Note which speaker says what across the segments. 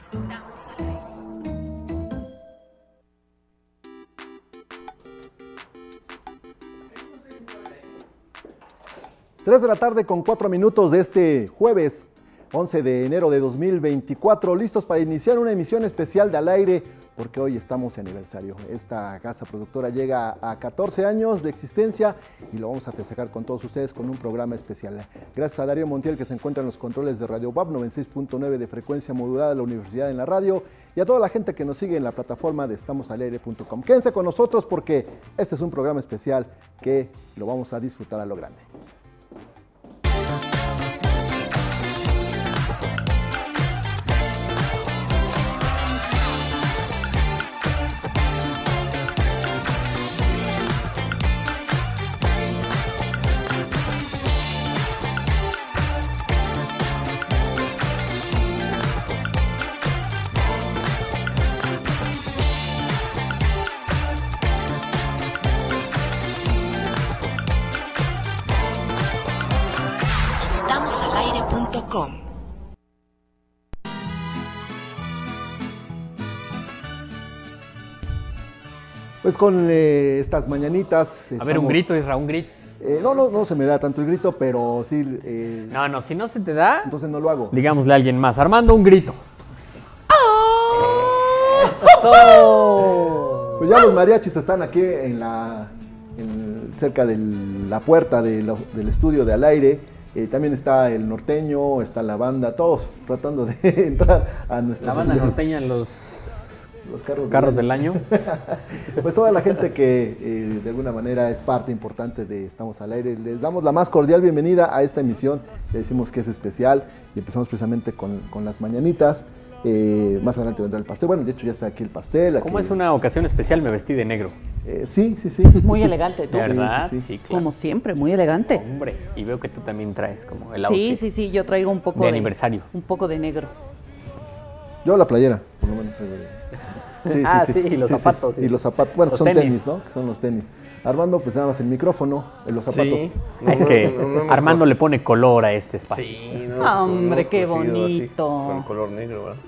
Speaker 1: Estamos al aire.
Speaker 2: Tres de la tarde con cuatro minutos de este jueves 11 de enero de 2024, listos para iniciar una emisión especial de Al Aire, porque hoy estamos de aniversario. Esta casa productora llega a 14 años de existencia y lo vamos a festejar con todos ustedes con un programa especial. Gracias a Darío Montiel que se encuentra en los controles de Radio BAP 96.9 de frecuencia modulada de la Universidad en la radio y a toda la gente que nos sigue en la plataforma de estamosalaire.com. Quédense con nosotros porque este es un programa especial que lo vamos a disfrutar a lo grande.
Speaker 1: Estamosalaire.com
Speaker 2: Pues con eh, estas mañanitas. eh,
Speaker 3: A ver, un grito, Isra, un grito.
Speaker 2: no, no, no se me da tanto el grito, pero sí. eh,
Speaker 3: No, no, si no se te da,
Speaker 2: Entonces no lo hago.
Speaker 3: digámosle a alguien más. Armando, un grito. Eso.
Speaker 2: Pues ya los mariachis están aquí en la. en- cerca de la puerta de la- del estudio de al aire. Eh, también está el norteño, está la banda, todos tratando de entrar a nuestra.
Speaker 3: La banda norteña en los
Speaker 2: Los carros,
Speaker 3: carros del año.
Speaker 2: Pues toda la gente que eh, de alguna manera es parte importante de Estamos al Aire, les damos la más cordial bienvenida a esta emisión. Le decimos que es especial y empezamos precisamente con, con las mañanitas. Eh, más adelante vendrá el pastel. Bueno, de hecho ya está aquí el pastel.
Speaker 3: Como
Speaker 2: aquí-
Speaker 3: es una ocasión especial, me vestí de negro.
Speaker 2: eh, sí, sí, sí.
Speaker 4: Muy elegante tú.
Speaker 2: Sí,
Speaker 3: ¿Verdad?
Speaker 2: sí,
Speaker 3: Sí,
Speaker 2: sí.
Speaker 3: claro.
Speaker 4: Como siempre, muy elegante.
Speaker 3: Hombre, y veo que tú también traes como el
Speaker 4: Sí,
Speaker 3: outfit.
Speaker 4: sí, sí, yo traigo un poco
Speaker 3: De aniversario.
Speaker 4: Un poco de negro.
Speaker 2: Yo la playera, por lo menos. eh,
Speaker 3: Ah, sí, y los zapatos, sí.
Speaker 2: Y los zapatos, bueno,
Speaker 3: Los
Speaker 2: son tenis.
Speaker 3: tenis,
Speaker 2: ¿no? Que son los tenis. Armando, pues nada más el micrófono, eh, los zapatos.
Speaker 5: Sí.
Speaker 3: Es
Speaker 5: No,
Speaker 3: que
Speaker 5: no, no, no hemos
Speaker 3: Armando le pone color a este espacio. Sí.
Speaker 5: Sí, no hemos-
Speaker 4: Hombre,
Speaker 5: no hemos
Speaker 4: qué
Speaker 5: coincidido así,
Speaker 4: bonito.
Speaker 5: con color negro, ¿verdad?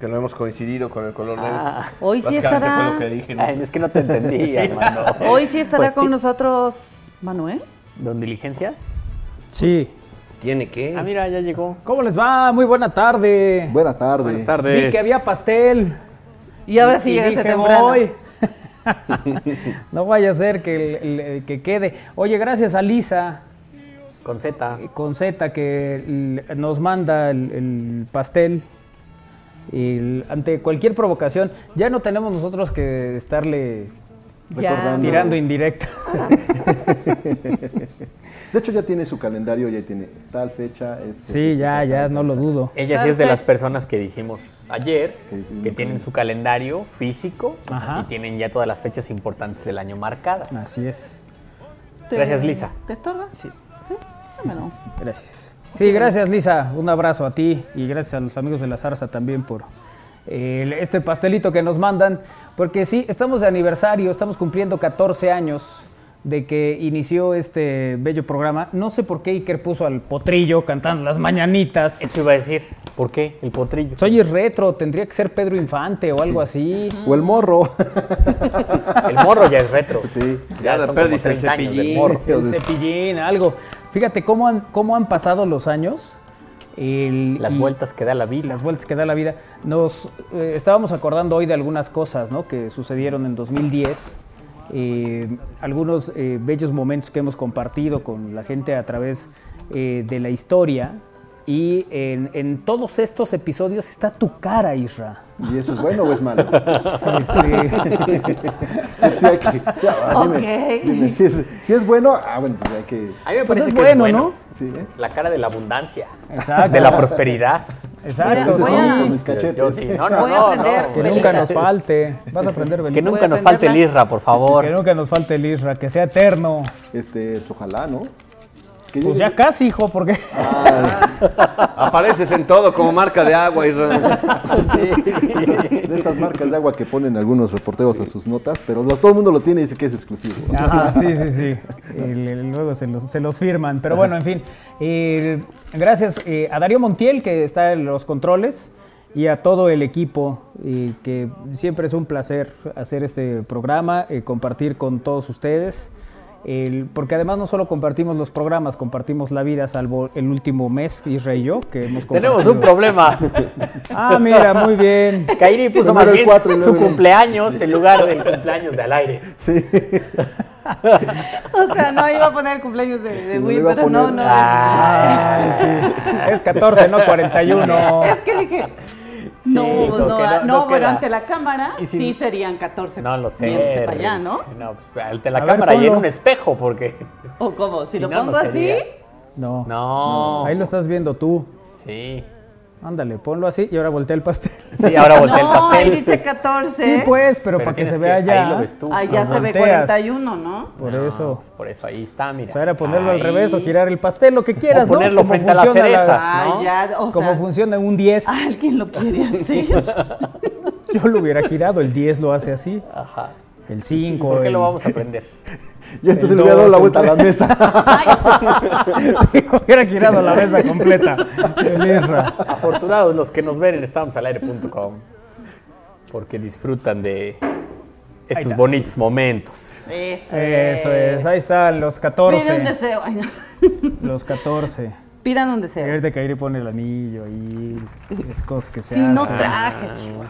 Speaker 5: Que no hemos coincidido con el color
Speaker 3: Ah.
Speaker 5: negro.
Speaker 4: Hoy sí
Speaker 5: Básicamente
Speaker 4: estará-
Speaker 5: fue lo que dije, ¿no?
Speaker 3: Ay, es que no te entendí, Armando.
Speaker 4: Hoy sí estará
Speaker 3: Pues
Speaker 4: con
Speaker 3: sí.
Speaker 4: nosotros Manuel.
Speaker 3: ¿Don Diligencias?
Speaker 6: Sí.
Speaker 5: ¿Tiene que?
Speaker 3: Ah, mira, ya llegó.
Speaker 6: ¿Cómo les va? Muy buena tarde.
Speaker 2: Buenas tardes.
Speaker 3: Buenas tardes.
Speaker 6: Vi que había pastel.
Speaker 4: Y ahora sí
Speaker 6: Y
Speaker 4: llegaste
Speaker 6: dije,
Speaker 4: temprano.
Speaker 6: voy. no vaya a ser que, el- el- el que quede. Oye, gracias a Lisa
Speaker 3: Con Z.
Speaker 6: eh, con Z que l- nos manda el, el pastel. Y el- ante cualquier provocación, ya no tenemos nosotros que estarle
Speaker 4: Ya.
Speaker 2: Recordando.
Speaker 6: tirando indirecta.
Speaker 2: De hecho, ya tiene su calendario, ya tiene tal fecha. es-
Speaker 6: Sí, ya, ya, no lo dudo.
Speaker 3: Ella sí es de las personas que dijimos ayer
Speaker 2: Que tienen
Speaker 3: que tienen su calendario físico
Speaker 6: Ajá.
Speaker 3: y tienen ya todas las fechas importantes del año marcadas.
Speaker 6: Así es.
Speaker 4: Te-
Speaker 3: Gracias, Lisa.
Speaker 4: ¿Te estorba? Sí. Sí, dámelo.
Speaker 6: Gracias. Sí, gracias Lisa, un abrazo a ti y gracias a los amigos de la zarza también por eh, este pastelito que nos mandan, porque sí, estamos de aniversario, estamos cumpliendo 14 años de que inició este bello programa. No sé por qué Iker puso al potrillo cantando las mañanitas.
Speaker 3: Eso iba a decir. ¿Por qué? El potrillo.
Speaker 6: Soy retro, tendría que ser Pedro Infante o algo así.
Speaker 2: O el morro.
Speaker 3: El morro ya es retro.
Speaker 2: sí.
Speaker 5: Ya la
Speaker 3: son como
Speaker 5: perdiste el
Speaker 3: 30 años del
Speaker 5: cepillín.
Speaker 3: morro.
Speaker 6: El cepillín, algo. Fíjate cómo han, cómo han pasado los años. el-
Speaker 3: Las
Speaker 6: y-
Speaker 3: vueltas que da la
Speaker 6: y
Speaker 3: vida.
Speaker 6: las vueltas que da la vida. Nos eh, estábamos acordando hoy de algunas cosas ¿no? que sucedieron en 2010, eh, algunos eh, bellos momentos que hemos compartido con la gente a través eh, de la historia. Y en, en todos estos episodios está tu cara, Isra.
Speaker 2: ¿Y eso es bueno o es malo?
Speaker 6: Este,
Speaker 2: Sí, hay que- ya, dime,
Speaker 4: Ok.
Speaker 2: dime, si, es, si es bueno, ah, bueno, pues hay que.
Speaker 3: A mí me
Speaker 6: Pues
Speaker 3: parece
Speaker 6: es
Speaker 3: que
Speaker 6: bueno,
Speaker 2: Sí, ¿eh?
Speaker 3: La cara de la abundancia.
Speaker 6: Exacto.
Speaker 3: De la prosperidad.
Speaker 6: exacto,
Speaker 2: Entonces,
Speaker 4: voy
Speaker 6: sí,
Speaker 4: a-
Speaker 2: con mis cachetes.
Speaker 3: Yo sí. No, no,
Speaker 4: Voy a
Speaker 3: no,
Speaker 4: aprender.
Speaker 3: no.
Speaker 6: que nunca nos falte. Vas a aprender,
Speaker 3: Que
Speaker 6: Belinda.
Speaker 3: nunca nos falte el
Speaker 4: aprenderla.
Speaker 3: Isra, por favor.
Speaker 6: Que nunca nos falte el Isra, que sea eterno.
Speaker 2: Este, pues, ojalá, ¿no? Que
Speaker 6: Pues
Speaker 2: llegue-
Speaker 6: ya casi, hijo, porque.
Speaker 5: Apareces en todo como marca de agua, Israel.
Speaker 2: De esas marcas de agua que ponen algunos reporteros a sus notas, pero los- todo el mundo lo tiene y dice que es exclusivo. ¿no?
Speaker 6: Ajá, sí, sí, sí. El- el- luego se los, se los firman. Pero bueno, en fin. Eh, gracias eh, a Darío Montiel, que está en los controles, y a todo el equipo, y que siempre es un placer hacer este programa, eh, compartir con todos ustedes. El- porque además no solo compartimos los programas, compartimos la vida, salvo el último mes, Israel y yo, que hemos compartido.
Speaker 3: Tenemos un problema.
Speaker 6: Ah, mira, muy bien.
Speaker 3: Kairi puso
Speaker 2: Primero
Speaker 3: más
Speaker 2: el
Speaker 3: bien
Speaker 2: cuatro y
Speaker 3: su
Speaker 2: luego el-
Speaker 3: cumpleaños en lugar del cumpleaños de al aire.
Speaker 2: Sí.
Speaker 4: O sea, no iba a poner el cumpleaños de, de
Speaker 2: Sí, no
Speaker 4: Will,
Speaker 2: iba a
Speaker 4: pero no,
Speaker 2: poner.
Speaker 4: no.
Speaker 3: Ah,
Speaker 6: Ay, sí. Es 14, no 41.
Speaker 4: Es que dije, no,
Speaker 3: Sí,
Speaker 4: pues
Speaker 3: no
Speaker 4: no,
Speaker 3: queda-
Speaker 4: no,
Speaker 3: no
Speaker 4: pero
Speaker 3: queda.
Speaker 4: ante la cámara
Speaker 3: Y si-
Speaker 4: sí serían 14.
Speaker 3: No lo sé.
Speaker 4: viéndose para
Speaker 3: Rick.
Speaker 4: allá, ¿no?
Speaker 3: No, pues, ante la
Speaker 6: A ver,
Speaker 3: cámara y en
Speaker 6: ponlo.
Speaker 3: un espejo, porque.
Speaker 4: ¿O cómo? Si,
Speaker 3: Si
Speaker 4: lo
Speaker 3: no, no
Speaker 4: pongo así,
Speaker 3: sería.
Speaker 6: No.
Speaker 3: No.
Speaker 6: Ahí lo estás viendo tú.
Speaker 3: Sí.
Speaker 6: Ándale, ponlo así y ahora voltea el pastel.
Speaker 3: Sí, ahora voltea el
Speaker 4: no,
Speaker 3: pastel.
Speaker 4: ahí dice 14.
Speaker 6: Sí, pues, pero,
Speaker 3: Pero
Speaker 6: para que
Speaker 3: tienes
Speaker 6: se vea ya.
Speaker 3: Ahí lo ves tú.
Speaker 4: Allá
Speaker 6: Lo
Speaker 4: se ve
Speaker 6: volteas.
Speaker 4: 41, ¿no?
Speaker 6: Por
Speaker 3: No,
Speaker 6: eso.
Speaker 3: pues, Por eso ahí está, mira.
Speaker 6: O sea, era ponerlo al
Speaker 3: Ahí.
Speaker 6: revés o girar el pastel, lo que quieras,
Speaker 3: O ponerlo
Speaker 6: ¿no? Como
Speaker 3: frente a la
Speaker 6: funciona la-
Speaker 3: cereza.
Speaker 4: Ah,
Speaker 3: ¿no?
Speaker 4: ya, o
Speaker 6: como
Speaker 4: sea,
Speaker 6: funciona un 10.
Speaker 4: alguien lo quiere hacer.
Speaker 6: Yo lo hubiera girado, el 10 lo hace así.
Speaker 3: Ajá.
Speaker 6: El
Speaker 3: ¿Y
Speaker 6: 5.
Speaker 3: ¿Por qué
Speaker 6: el-
Speaker 3: lo vamos a aprender?
Speaker 2: Y entonces
Speaker 6: El
Speaker 2: le hubiera dado la
Speaker 6: dos,
Speaker 2: vuelta a la
Speaker 6: el tres.
Speaker 2: mesa.
Speaker 6: hubiera girado la mesa completa. El Isra.
Speaker 3: Afortunados los que nos ven en estamosalaire.com porque disfrutan de estos
Speaker 6: está.
Speaker 3: bonitos momentos.
Speaker 4: Eso,
Speaker 6: Eso
Speaker 4: eh.
Speaker 6: es, ahí están los
Speaker 4: Pidan un
Speaker 6: 14.
Speaker 4: deseo. Ay, no.
Speaker 6: Los 14.
Speaker 4: Pidan un deseo.
Speaker 6: Verte que y pone el anillo ahí. Es cosas que se
Speaker 4: Si no
Speaker 6: hacen.
Speaker 4: traje, chico.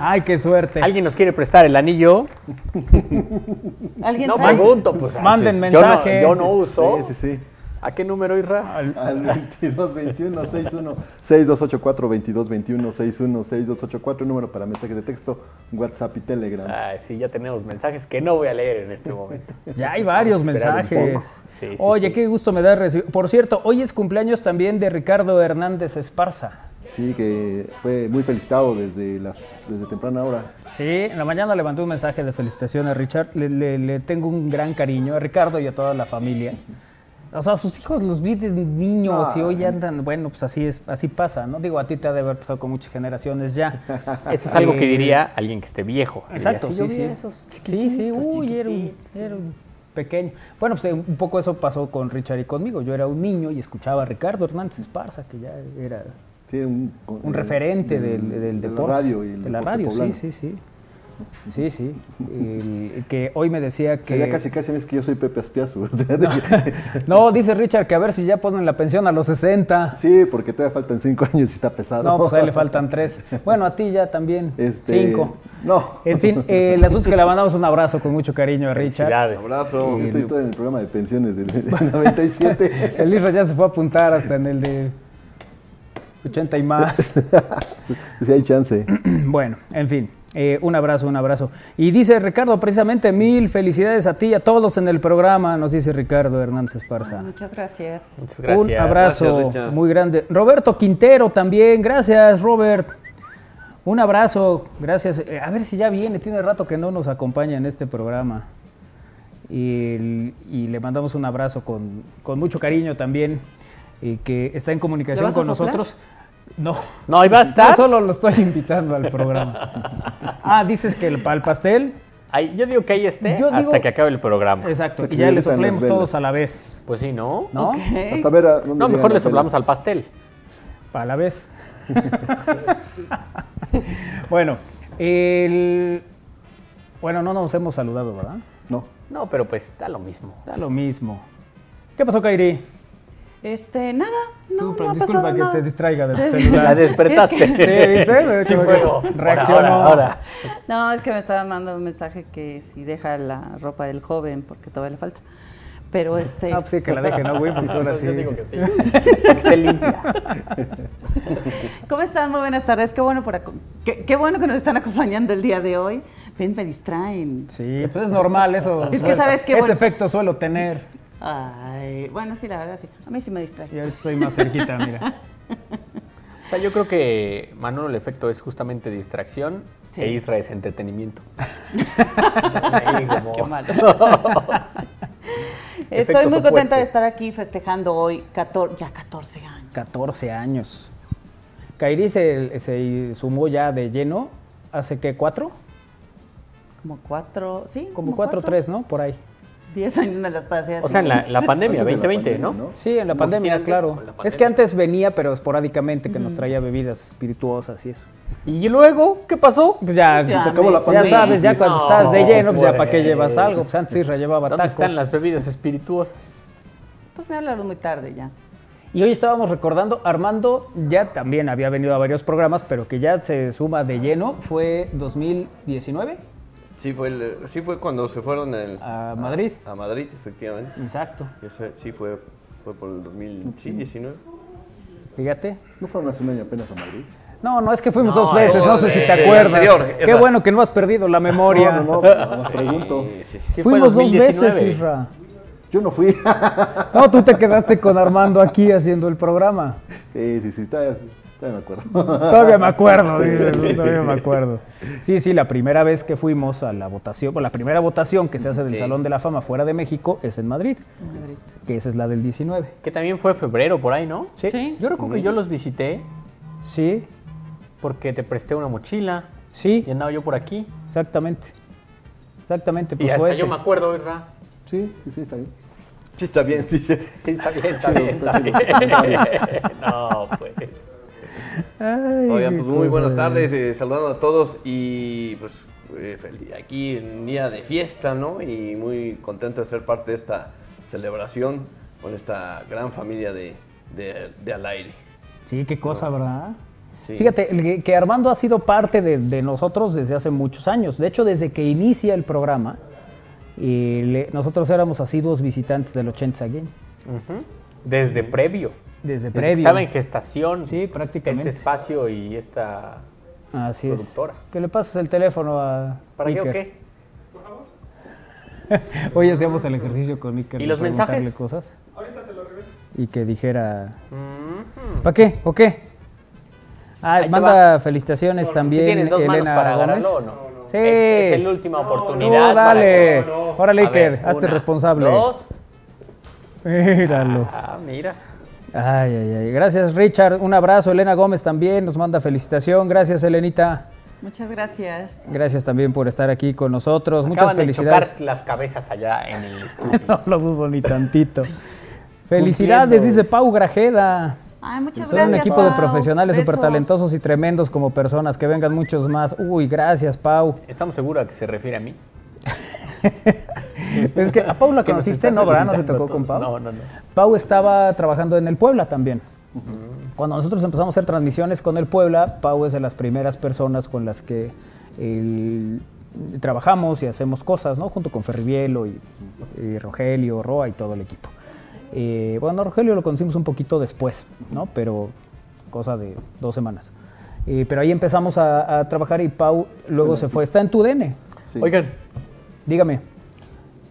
Speaker 6: Ay, qué suerte.
Speaker 3: Ah. ¿Alguien nos quiere prestar el anillo?
Speaker 4: ¿Alguien
Speaker 3: No
Speaker 4: trae?
Speaker 3: pregunto, pues.
Speaker 6: Manden
Speaker 3: antes. Yo no-
Speaker 6: mensaje.
Speaker 3: Yo no, uso.
Speaker 2: Sí, sí, sí.
Speaker 3: ¿A qué número, Isra?
Speaker 2: Al 22 21 61 6284 22 21 61 6284 número para mensajes de texto, WhatsApp y Telegram.
Speaker 3: Ay, sí, ya tenemos mensajes que no voy a leer en este momento.
Speaker 6: Ya hay varios
Speaker 3: Vamos a esperar un
Speaker 6: mensajes.
Speaker 3: poco. Sí, sí,
Speaker 6: Oye,
Speaker 3: sí.
Speaker 6: qué gusto me da recibir. Por cierto, hoy es cumpleaños también de Ricardo Hernández Esparza.
Speaker 2: Sí, que fue muy felicitado desde las desde temprana hora.
Speaker 6: Sí, en la mañana levanté un mensaje de felicitaciones a Richard. Le, le- le tengo un gran cariño a Ricardo y a toda la familia. O sea, sus hijos los vi de niños y hoy andan, bueno, pues así es, así pasa, ¿no? Digo, a ti te ha de haber pasado con muchas generaciones ya.
Speaker 3: Eso es algo que
Speaker 6: Eh,
Speaker 3: diría alguien que esté viejo. Diría,
Speaker 6: Exacto,
Speaker 3: "Sí,
Speaker 6: sí,
Speaker 3: yo vi
Speaker 6: sí.
Speaker 3: esos
Speaker 6: Sí, sí,
Speaker 3: chiquititos,
Speaker 6: uy, era un,
Speaker 3: chiquititos".
Speaker 6: era un pequeño. Bueno, pues eh, un poco eso pasó con Richard y conmigo. Yo era un niño y escuchaba a Ricardo Hernández Esparza, que ya era
Speaker 2: Sí, un, con-
Speaker 6: un
Speaker 2: eh,
Speaker 6: referente del, del,
Speaker 2: de la
Speaker 6: deporte.
Speaker 2: radio y el
Speaker 6: de la
Speaker 2: deporte
Speaker 6: radio,
Speaker 2: poblano.
Speaker 6: sí, sí, sí. Sí, sí. El- que hoy me decía
Speaker 2: O sea,
Speaker 6: que.
Speaker 2: ya casi casi es que yo soy Pepe Aspiazu. o sea, de-
Speaker 6: No, dice Richard que a ver si ya ponen la pensión a los 60.
Speaker 2: sí, porque todavía faltan cinco años y está pesado.
Speaker 6: No, pues a él le faltan tres. Bueno, a ti ya también.
Speaker 2: Este,
Speaker 6: Cinco.
Speaker 2: no.
Speaker 6: En fin, eh, el asunto es que le mandamos un abrazo con mucho cariño a Richard.
Speaker 3: Felicidades.
Speaker 5: Abrazo.
Speaker 2: Yo estoy todo en el programa de pensiones del 97.
Speaker 6: El Isra ya se fue a apuntar hasta en el de 80 y más.
Speaker 2: si hay chance.
Speaker 6: bueno, en fin. eh, un abrazo, un abrazo. Y dice Ricardo, precisamente mil felicidades a ti y a todos en el programa, nos dice Ricardo Hernández Esparza.
Speaker 4: Muchas gracias.
Speaker 3: Muchas gracias.
Speaker 6: Un abrazo
Speaker 5: Gracias, Richard.
Speaker 6: muy grande. Roberto Quintero también, gracias Robert. Un abrazo, gracias. Eh, A ver si ya viene, tiene rato que no nos acompaña en este programa. Y, el- y le mandamos un abrazo con, con mucho cariño también, y que está en
Speaker 4: ¿Le
Speaker 6: comunicación
Speaker 4: vas a
Speaker 6: con
Speaker 4: soplar?
Speaker 6: nosotros. No,
Speaker 3: No, ahí va a estar.
Speaker 6: yo solo lo estoy invitando al programa. Ah, dices que el, para el pastel.
Speaker 3: Ahí- yo digo que ahí esté
Speaker 6: Yo
Speaker 3: hasta
Speaker 6: digo-
Speaker 3: que acabe el programa.
Speaker 6: Exacto,
Speaker 2: O sea, que
Speaker 6: y ya le
Speaker 2: invitan las
Speaker 6: soplemos
Speaker 2: velas.
Speaker 6: todos a la vez,
Speaker 3: Pues sí, ¿no?
Speaker 6: ¿no?
Speaker 4: Ok.
Speaker 2: Hasta ver a dónde
Speaker 3: No,
Speaker 2: llegan
Speaker 3: mejor le
Speaker 2: las
Speaker 3: soplamos
Speaker 2: velas.
Speaker 3: al pastel.
Speaker 6: Para la vez. bueno, el... Bueno, no nos hemos saludado, ¿verdad?
Speaker 2: No.
Speaker 3: No, pero pues da lo mismo.
Speaker 6: Da lo mismo. ¿Qué pasó, Kairi?
Speaker 4: Este, nada, no,
Speaker 6: Disculpa-
Speaker 4: no ha
Speaker 6: disculpa
Speaker 4: pasado
Speaker 6: que
Speaker 4: nada.
Speaker 6: te distraiga del
Speaker 4: Es-
Speaker 6: celular.
Speaker 3: La despertaste.
Speaker 4: Es que-
Speaker 6: Sí, ¿viste?
Speaker 3: Sí,
Speaker 6: Como que
Speaker 3: juego.
Speaker 6: reaccionó.
Speaker 3: Ahora, ahora.
Speaker 4: no, es que me estaba mandando un mensaje que si deja la ropa del joven, porque todavía le falta. Pero este,
Speaker 6: Ah, pues sí, que la dejen, ¿no, güey? Porque ahora
Speaker 3: Pues
Speaker 6: sí.
Speaker 3: Yo digo que sí. Que esté limpia.
Speaker 4: ¿cómo están? Muy buenas tardes. Qué bueno, por aco- qué, qué bueno que nos están acompañando el día de hoy. Ven, me distraen.
Speaker 6: Sí, pues es normal eso.
Speaker 4: Es que sabes que,
Speaker 6: Ese
Speaker 4: bueno-
Speaker 6: efecto suelo tener.
Speaker 4: Ay, bueno, sí, la verdad, sí. A mí sí me distrae.
Speaker 6: Y ahorita estoy más cerquita, mira.
Speaker 3: O sea, yo creo que Manolo el efecto es justamente distracción
Speaker 4: Sí.
Speaker 3: e Isra es entretenimiento. Ahí como-
Speaker 4: Qué malo. Estoy muy
Speaker 3: Efectos
Speaker 4: contenta de
Speaker 3: opuestos.
Speaker 4: estar aquí festejando hoy 14, ya 14 años.
Speaker 6: 14 años. Kairi se, se sumó ya de lleno hace que cuatro,
Speaker 4: Como cuatro, sí.
Speaker 6: como cuatro o tres, ¿no? Por ahí.
Speaker 4: Diez años me las pasé así.
Speaker 3: O sea, en la, la pandemia,
Speaker 2: Antes de la
Speaker 3: 2020,
Speaker 2: pandemia,
Speaker 3: ¿no?
Speaker 6: Sí, en la pandemia,
Speaker 3: antes,
Speaker 6: claro.
Speaker 3: con la
Speaker 6: Es que antes venía, pero esporádicamente, que nos traía bebidas espirituosas y eso. ¿Y luego qué pasó? Pues ya,
Speaker 4: Ya,
Speaker 6: ya
Speaker 2: acabó la pandemia.
Speaker 6: sabes, ya cuando
Speaker 3: No,
Speaker 6: estás de lleno, pues ya para qué
Speaker 3: pues.
Speaker 6: llevas algo. Pues antes Isra llevaba
Speaker 3: ¿Dónde
Speaker 6: tacos.
Speaker 3: están las bebidas espirituosas?
Speaker 4: Pues me hablaron muy tarde ya.
Speaker 6: Y hoy estábamos recordando, Armando ya también había venido a varios programas, pero que ya se suma de lleno, fue 2019
Speaker 5: Sí fue, el- sí fue cuando se fueron el-
Speaker 6: a Madrid.
Speaker 5: a Madrid, efectivamente.
Speaker 6: Exacto.
Speaker 5: Ese sí fue, fue por el 2019.
Speaker 6: Fíjate.
Speaker 2: ¿No fueron hace un año apenas a Madrid?
Speaker 6: No, no, es que fuimos dos
Speaker 3: No,
Speaker 6: veces, no
Speaker 5: no,
Speaker 6: sé si
Speaker 5: de-
Speaker 6: te
Speaker 5: de-
Speaker 6: acuerdas.
Speaker 5: anterior,
Speaker 6: Qué
Speaker 5: Isra.
Speaker 6: bueno que no has perdido la memoria.
Speaker 2: No, no, no, nada más pregunto.
Speaker 3: Sí, fue
Speaker 6: Fuimos dos
Speaker 3: 2019.
Speaker 6: veces, Isra.
Speaker 2: Yo no fui.
Speaker 6: No, tú te quedaste con Armando aquí haciendo el programa.
Speaker 2: sí, sí, sí, está, está, me acuerdo.
Speaker 6: Todavía me acuerdo, dices, todavía me acuerdo. Sí, sí, la primera vez que fuimos a la votación, bueno, la primera votación que se hace del Salón de la Fama fuera de México es en Madrid, que esa es la del 19.
Speaker 3: Que también fue febrero por ahí, ¿no?
Speaker 4: Sí.
Speaker 3: Yo recuerdo que yo los visité
Speaker 6: Sí,
Speaker 3: porque te presté una mochila
Speaker 6: sí,
Speaker 3: y andaba yo por aquí.
Speaker 6: exactamente. Exactamente,
Speaker 3: Y
Speaker 6: pues
Speaker 3: hasta
Speaker 6: fue ese.
Speaker 3: yo me acuerdo, ¿verdad?
Speaker 2: Sí, sí, sí, está bien.
Speaker 5: Sí, está bien, dices.
Speaker 3: Sí, está bien, está bien, está bien. No, pues.
Speaker 6: Ay,
Speaker 5: Oigan,
Speaker 6: qué
Speaker 5: pues muy
Speaker 6: cosa.
Speaker 5: buenas tardes, eh, saludando a todos y pues eh, fel- aquí en día de fiesta, ¿no? Y muy contento de ser parte de esta celebración con esta gran familia de, de, de al aire.
Speaker 6: Sí, qué cosa, ¿verdad?
Speaker 5: Sí.
Speaker 6: Fíjate, el que, que Armando ha sido parte de, de nosotros desde hace muchos años. De hecho, desde que inicia el programa, eh, le- nosotros éramos asiduos visitantes del 80 Game.
Speaker 3: Desde previo.
Speaker 6: Desde
Speaker 3: Desde que
Speaker 6: previo.
Speaker 3: Estaba en gestación.
Speaker 6: Sí, prácticamente.
Speaker 3: Este espacio y esta.
Speaker 6: Así
Speaker 3: productora.
Speaker 6: es. Que le pases el teléfono a
Speaker 3: ¿Para qué o
Speaker 6: Iker.
Speaker 3: qué?
Speaker 6: Hoy hacíamos el ejercicio con Iker.
Speaker 3: ¿Y
Speaker 6: de
Speaker 3: los
Speaker 6: preguntarle
Speaker 3: mensajes?
Speaker 6: cosas. Ahorita te lo regreso. Y que dijera... ¿Para qué? ¿O qué? Ah,
Speaker 3: Ahí te
Speaker 6: manda felicitaciones también
Speaker 3: Si tienes dos
Speaker 6: Elena
Speaker 3: manos para
Speaker 6: Gómez.
Speaker 3: agarrarlo o no.
Speaker 6: Sí.
Speaker 3: Es, es la última oportunidad.
Speaker 6: Tú
Speaker 3: para
Speaker 6: dale.
Speaker 3: que-
Speaker 6: Órale,
Speaker 3: A ver,
Speaker 6: Iker, hazte
Speaker 3: una,
Speaker 6: responsable.
Speaker 3: Dos.
Speaker 6: Míralo.
Speaker 3: Ah, mira.
Speaker 6: Ay, ay, ay. Gracias, Richard. Un abrazo. Elena Gómez también nos manda felicitación. Gracias, Elenita.
Speaker 4: Muchas gracias.
Speaker 6: Gracias también por estar aquí con nosotros. Muchas
Speaker 3: Acaban
Speaker 6: felicidades.
Speaker 3: de chocar las cabezas allá en el estudio.
Speaker 6: No lo dudo ni tantito. Felicidades,
Speaker 3: Cumpliendo.
Speaker 6: dice Pau Grajeda.
Speaker 4: Ay, muchas gracias.
Speaker 6: Son Pues un equipo de
Speaker 4: Pau.
Speaker 6: profesionales
Speaker 4: Besos.
Speaker 6: súper talentosos y tremendos como personas. Que vengan muchos más. Uy, gracias, Pau.
Speaker 3: ¿Estamos seguros que se refiere a mí?
Speaker 6: Es que a Pau la
Speaker 3: Que nos
Speaker 6: conociste,
Speaker 3: está
Speaker 6: ¿no? ¿Verdad? ¿No te
Speaker 3: felicitando
Speaker 6: tocó con
Speaker 3: a todos.
Speaker 6: Pau?
Speaker 3: No, no, no.
Speaker 6: Pau estaba trabajando en el Puebla también. Cuando nosotros empezamos a hacer transmisiones con el Puebla, Pau es de las primeras personas con las que el- trabajamos y hacemos cosas, ¿no? Junto con Ferribielo y, y Rogelio, Roa y todo el equipo. Eh, bueno, Rogelio lo conocimos un poquito después, ¿no? Pero cosa de dos semanas. Eh, pero ahí empezamos a, a trabajar y Pau luego se fue. Está en tu DN.
Speaker 2: Sí.
Speaker 3: Oigan,
Speaker 6: Dígame.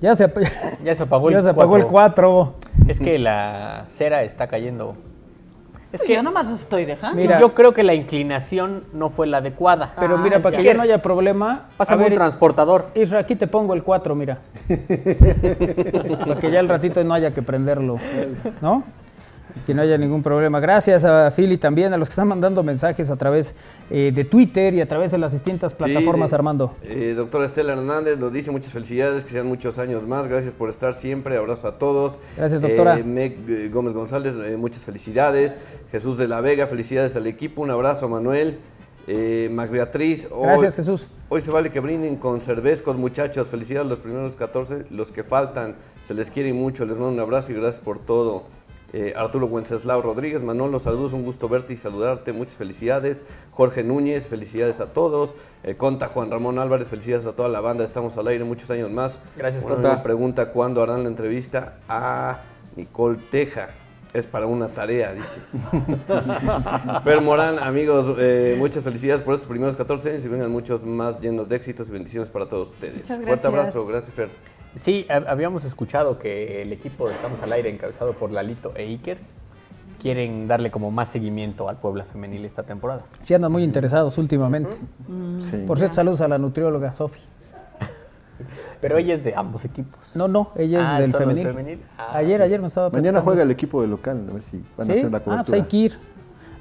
Speaker 6: Ya se, ap-
Speaker 3: ya se apagó
Speaker 6: ya
Speaker 3: el
Speaker 6: se apagó el 4.
Speaker 3: Es que la cera está cayendo. Es
Speaker 4: Uy,
Speaker 3: que
Speaker 4: Yo nomás los estoy dejando.
Speaker 6: Mira.
Speaker 3: yo creo que la inclinación no fue la adecuada.
Speaker 6: Pero
Speaker 4: Ah,
Speaker 6: mira, para que
Speaker 3: ya.
Speaker 6: ya no haya problema, a
Speaker 3: Pásame un
Speaker 6: ver,
Speaker 3: transportador.
Speaker 6: Isra, aquí te pongo el 4, mira. para que ya al ratito no haya que prenderlo, ¿no? Que no haya ningún problema. Gracias a Philly también, a los que están mandando mensajes a través eh, de Twitter y a través de las distintas plataformas,
Speaker 5: Sí,
Speaker 6: Armando.
Speaker 5: eh, doctora Estela Hernández nos dice muchas felicidades, que sean muchos años más. Gracias por estar siempre. Abrazo a todos.
Speaker 6: Gracias, doctora.
Speaker 5: Eh, Meg eh, Gómez González, eh, muchas felicidades. Jesús de la Vega, felicidades al equipo. Un abrazo, Manuel. Eh, Mac Beatriz. hoy-
Speaker 6: Gracias, Jesús.
Speaker 5: Hoy se vale que brinden con cervezcos, muchachos. Felicidades a los primeros 14, los que faltan. Se les quiere mucho. Les mando un abrazo y gracias por todo. Eh, Arturo Wenceslao Rodríguez, Manolo, saludos, un gusto verte y saludarte, muchas felicidades. Jorge Núñez, felicidades a todos. Eh, Conta Juan Ramón Álvarez, felicidades a toda la banda, estamos al aire muchos años más.
Speaker 3: Gracias,
Speaker 5: Una
Speaker 3: Conta.
Speaker 5: amiga pregunta cuándo harán la entrevista a Nicole Teja. Es para una tarea, dice. Fer Morán, amigos, eh, muchas felicidades por estos primeros 14 años y vengan muchos más llenos de éxitos y bendiciones para todos ustedes.
Speaker 4: Muchas
Speaker 5: Fuerte
Speaker 4: gracias.
Speaker 5: abrazo, gracias Fer.
Speaker 3: Sí, hab- habíamos escuchado que el equipo de Estamos al Aire, encabezado por Lalito e Iker, quieren darle como más seguimiento al Puebla Femenil esta temporada.
Speaker 6: Sí andan muy interesados últimamente.
Speaker 2: Sí.
Speaker 6: Por cierto, saludos a la nutrióloga Sofi.
Speaker 3: Pero ella es de ambos equipos.
Speaker 6: No, no, ella es
Speaker 3: Ah,
Speaker 6: del
Speaker 3: solo del
Speaker 6: femenil.
Speaker 3: femenil. Ah.
Speaker 6: ayer, ayer me estaba
Speaker 2: Mañana
Speaker 6: platicando
Speaker 2: juega el
Speaker 6: eso.
Speaker 2: equipo de local, a ver si van a
Speaker 6: ¿Sí?
Speaker 2: hacer la
Speaker 6: Ah, pues
Speaker 2: cobertura.
Speaker 6: hay que ir.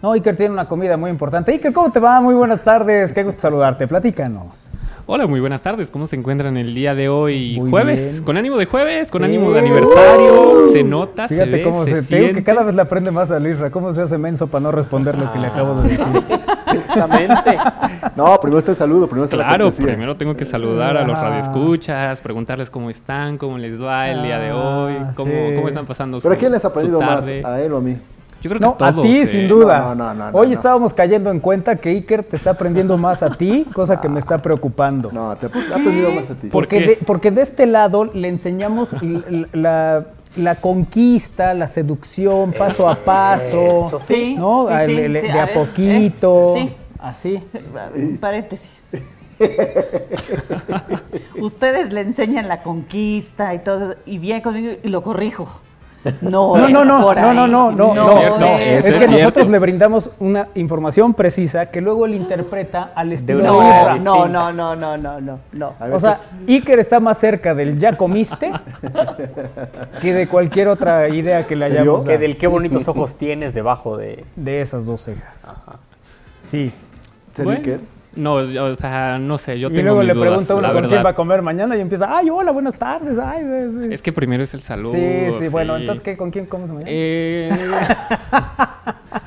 Speaker 6: No, Iker tiene una comida muy importante. Iker, ¿cómo te va? Muy buenas tardes. Qué gusto saludarte. Platícanos.
Speaker 7: Hola, muy buenas tardes. ¿Cómo se encuentran el día de hoy?
Speaker 6: Muy
Speaker 7: jueves,
Speaker 6: bien.
Speaker 7: con ánimo de jueves,
Speaker 6: Sí.
Speaker 7: con
Speaker 6: Uh,
Speaker 7: ánimo de aniversario. se nota,
Speaker 6: Fíjate
Speaker 7: se ve,
Speaker 6: cómo se,
Speaker 7: se,
Speaker 6: te digo que
Speaker 7: siente.
Speaker 6: cada vez le aprende más a Lisra. ¿Cómo se hace menso para no responder lo que le acabo de decir?
Speaker 3: Exactamente.
Speaker 2: No, primero está el saludo, primero está la
Speaker 7: Claro,
Speaker 2: cortesía.
Speaker 7: primero tengo que saludar a los
Speaker 6: Ajá.
Speaker 7: radioescuchas, preguntarles cómo están, cómo les va el día de hoy,
Speaker 6: Ah,
Speaker 7: cómo,
Speaker 6: sí.
Speaker 7: cómo están pasando
Speaker 2: ¿Pero a
Speaker 7: su-
Speaker 2: quién les ha
Speaker 7: su
Speaker 2: aprendido más?
Speaker 7: tarde.
Speaker 2: ¿A él o a mí?
Speaker 7: Yo creo que
Speaker 6: No, a
Speaker 7: todos,
Speaker 6: ti,
Speaker 7: eh.
Speaker 6: sin duda.
Speaker 2: No, no, no, no,
Speaker 6: Hoy
Speaker 2: no.
Speaker 6: estábamos cayendo en cuenta que Iker te está aprendiendo más a ti, cosa que me está preocupando.
Speaker 2: No, te ha aprendido más a ti.
Speaker 7: ¿Por
Speaker 6: Porque
Speaker 7: qué?
Speaker 6: de, porque de este lado le enseñamos l- l- la, la conquista, la seducción, paso a paso,
Speaker 3: eso
Speaker 4: sí.
Speaker 6: ¿no?
Speaker 4: Sí,
Speaker 6: Al-
Speaker 4: sí, sí,
Speaker 6: el- de
Speaker 4: a
Speaker 6: a,
Speaker 4: ver,
Speaker 6: poquito,
Speaker 4: ¿eh? Sí.
Speaker 6: así.
Speaker 4: Paréntesis. Ustedes le enseñan la conquista y todo, eso, y viene conmigo y lo corrijo. No,
Speaker 6: No,
Speaker 4: es
Speaker 6: no, no,
Speaker 4: por
Speaker 6: no,
Speaker 4: ahí.
Speaker 6: no, no, no,
Speaker 7: No
Speaker 6: no.
Speaker 7: es cierto,
Speaker 6: Es,
Speaker 7: eso
Speaker 6: que
Speaker 7: es
Speaker 6: nosotros
Speaker 7: cierto.
Speaker 6: le brindamos una información precisa que luego él interpreta al estilo
Speaker 3: una
Speaker 6: de
Speaker 3: manera
Speaker 6: Isra.
Speaker 4: No, no, no, no, no, no, no, no.
Speaker 2: A
Speaker 6: O
Speaker 2: veces-
Speaker 6: sea, Iker está más cerca del ya comiste que de cualquier otra idea que le
Speaker 2: ¿Se
Speaker 6: hayamos
Speaker 2: vio?
Speaker 3: Que
Speaker 6: dado.
Speaker 3: del qué bonitos ojos tienes debajo de.
Speaker 6: De esas dos cejas. Sí.
Speaker 2: ¿Sería
Speaker 7: Bueno,
Speaker 2: que-
Speaker 7: no, o sea, no sé, yo
Speaker 6: y
Speaker 7: tengo
Speaker 6: luego
Speaker 7: mis
Speaker 6: le
Speaker 7: dudas,
Speaker 6: pregunta uno
Speaker 7: la
Speaker 6: con quién
Speaker 7: verdad.
Speaker 6: va a comer mañana y empieza, ay, hola, buenas tardes. Ay, sí, sí".
Speaker 7: Es que primero es el saludo.
Speaker 6: sí, sí, bueno, entonces, ¿qué, ¿con quién comes mañana?
Speaker 7: Eh,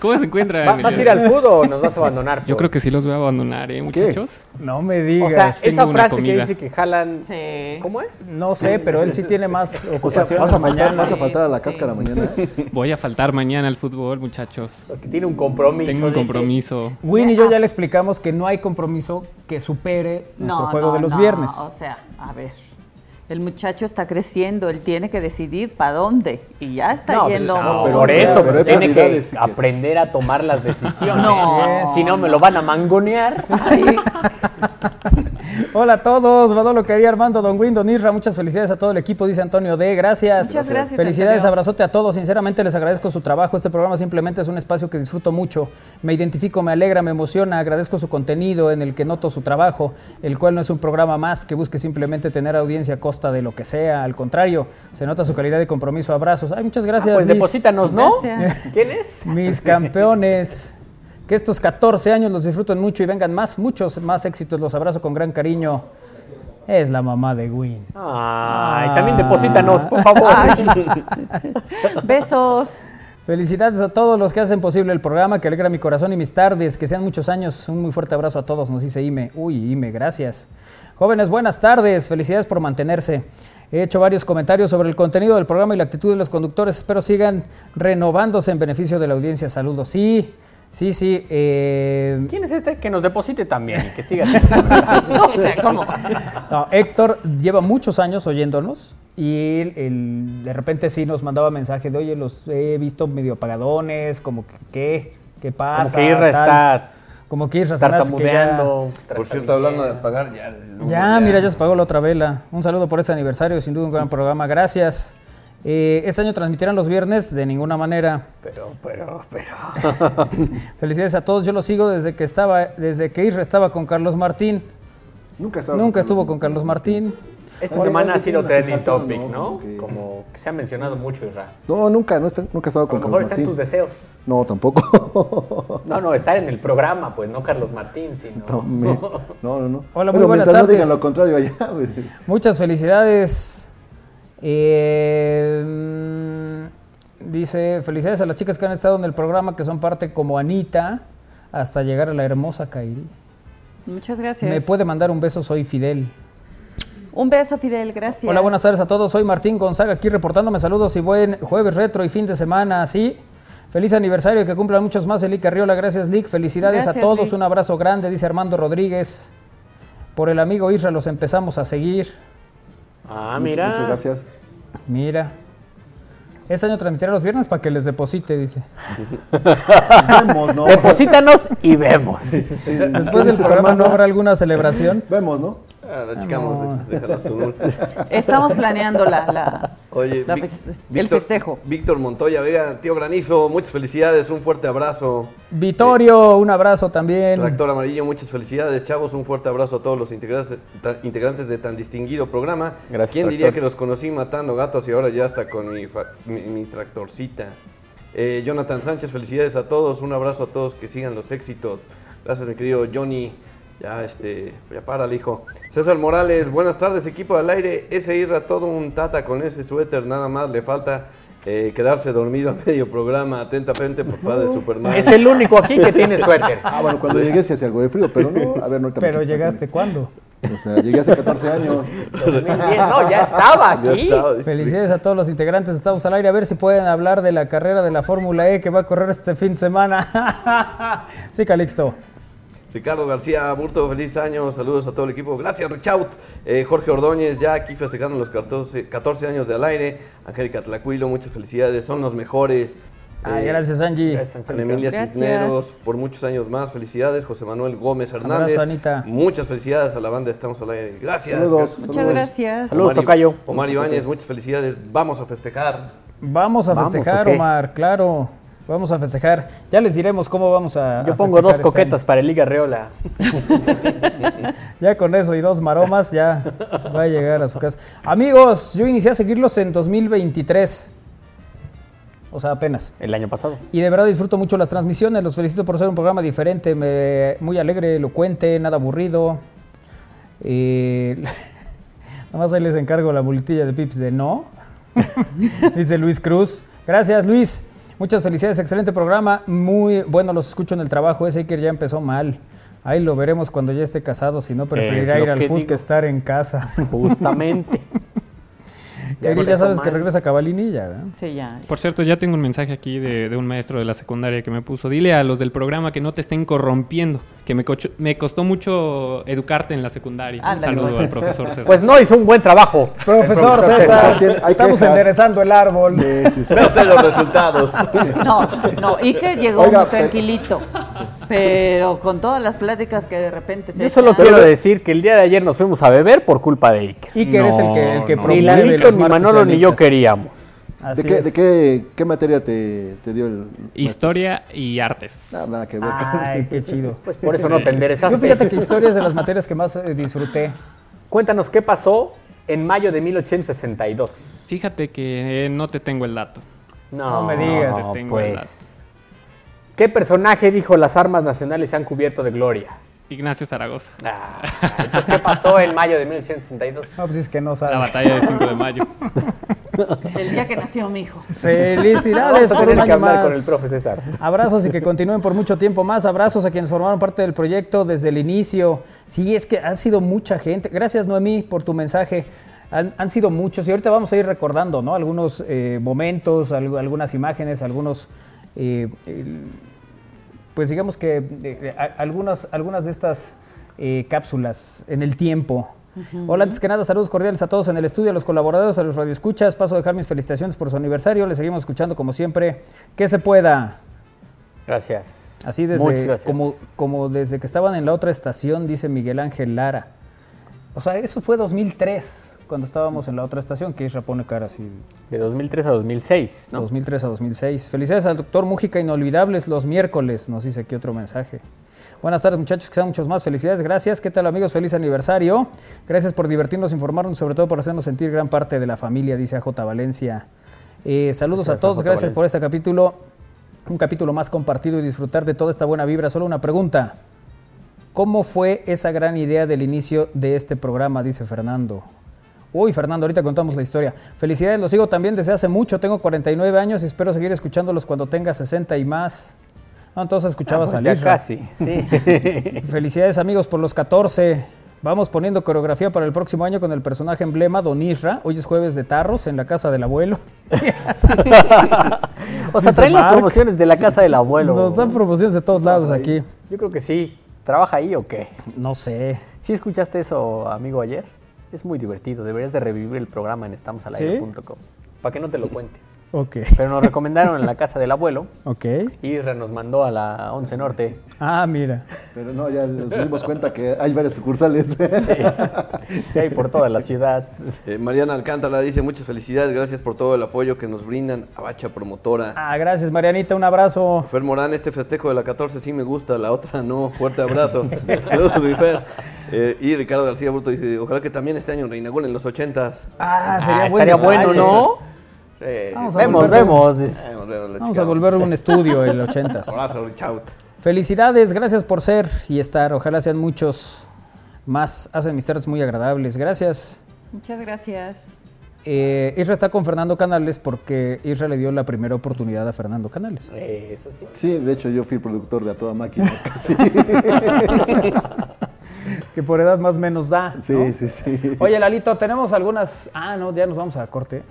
Speaker 7: ¿Cómo se encuentran?
Speaker 3: ¿Va- ¿Vas a ir al fútbol o nos vas a abandonar? pues?
Speaker 7: Yo
Speaker 3: por-
Speaker 7: creo que sí los voy a abandonar, ¿eh, muchachos?
Speaker 6: no me digas.
Speaker 3: O sea,
Speaker 7: Tengo
Speaker 3: esa
Speaker 7: una
Speaker 3: frase que
Speaker 7: comida.
Speaker 3: dice que jalan.
Speaker 4: Sí.
Speaker 3: ¿Cómo es?
Speaker 6: no sé, pero él sí tiene más
Speaker 2: O sea,
Speaker 6: ocupaciones
Speaker 2: vas a faltar,
Speaker 6: mañana.
Speaker 2: vas a,
Speaker 4: Sí,
Speaker 2: faltar a la
Speaker 4: sí.
Speaker 2: cáscara mañana. ¿eh?
Speaker 7: Voy a faltar mañana al fútbol, muchachos.
Speaker 3: Porque tiene un compromiso.
Speaker 7: Tengo un
Speaker 3: dice.
Speaker 7: compromiso.
Speaker 6: Win y yo ya le explicamos que no hay compromiso que supere nuestro juego de los
Speaker 4: no,
Speaker 6: viernes.
Speaker 4: O sea, a ver. El muchacho está creciendo, él tiene que decidir para dónde. Y ya está
Speaker 3: No, pues,
Speaker 4: yendo.
Speaker 3: no,
Speaker 2: pero-
Speaker 3: por eso,
Speaker 2: pero hay
Speaker 3: tiene que
Speaker 2: prioridades, sí que-
Speaker 3: aprender a tomar las decisiones.
Speaker 4: No.
Speaker 3: si no, me lo van a mangonear.
Speaker 6: Hola a todos, Manolo Quería, Armando, Don Win, Don Isra, muchas felicidades a todo el equipo, dice Antonio D, gracias.
Speaker 4: Muchas gracias,
Speaker 6: Felicidades,
Speaker 4: Antonio.
Speaker 6: abrazote a todos, sinceramente les agradezco su trabajo, este programa simplemente es un espacio que disfruto mucho, me identifico, me alegra, me emociona, agradezco su contenido en el que noto su trabajo, el cual no es un programa más que busque simplemente tener audiencia a costa de lo que sea, al contrario, se nota su calidad de compromiso, abrazos. Ay, muchas gracias.
Speaker 3: pues
Speaker 6: Liz.
Speaker 3: deposítanos, ¿no?
Speaker 4: Gracias.
Speaker 3: ¿Quién es?
Speaker 6: Mis campeones. Que estos 14 años los disfruten mucho y vengan más, muchos más éxitos. Los abrazo con gran cariño. Es la mamá de Win.
Speaker 3: Ay, también deposítanos, por favor.
Speaker 4: Besos.
Speaker 6: Ah. Felicidades a todos los que hacen posible el programa, que alegra mi corazón y mis tardes, que sean muchos años. Un muy fuerte abrazo a todos, nos dice Ime. Uy, Ime, gracias. Jóvenes, buenas tardes, felicidades por mantenerse. He hecho varios comentarios sobre el contenido del programa y la actitud de los conductores. Espero sigan renovándose en beneficio de la audiencia. Saludos. Sí, sí, sí. eh,
Speaker 3: ¿Quién es este? Que nos deposite también, que siga.
Speaker 4: O sea, ¿cómo?
Speaker 6: No, Héctor lleva muchos años oyéndonos y él- él de repente sí nos mandaba mensajes de, oye, los he visto medio apagadones, como que, ¿qué? ¿Qué pasa?
Speaker 3: que Isra está
Speaker 6: Como que Isra se me hace que ya-
Speaker 3: Tartamudeando.
Speaker 5: Por cierto, hablando de pagar, ya.
Speaker 6: Ya, mira, ya se pagó la otra vela. Un saludo por este aniversario, sin duda un gran programa, gracias. Eh, este año transmitirán los viernes, de ninguna manera.
Speaker 3: Pero, pero, pero.
Speaker 6: Felicidades a todos, yo los sigo desde que estaba, desde que Isra estaba con Carlos Martín.
Speaker 2: Nunca estaba-
Speaker 6: Nunca estuvo con Carlos Martín.
Speaker 3: Esta
Speaker 2: Oye,
Speaker 3: semana
Speaker 2: ¿qué
Speaker 3: ha sido
Speaker 2: tiene la
Speaker 3: trending
Speaker 2: fijación,
Speaker 3: topic,
Speaker 2: no?
Speaker 3: ¿no?
Speaker 2: Como que-
Speaker 3: Como que se ha mencionado mucho, Isra.
Speaker 2: No, nunca, no está- nunca he estado
Speaker 3: A lo
Speaker 2: con
Speaker 3: mejor
Speaker 2: Carlos
Speaker 3: está en tus
Speaker 2: Martín.
Speaker 3: deseos.
Speaker 2: No, tampoco.
Speaker 3: No, no, estar en el programa, pues, no Carlos Martín, sino...
Speaker 2: No, me- no, no, no.
Speaker 6: Hola, muy
Speaker 2: Bueno,
Speaker 6: buenas
Speaker 2: mientras no
Speaker 6: tardes.
Speaker 2: digan lo contrario allá. pues.
Speaker 6: Muchas felicidades. Eh, mm, dice, felicidades a las chicas que han estado en el programa, que son parte como Anita, hasta llegar a la hermosa Kairi.
Speaker 4: Muchas gracias.
Speaker 6: Me puede mandar un beso, soy Fidel.
Speaker 4: Un beso, Fidel, gracias.
Speaker 6: Hola, buenas tardes a todos. Soy Martín Gonzaga aquí reportándome saludos y buen jueves retro y fin de semana. Sí, feliz aniversario, que cumplan muchos más. Elick Arriola, gracias, Lick. Felicidades a
Speaker 4: Gracias,
Speaker 6: todos.
Speaker 4: Lick.
Speaker 6: Un abrazo grande, dice Armando Rodríguez. Por el amigo Isra los empezamos a seguir.
Speaker 3: Ah,
Speaker 2: Muchas-
Speaker 3: mira.
Speaker 2: Muchas gracias.
Speaker 6: Mira. Este año transmitirá los viernes para que les deposite, dice.
Speaker 2: Vemos, ¿no?
Speaker 3: Deposítanos y vemos.
Speaker 6: Después del
Speaker 2: Entonces,
Speaker 6: programa no
Speaker 2: Armando,
Speaker 6: habrá alguna celebración.
Speaker 2: Vemos, ¿no?
Speaker 3: Ah,
Speaker 5: Ah, la chicamos, déjalas tú.
Speaker 4: Estamos planeando la, la,
Speaker 5: Oye,
Speaker 4: La
Speaker 5: Vic-
Speaker 4: fes- el festejo.
Speaker 5: Víctor Montoya, Vega, tío Granizo, muchas felicidades, un fuerte abrazo.
Speaker 6: Vitorio, un abrazo también.
Speaker 5: Tractor Amarillo, muchas felicidades, chavos. Un fuerte abrazo a todos los integrantes, ta- integrantes de tan distinguido programa.
Speaker 3: Gracias,
Speaker 5: ¿Quién
Speaker 3: Tractor.
Speaker 5: diría que los conocí matando gatos y ahora ya hasta con mi, fa- mi- mi tractorcita? Eh, Jonathan Sánchez, felicidades a todos. Un abrazo a todos, que sigan los éxitos. Gracias, mi querido Johnny. Ya, este, ya para el hijo. César Morales, buenas tardes, equipo al aire. Ese irra todo un tata con ese suéter, nada más le falta eh, quedarse dormido a medio programa. Atentamente, papá de Superman.
Speaker 3: Es el único aquí que tiene suéter.
Speaker 2: Ah, bueno, cuando llegué sí hacía algo de frío, pero no, a ver, no ahorita me
Speaker 6: Pero
Speaker 2: quito,
Speaker 6: llegaste, ¿cuándo?
Speaker 2: O sea, llegué hace 14 años.
Speaker 3: 2010, no, ya estaba
Speaker 5: Ya
Speaker 3: aquí.
Speaker 5: está, dice-
Speaker 6: Felicidades a todos los integrantes, estamos al aire, a ver si pueden hablar de la carrera de la Fórmula E que va a correr este fin de semana. sí, Calixto.
Speaker 5: Ricardo García Burto, feliz año, saludos a todo el equipo. Gracias, Richaut. Eh, Jorge Ordóñez, ya aquí festejando los 14, 14 años de al aire. Angélica Tlacuilo, muchas felicidades, son los mejores.
Speaker 6: Ay,
Speaker 5: Eh,
Speaker 6: gracias, Angie.
Speaker 3: Gracias,
Speaker 5: Ana
Speaker 3: Angélica.
Speaker 5: Emilia
Speaker 4: Gracias.
Speaker 5: Cisneros, por muchos años más, felicidades. José Manuel Gómez Hernández.
Speaker 6: Abrazo, Anita.
Speaker 5: Muchas felicidades a la banda, estamos al aire. Gracias.
Speaker 2: Saludos.
Speaker 4: Muchas
Speaker 2: Saludos.
Speaker 4: gracias.
Speaker 3: Saludos,
Speaker 5: Omar I-
Speaker 3: tocayo.
Speaker 5: Omar Ibáñez, muchas felicidades. Vamos a festejar.
Speaker 6: Vamos a
Speaker 3: Vamos,
Speaker 6: festejar,
Speaker 3: ¿o qué?
Speaker 6: Omar, claro. Vamos a festejar. Ya les diremos cómo vamos a.
Speaker 3: Yo
Speaker 6: a
Speaker 3: pongo
Speaker 6: festejar
Speaker 3: dos
Speaker 6: este
Speaker 3: coquetas para el Liga Reola.
Speaker 6: año. Ya con eso y dos maromas, ya va a llegar a su casa. Amigos, yo inicié a seguirlos en 2023. O sea, apenas.
Speaker 3: El año pasado.
Speaker 6: Y de verdad disfruto mucho las transmisiones. Los felicito por ser un programa diferente, me- muy alegre, elocuente, nada aburrido. Eh, nada más ahí les encargo la multilla de Pips de no. Dice Luis Cruz. Gracias, Luis. Muchas felicidades, excelente programa. Muy bueno, los escucho en el trabajo. Ese Iker ya empezó mal. Ahí lo veremos cuando ya esté casado, si no preferirá
Speaker 3: Es lo
Speaker 6: ir al
Speaker 3: que
Speaker 6: fútbol
Speaker 3: digo.
Speaker 6: que estar en casa.
Speaker 3: Justamente.
Speaker 6: Ya,
Speaker 3: por
Speaker 6: ya
Speaker 3: eso
Speaker 6: sabes que
Speaker 3: mal.
Speaker 6: regresa Cabalinilla, ¿verdad?
Speaker 4: Sí, ya.
Speaker 7: Por cierto, ya tengo un mensaje aquí de, de un maestro de la secundaria que me puso. Dile a los del programa que no te estén corrompiendo, que me, cocho- me costó mucho educarte en la secundaria. un
Speaker 4: Ándale,
Speaker 7: saludo
Speaker 4: pues.
Speaker 7: al profesor César.
Speaker 3: Pues no hizo un buen trabajo.
Speaker 6: Profesor
Speaker 2: profesor
Speaker 6: César,
Speaker 2: César tiene- hay
Speaker 6: estamos
Speaker 2: quejas.
Speaker 6: enderezando el árbol.
Speaker 2: Sí, sí, sí.
Speaker 5: Vean ustedes los resultados.
Speaker 4: No, no, Iker llegó
Speaker 2: Oiga,
Speaker 4: muy
Speaker 2: pero-
Speaker 4: tranquilito, pero con todas las pláticas que de repente se
Speaker 3: Yo solo
Speaker 4: echan-
Speaker 3: quiero decir que el día de ayer nos fuimos a beber por culpa de Iker.
Speaker 6: Y que eres el que, el que
Speaker 7: No, no.
Speaker 3: Ni
Speaker 6: promueve
Speaker 3: Lalito,
Speaker 6: los
Speaker 3: ni
Speaker 6: martes y
Speaker 3: Manolo, ni yo
Speaker 6: alitas.
Speaker 3: queríamos.
Speaker 6: Así
Speaker 2: ¿De, qué,
Speaker 6: es.
Speaker 2: de qué, qué materia te, te dio el.
Speaker 7: Historia y artes.
Speaker 2: Nada, nada que ver.
Speaker 6: Ay, qué chido.
Speaker 3: Pues por eso no te enderezaste.
Speaker 6: Yo fíjate que historia es de las materias que más eh, disfruté.
Speaker 3: Cuéntanos qué pasó en mayo de 1862.
Speaker 7: Fíjate que eh, no te tengo el dato.
Speaker 6: No me digas.
Speaker 7: Te tengo el
Speaker 3: pues. ¿Qué personaje dijo las armas nacionales se han cubierto de gloria?
Speaker 7: Ignacio Zaragoza.
Speaker 3: Ah, entonces, ¿Qué pasó en mayo de 1862?
Speaker 6: No, pues es que no
Speaker 7: La
Speaker 6: sabe.
Speaker 7: batalla del 5 de mayo.
Speaker 4: El día que nació mi hijo.
Speaker 6: Felicidades
Speaker 3: Vamos a
Speaker 6: por un
Speaker 3: tener que
Speaker 6: año
Speaker 3: hablar
Speaker 6: más.
Speaker 3: con el profe César.
Speaker 6: Abrazos y que continúen por mucho tiempo más. Abrazos a quienes formaron parte del proyecto desde el inicio. Sí, es que ha sido mucha gente. Gracias, Noemí, por tu mensaje. Han, han sido muchos y ahorita vamos a ir recordando ¿no? algunos eh, momentos, al- algunas imágenes, algunos eh, el- pues digamos que eh, eh, a- algunas, algunas de estas eh, cápsulas en el tiempo. Hola, antes que nada, saludos cordiales a todos en el estudio, a los colaboradores, a los radioescuchas. Paso a dejar mis felicitaciones por su aniversario. Les seguimos escuchando como siempre. Que se pueda.
Speaker 3: Gracias.
Speaker 6: Así
Speaker 3: Muchas
Speaker 6: desde
Speaker 3: gracias.
Speaker 6: como, como desde que estaban en la otra estación, dice Miguel Ángel Lara. O sea, eso fue 2003, cuando estábamos en la otra estación, que Isra pone cara así,
Speaker 3: De 2003 a 2006, ¿no?
Speaker 6: 2003 a 2006. Felicidades al doctor Mújica, inolvidables los miércoles, nos dice aquí otro mensaje. Buenas tardes muchachos, que sean muchos más. Felicidades, gracias. ¿Qué tal amigos? Feliz aniversario. Gracias por divertirnos, informarnos, sobre todo por hacernos sentir gran parte de la familia, dice AJ Valencia. Eh, saludos a
Speaker 3: Gracias,
Speaker 6: todos,
Speaker 3: AJ
Speaker 6: gracias por
Speaker 3: Valencia.
Speaker 6: este capítulo. Un capítulo más compartido y disfrutar de toda esta buena vibra. Solo una pregunta. ¿Cómo fue esa gran idea del inicio de este programa? Dice Fernando. Uy, Fernando, ahorita contamos la historia. Felicidades, los sigo también desde hace mucho. Tengo 49 años y espero seguir escuchándolos cuando tenga 60 y más. No, entonces escuchabas
Speaker 3: Ah,
Speaker 6: a
Speaker 3: pues ya
Speaker 6: Lisra.
Speaker 3: casi, sí.
Speaker 6: Felicidades, amigos, por los 14. Vamos poniendo coreografía para el próximo año con el personaje emblema Don Isra. Hoy es jueves de tarros en la casa del abuelo.
Speaker 3: o sea,
Speaker 6: Dice
Speaker 3: traen las
Speaker 6: Mark.
Speaker 3: promociones de la casa del abuelo.
Speaker 6: Nos dan promociones de todos lados aquí.
Speaker 3: Yo creo que sí. ¿Trabaja ahí o qué?
Speaker 6: No sé.
Speaker 3: ¿Sí escuchaste eso, amigo, ayer? Es muy divertido. Deberías de revivir el programa en
Speaker 6: ¿Sí?
Speaker 3: estamosalero.com. Para que no te lo cuente.
Speaker 6: Ok.
Speaker 3: Pero nos recomendaron en la casa del abuelo.
Speaker 6: Ok.
Speaker 3: Isra nos mandó a la 11 Norte.
Speaker 6: Ah, mira.
Speaker 2: Pero no, ya nos dimos cuenta que hay varias sucursales.
Speaker 3: Y ahí por toda la ciudad.
Speaker 5: Eh, Mariana Alcántara dice muchas felicidades, gracias por todo el apoyo que nos brindan a Bacha Promotora.
Speaker 6: Ah, gracias, Marianita. Un abrazo.
Speaker 5: Fer Morán, este festejo de la 14 sí me gusta, la otra no, fuerte abrazo. Saludos, mi Fer. Eh, y Ricardo García Bruto dice, ojalá que también este año reinauguren los 80s.
Speaker 6: Ah, sería
Speaker 3: Ah,
Speaker 6: bueno.
Speaker 3: estaría bueno,
Speaker 6: Ay,
Speaker 3: ¿no?
Speaker 5: Sí,
Speaker 6: Vamos a
Speaker 3: Vemos,
Speaker 6: volver.
Speaker 3: vemos.
Speaker 5: vamos, vemos,
Speaker 6: Vamos a
Speaker 5: Chicago.
Speaker 6: volver a un estudio en los ochentas.
Speaker 5: Abrazo, reach out.
Speaker 6: Felicidades, gracias por ser y estar. Ojalá sean muchos más. Hacen mis tardes muy agradables. Gracias.
Speaker 4: Muchas gracias.
Speaker 6: Eh, Isra está con Fernando Canales porque Isra le dio la primera oportunidad a Fernando Canales.
Speaker 3: Eh, Eso sí.
Speaker 2: Sí, de hecho yo fui productor de A Toda Máquina. Sí,
Speaker 6: Que por edad más menos da. ¿no?
Speaker 2: sí, sí. sí.
Speaker 6: Oye, Lalito, tenemos algunas. Ah, no, ya nos vamos a corte.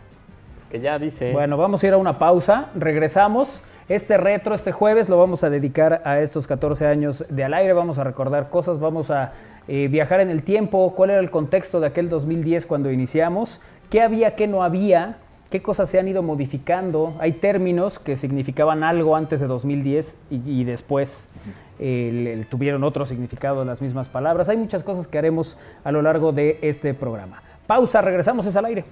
Speaker 3: Es que ya dice.
Speaker 6: Bueno, vamos a ir a una pausa. Regresamos. Este retro, este jueves, lo vamos a dedicar a estos 14 años de al aire. Vamos a recordar cosas, vamos a eh, viajar en el tiempo. ¿Cuál era el contexto de aquel 2010 cuando iniciamos? ¿Qué había, qué no había? ¿Qué cosas se han ido modificando? Hay términos que significaban algo antes de 2010 y, y después el- el- tuvieron otro significado las mismas palabras. Hay muchas cosas que haremos a lo largo de este programa. Pausa, regresamos, es al aire.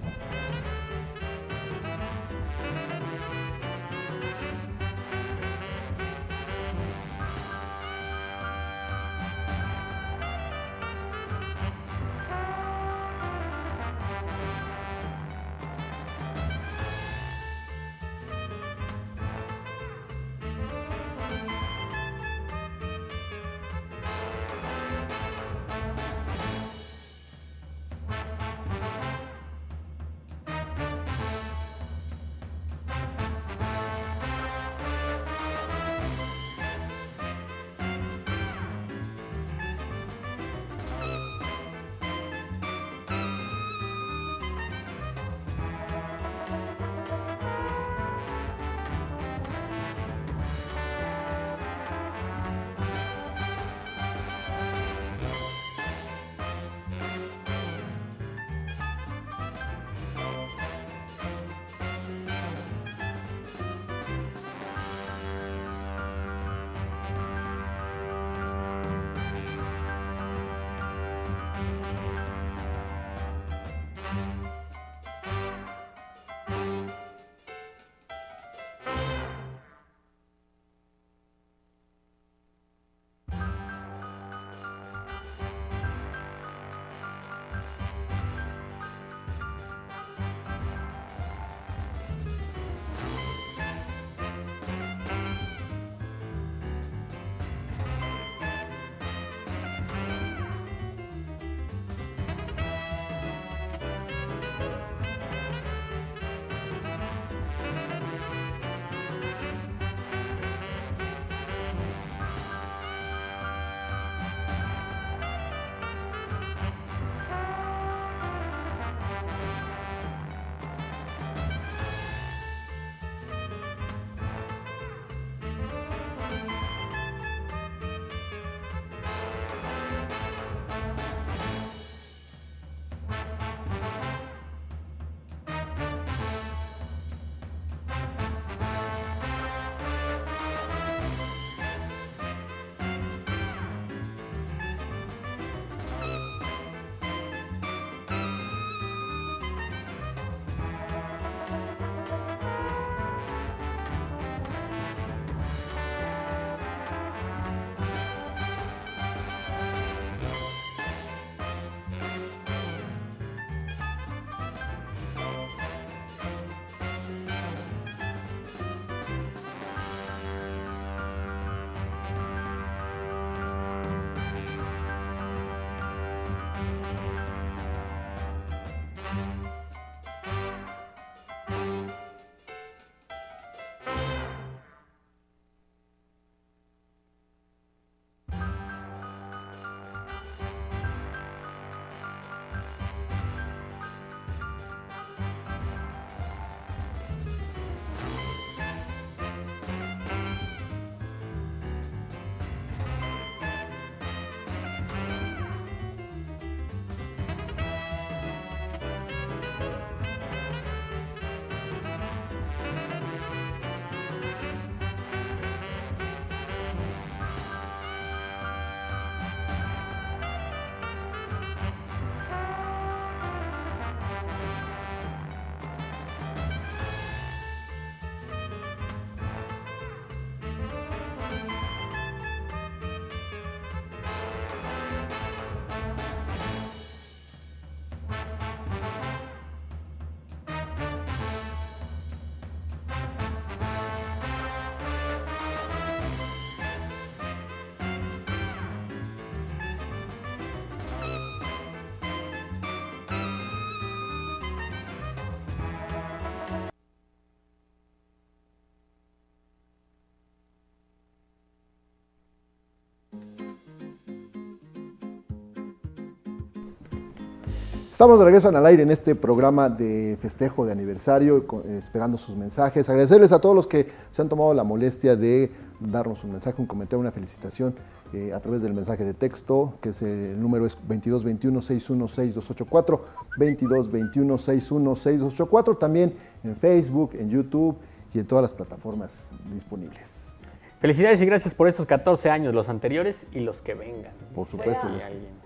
Speaker 2: Estamos de regreso en al aire en este programa de festejo de aniversario, co- eh, esperando sus mensajes. Agradecerles a todos los que se han tomado la molestia de darnos un mensaje, un comentario, una felicitación eh, a través del mensaje de texto, que es el, número es 2221-616-284, 2221-616-284, también en Facebook, en YouTube y en todas las plataformas disponibles.
Speaker 3: Felicidades y gracias por estos 14 años, los anteriores y los que vengan.
Speaker 2: Por supuesto,
Speaker 3: Hay
Speaker 2: los que-
Speaker 3: alguien.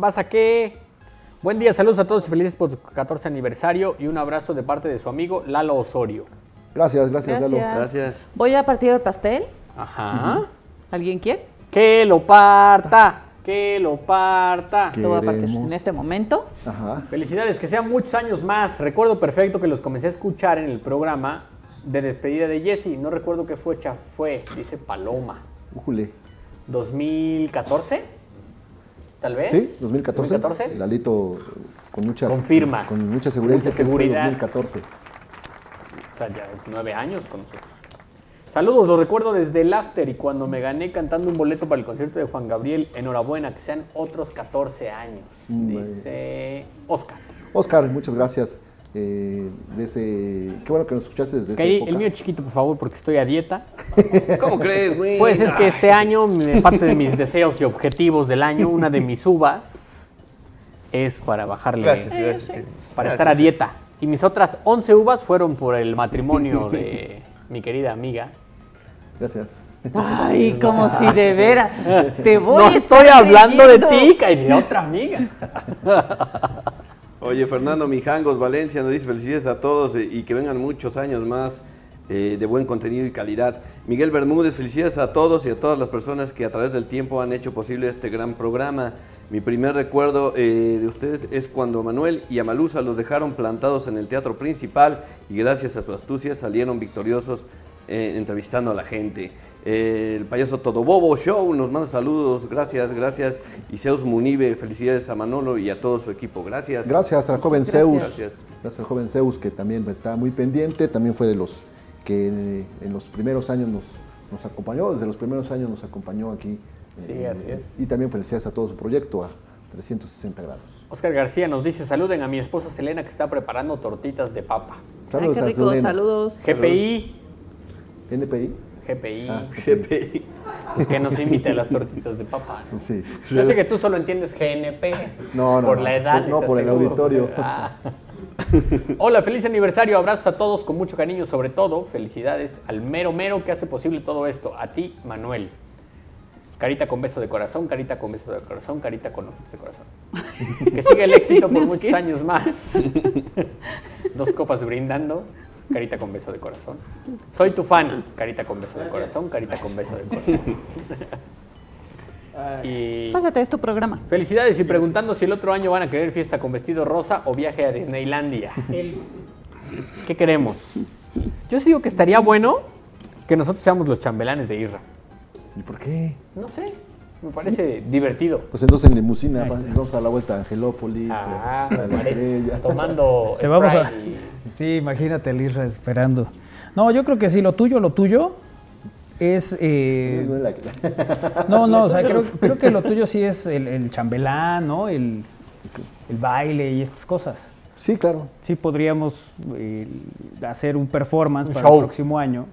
Speaker 3: ¿Vas a qué? Buen día, saludos a todos y felices por su 14 aniversario y un abrazo de parte de su amigo Lalo Osorio.
Speaker 2: Gracias, gracias, Lalo.
Speaker 5: Gracias.
Speaker 4: Voy a partir el pastel.
Speaker 3: Ajá.
Speaker 6: ¿Ah?
Speaker 4: ¿Alguien quiere?
Speaker 3: Que lo parta, que lo parta.
Speaker 4: Lo voy a partir
Speaker 2: Queremos-
Speaker 4: en este momento.
Speaker 2: Ajá.
Speaker 3: Felicidades, que sean muchos años más. Recuerdo perfecto que los comencé a escuchar en el programa de despedida de Jesse. No recuerdo qué fecha fue, dice Paloma.
Speaker 2: Ujule.
Speaker 3: 2014, tal vez.
Speaker 2: Sí, 2014.
Speaker 3: 2014.
Speaker 2: Lalito eh, con mucha
Speaker 3: Confirma.
Speaker 2: Con mucha seguridad
Speaker 3: Mucha
Speaker 2: dice que fue
Speaker 3: seguridad.
Speaker 2: 2014.
Speaker 3: O sea, ya nueve años con nosotros. Saludos, lo recuerdo desde el after y cuando me gané cantando un boleto para el concierto de Juan Gabriel. Enhorabuena, que sean otros 14 años,
Speaker 2: Mm,
Speaker 3: dice Oscar.
Speaker 2: Oscar, muchas gracias. eh, de ese- qué bueno que nos escuchaste desde esa
Speaker 3: Kairi,
Speaker 2: época.
Speaker 3: el mío chiquito, por favor, porque estoy a dieta.
Speaker 5: ¿Cómo crees, güey?
Speaker 3: Pues es que este año, mi- parte de mis deseos y objetivos del año, una de mis uvas es para bajarle,
Speaker 5: Gracias, gracias.
Speaker 3: para estar a dieta. Y mis otras 11 uvas fueron por el matrimonio de mi querida amiga.
Speaker 2: Gracias.
Speaker 4: Ay, como si de veras. Te voy
Speaker 3: no
Speaker 4: a estar
Speaker 3: estoy hablando de ti,
Speaker 4: creyendo.
Speaker 3: Kairi, de otra amiga.
Speaker 5: Oye, Fernando Mijangos, Valencia, nos dice felicidades a todos eh, y que vengan muchos años más eh, de buen contenido y calidad. Miguel Bermúdez, felicidades a todos y a todas las personas que a través del tiempo han hecho posible este gran programa. Mi primer recuerdo eh, de ustedes es cuando a Manuel y a Malusa los dejaron plantados en el teatro principal y gracias a su astucia salieron victoriosos eh, entrevistando a la gente. Eh, el payaso Todobobo Show nos manda saludos, gracias, gracias. Y Zeus Munibe, felicidades a Manolo y a todo su equipo, gracias.
Speaker 2: Gracias al joven
Speaker 4: Muchas
Speaker 2: Zeus.
Speaker 4: gracias.
Speaker 5: Gracias.
Speaker 2: Gracias al joven Zeus que también está muy pendiente. También fue de los que eh, en los primeros años nos, nos acompañó. Desde los primeros años nos acompañó aquí. eh,
Speaker 3: Sí, así es.
Speaker 2: Y también felicidades a todo su proyecto a 360 grados.
Speaker 3: Oscar García nos dice, saluden a mi esposa Selena que está preparando tortitas de papa.
Speaker 4: Ay, qué
Speaker 2: a
Speaker 4: rico,
Speaker 2: Selena.
Speaker 4: saludos.
Speaker 3: GPI,
Speaker 2: NPI.
Speaker 3: GPI,
Speaker 2: Ah,
Speaker 5: GPI.
Speaker 3: pues que nos invite a las tortitas de papa. ¿no?
Speaker 2: Sí.
Speaker 3: Yo sé que tú solo entiendes GNP.
Speaker 2: No, no,
Speaker 3: Por
Speaker 2: no,
Speaker 3: la edad.
Speaker 2: no,
Speaker 3: ¿estás
Speaker 2: por el
Speaker 3: seguro?
Speaker 2: auditorio.
Speaker 3: Ah. Hola, feliz aniversario. Abrazos a todos con mucho cariño, sobre todo. Felicidades al mero mero que hace posible todo esto. A ti, Manuel. Carita con beso de corazón, carita con beso de corazón, carita con ojos de corazón. Que siga el éxito por
Speaker 4: Tienes
Speaker 3: muchos
Speaker 4: que-
Speaker 3: años más. Dos copas brindando, carita con beso de corazón. Soy tu fan, carita con beso de corazón, carita con beso de corazón. Y
Speaker 4: Pásate, es tu programa.
Speaker 3: Felicidades y preguntando si el otro año van a querer fiesta con vestido rosa o viaje a Disneylandia. ¿Qué queremos? Yo sí digo que estaría bueno que nosotros seamos los chambelanes de Irra.
Speaker 2: ¿Y por qué?
Speaker 3: No sé, me parece eh, divertido.
Speaker 2: Pues entonces en limusina va- vamos a la vuelta a Angelópolis.
Speaker 3: Ah,
Speaker 2: eh, a
Speaker 3: me
Speaker 2: la
Speaker 3: parece.
Speaker 2: estrella.
Speaker 3: Tomando
Speaker 2: Pues,
Speaker 6: Te vamos a.
Speaker 3: Sprite y-
Speaker 6: Sí, imagínate el Isra esperando. No, yo creo que sí, lo tuyo, lo tuyo es. eh,
Speaker 2: No, en la-
Speaker 6: No, no, o sea, creo, creo que lo tuyo sí es el, el chambelán, ¿no? El, el baile y estas cosas.
Speaker 2: Sí, claro.
Speaker 6: Sí podríamos eh, hacer un performance
Speaker 3: Un
Speaker 6: para
Speaker 3: show.
Speaker 6: el próximo año.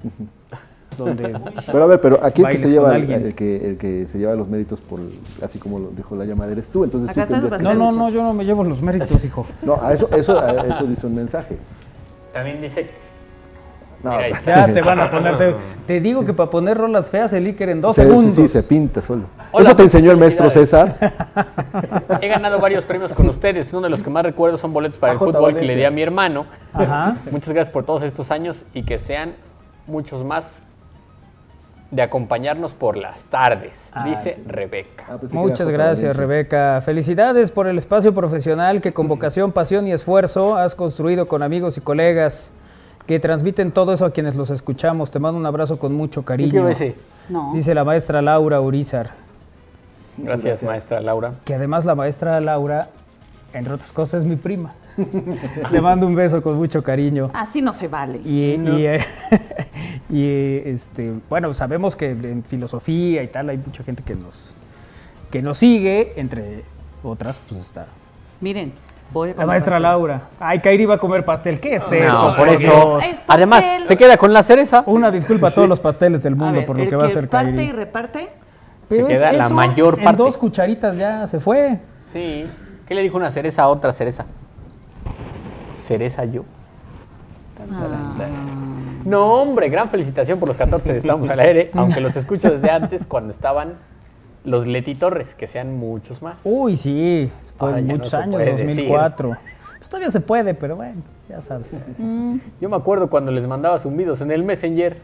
Speaker 6: Donde
Speaker 2: Pero a ver, pero aquí el que
Speaker 6: Bailes
Speaker 2: se lleva
Speaker 6: con
Speaker 2: el,
Speaker 6: alguien.
Speaker 2: el que, el que se lleva los méritos por así como lo dijo la llamada eres tú, entonces
Speaker 4: Acá está
Speaker 2: tú
Speaker 4: su
Speaker 2: tendrías
Speaker 6: No,
Speaker 2: que-
Speaker 6: no, no, yo no me llevo los méritos, hijo.
Speaker 2: No, a eso eso a eso dice un mensaje.
Speaker 3: También dice.
Speaker 2: No,
Speaker 3: Mira,
Speaker 2: pa-
Speaker 6: Ya te van a poner. Te, te digo que para poner rolas feas el Iker en dos
Speaker 2: se- sí,
Speaker 6: segundos.
Speaker 2: sí, se pinta solo.
Speaker 3: Hola,
Speaker 2: eso te enseñó el maestro
Speaker 3: felicidades.
Speaker 2: César.
Speaker 3: He ganado varios premios con ustedes. Uno de los que más recuerdo son boletos para el
Speaker 2: AJ
Speaker 3: fútbol que le di
Speaker 2: Valencia.
Speaker 3: a mi hermano.
Speaker 6: Ajá.
Speaker 3: Muchas gracias por todos estos años y que sean muchos más de acompañarnos por las tardes, dice Rebeca.
Speaker 2: Ah, pensé que era
Speaker 6: Muchas
Speaker 2: J.
Speaker 6: gracias,
Speaker 2: Valencia.
Speaker 6: Rebeca. Felicidades por el espacio profesional que con vocación, pasión y esfuerzo has construido con amigos y colegas que transmiten todo eso a quienes los escuchamos. Te mando un abrazo con mucho cariño.
Speaker 4: No.
Speaker 6: Dice la maestra Laura Urizar.
Speaker 3: Gracias, maestra Laura.
Speaker 6: Que además la maestra Laura, entre otras cosas, es mi prima. Le mando un beso con mucho cariño.
Speaker 4: Así no se vale.
Speaker 6: Y, y, eh, y, eh, este, bueno, sabemos que en filosofía y tal hay mucha gente que nos, que nos sigue, entre otras, pues está
Speaker 4: Miren, voy a
Speaker 6: La maestra Laura. Ay, Kairi va a comer pastel. ¿Qué es eso?
Speaker 3: No, por
Speaker 6: Dios?
Speaker 3: eso.
Speaker 4: Es pastel.
Speaker 3: Además, se queda con la cereza.
Speaker 6: Una disculpa a todos los pasteles del mundo
Speaker 4: ver,
Speaker 6: por lo
Speaker 4: el
Speaker 6: que va a hacer
Speaker 4: parte y
Speaker 6: Kairi.
Speaker 4: reparte.
Speaker 3: Se queda la mayor
Speaker 6: en
Speaker 3: parte.
Speaker 6: dos cucharitas ya se fue.
Speaker 3: Sí. ¿Qué le dijo una cereza a otra cereza? Cereza yo. Tan, taran, taran. Ah. No, hombre, gran felicitación por los 14 de Estamos al aire, aunque los escucho desde antes cuando estaban los Leti Torres, que sean muchos más.
Speaker 6: Uy, sí, fue
Speaker 3: Ahora ya no
Speaker 6: muchos
Speaker 3: se
Speaker 6: años,
Speaker 3: puede
Speaker 6: 2004. Pues todavía se puede, pero bueno, ya sabes.
Speaker 3: Yo me acuerdo cuando les mandaba zumbidos en el Messenger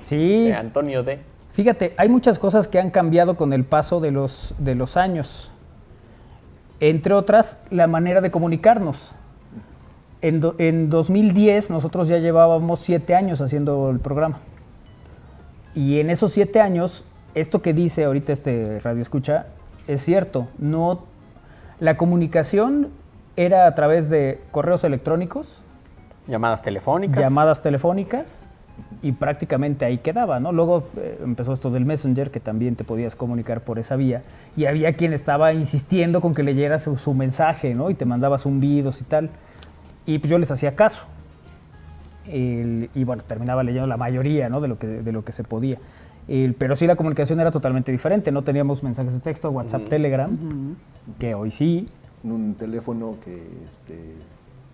Speaker 6: Sí,
Speaker 3: de Antonio D.
Speaker 6: fíjate, hay muchas cosas que han cambiado con el paso de los, de los años. Entre otras, la manera de comunicarnos. En, do- en 2010 nosotros ya llevábamos siete años haciendo el programa. Y en esos siete años, esto que dice ahorita este Radio Escucha es cierto. No, la comunicación era a través de correos electrónicos,
Speaker 3: Llamadas telefónicas.
Speaker 6: llamadas telefónicas y prácticamente ahí quedaba, ¿no? Luego eh, empezó esto del Messenger, que también te podías comunicar por esa vía, y había quien estaba insistiendo con que leyeras su, su mensaje, ¿no? Y te mandaba zumbidos y tal. Y pues yo les hacía caso. El- y bueno, terminaba leyendo la mayoría, ¿no? De lo que, de lo que se podía. El- pero sí la comunicación era totalmente diferente, no teníamos mensajes de texto, WhatsApp, Telegram, que hoy sí,
Speaker 2: en un teléfono que este,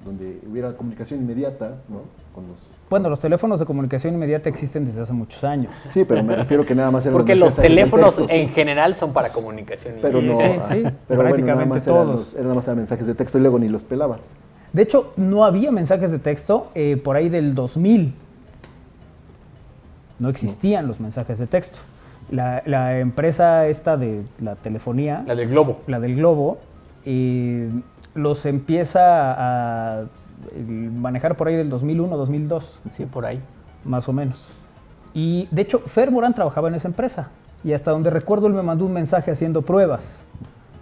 Speaker 2: donde hubiera comunicación inmediata, ¿no? Con los...
Speaker 6: bueno, los teléfonos de comunicación inmediata existen desde hace muchos años.
Speaker 2: Sí, pero me refiero que nada más era
Speaker 3: Porque los teléfonos en general son para comunicación.
Speaker 2: pero no, ah,
Speaker 6: Sí,
Speaker 2: ajá,
Speaker 6: sí,
Speaker 2: pero bueno, nada
Speaker 6: prácticamente
Speaker 2: más eran
Speaker 6: todos.
Speaker 2: los- eran nada más eran mensajes de texto y luego ni los pelabas.
Speaker 6: De hecho, no había mensajes de texto eh, por ahí del 2000. No existían los mensajes de texto. La, la empresa esta de la telefonía,
Speaker 3: La
Speaker 6: la,
Speaker 3: del globo.
Speaker 6: del globo, eh, los empieza a eh, manejar por ahí del 2001, 2002,
Speaker 3: Sí, por ahí.
Speaker 6: más o menos. Y de hecho, Fer Morán trabajaba en esa empresa. Y hasta donde recuerdo, él me mandó un mensaje haciendo pruebas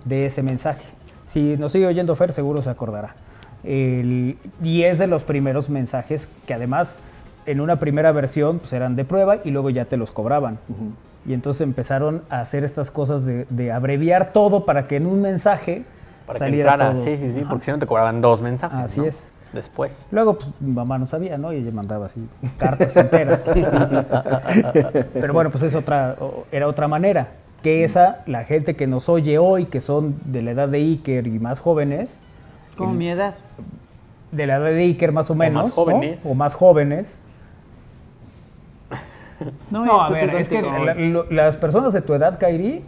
Speaker 6: de ese mensaje. Si nos sigue oyendo Fer, seguro se acordará. El- y es de los primeros mensajes que además en una primera versión pues, eran de prueba y luego ya te los cobraban. Y entonces empezaron a hacer estas cosas de, de abreviar todo para que en un mensaje
Speaker 3: Para que
Speaker 6: saliera
Speaker 3: entrara.
Speaker 6: todo.
Speaker 3: Sí, sí, sí,
Speaker 6: Ajá.
Speaker 3: porque si no te cobraban dos mensajes.
Speaker 6: Así
Speaker 3: ¿no?
Speaker 6: es.
Speaker 3: Después.
Speaker 6: Luego, pues, mi mamá no sabía, ¿no? Y ella mandaba así cartas enteras. Pero bueno, pues es otra, o- era otra manera. Que esa, la gente que nos oye hoy, que son de la edad de Iker y más jóvenes,
Speaker 4: Como mi edad.
Speaker 6: de la edad de Iker más o menos.
Speaker 3: más
Speaker 6: ¿no?
Speaker 3: jóvenes.
Speaker 6: O más jóvenes.
Speaker 4: No,
Speaker 6: No, a
Speaker 4: discutir
Speaker 6: ver, es que
Speaker 4: contigo.
Speaker 6: la- lo- las personas de tu edad, Kairi,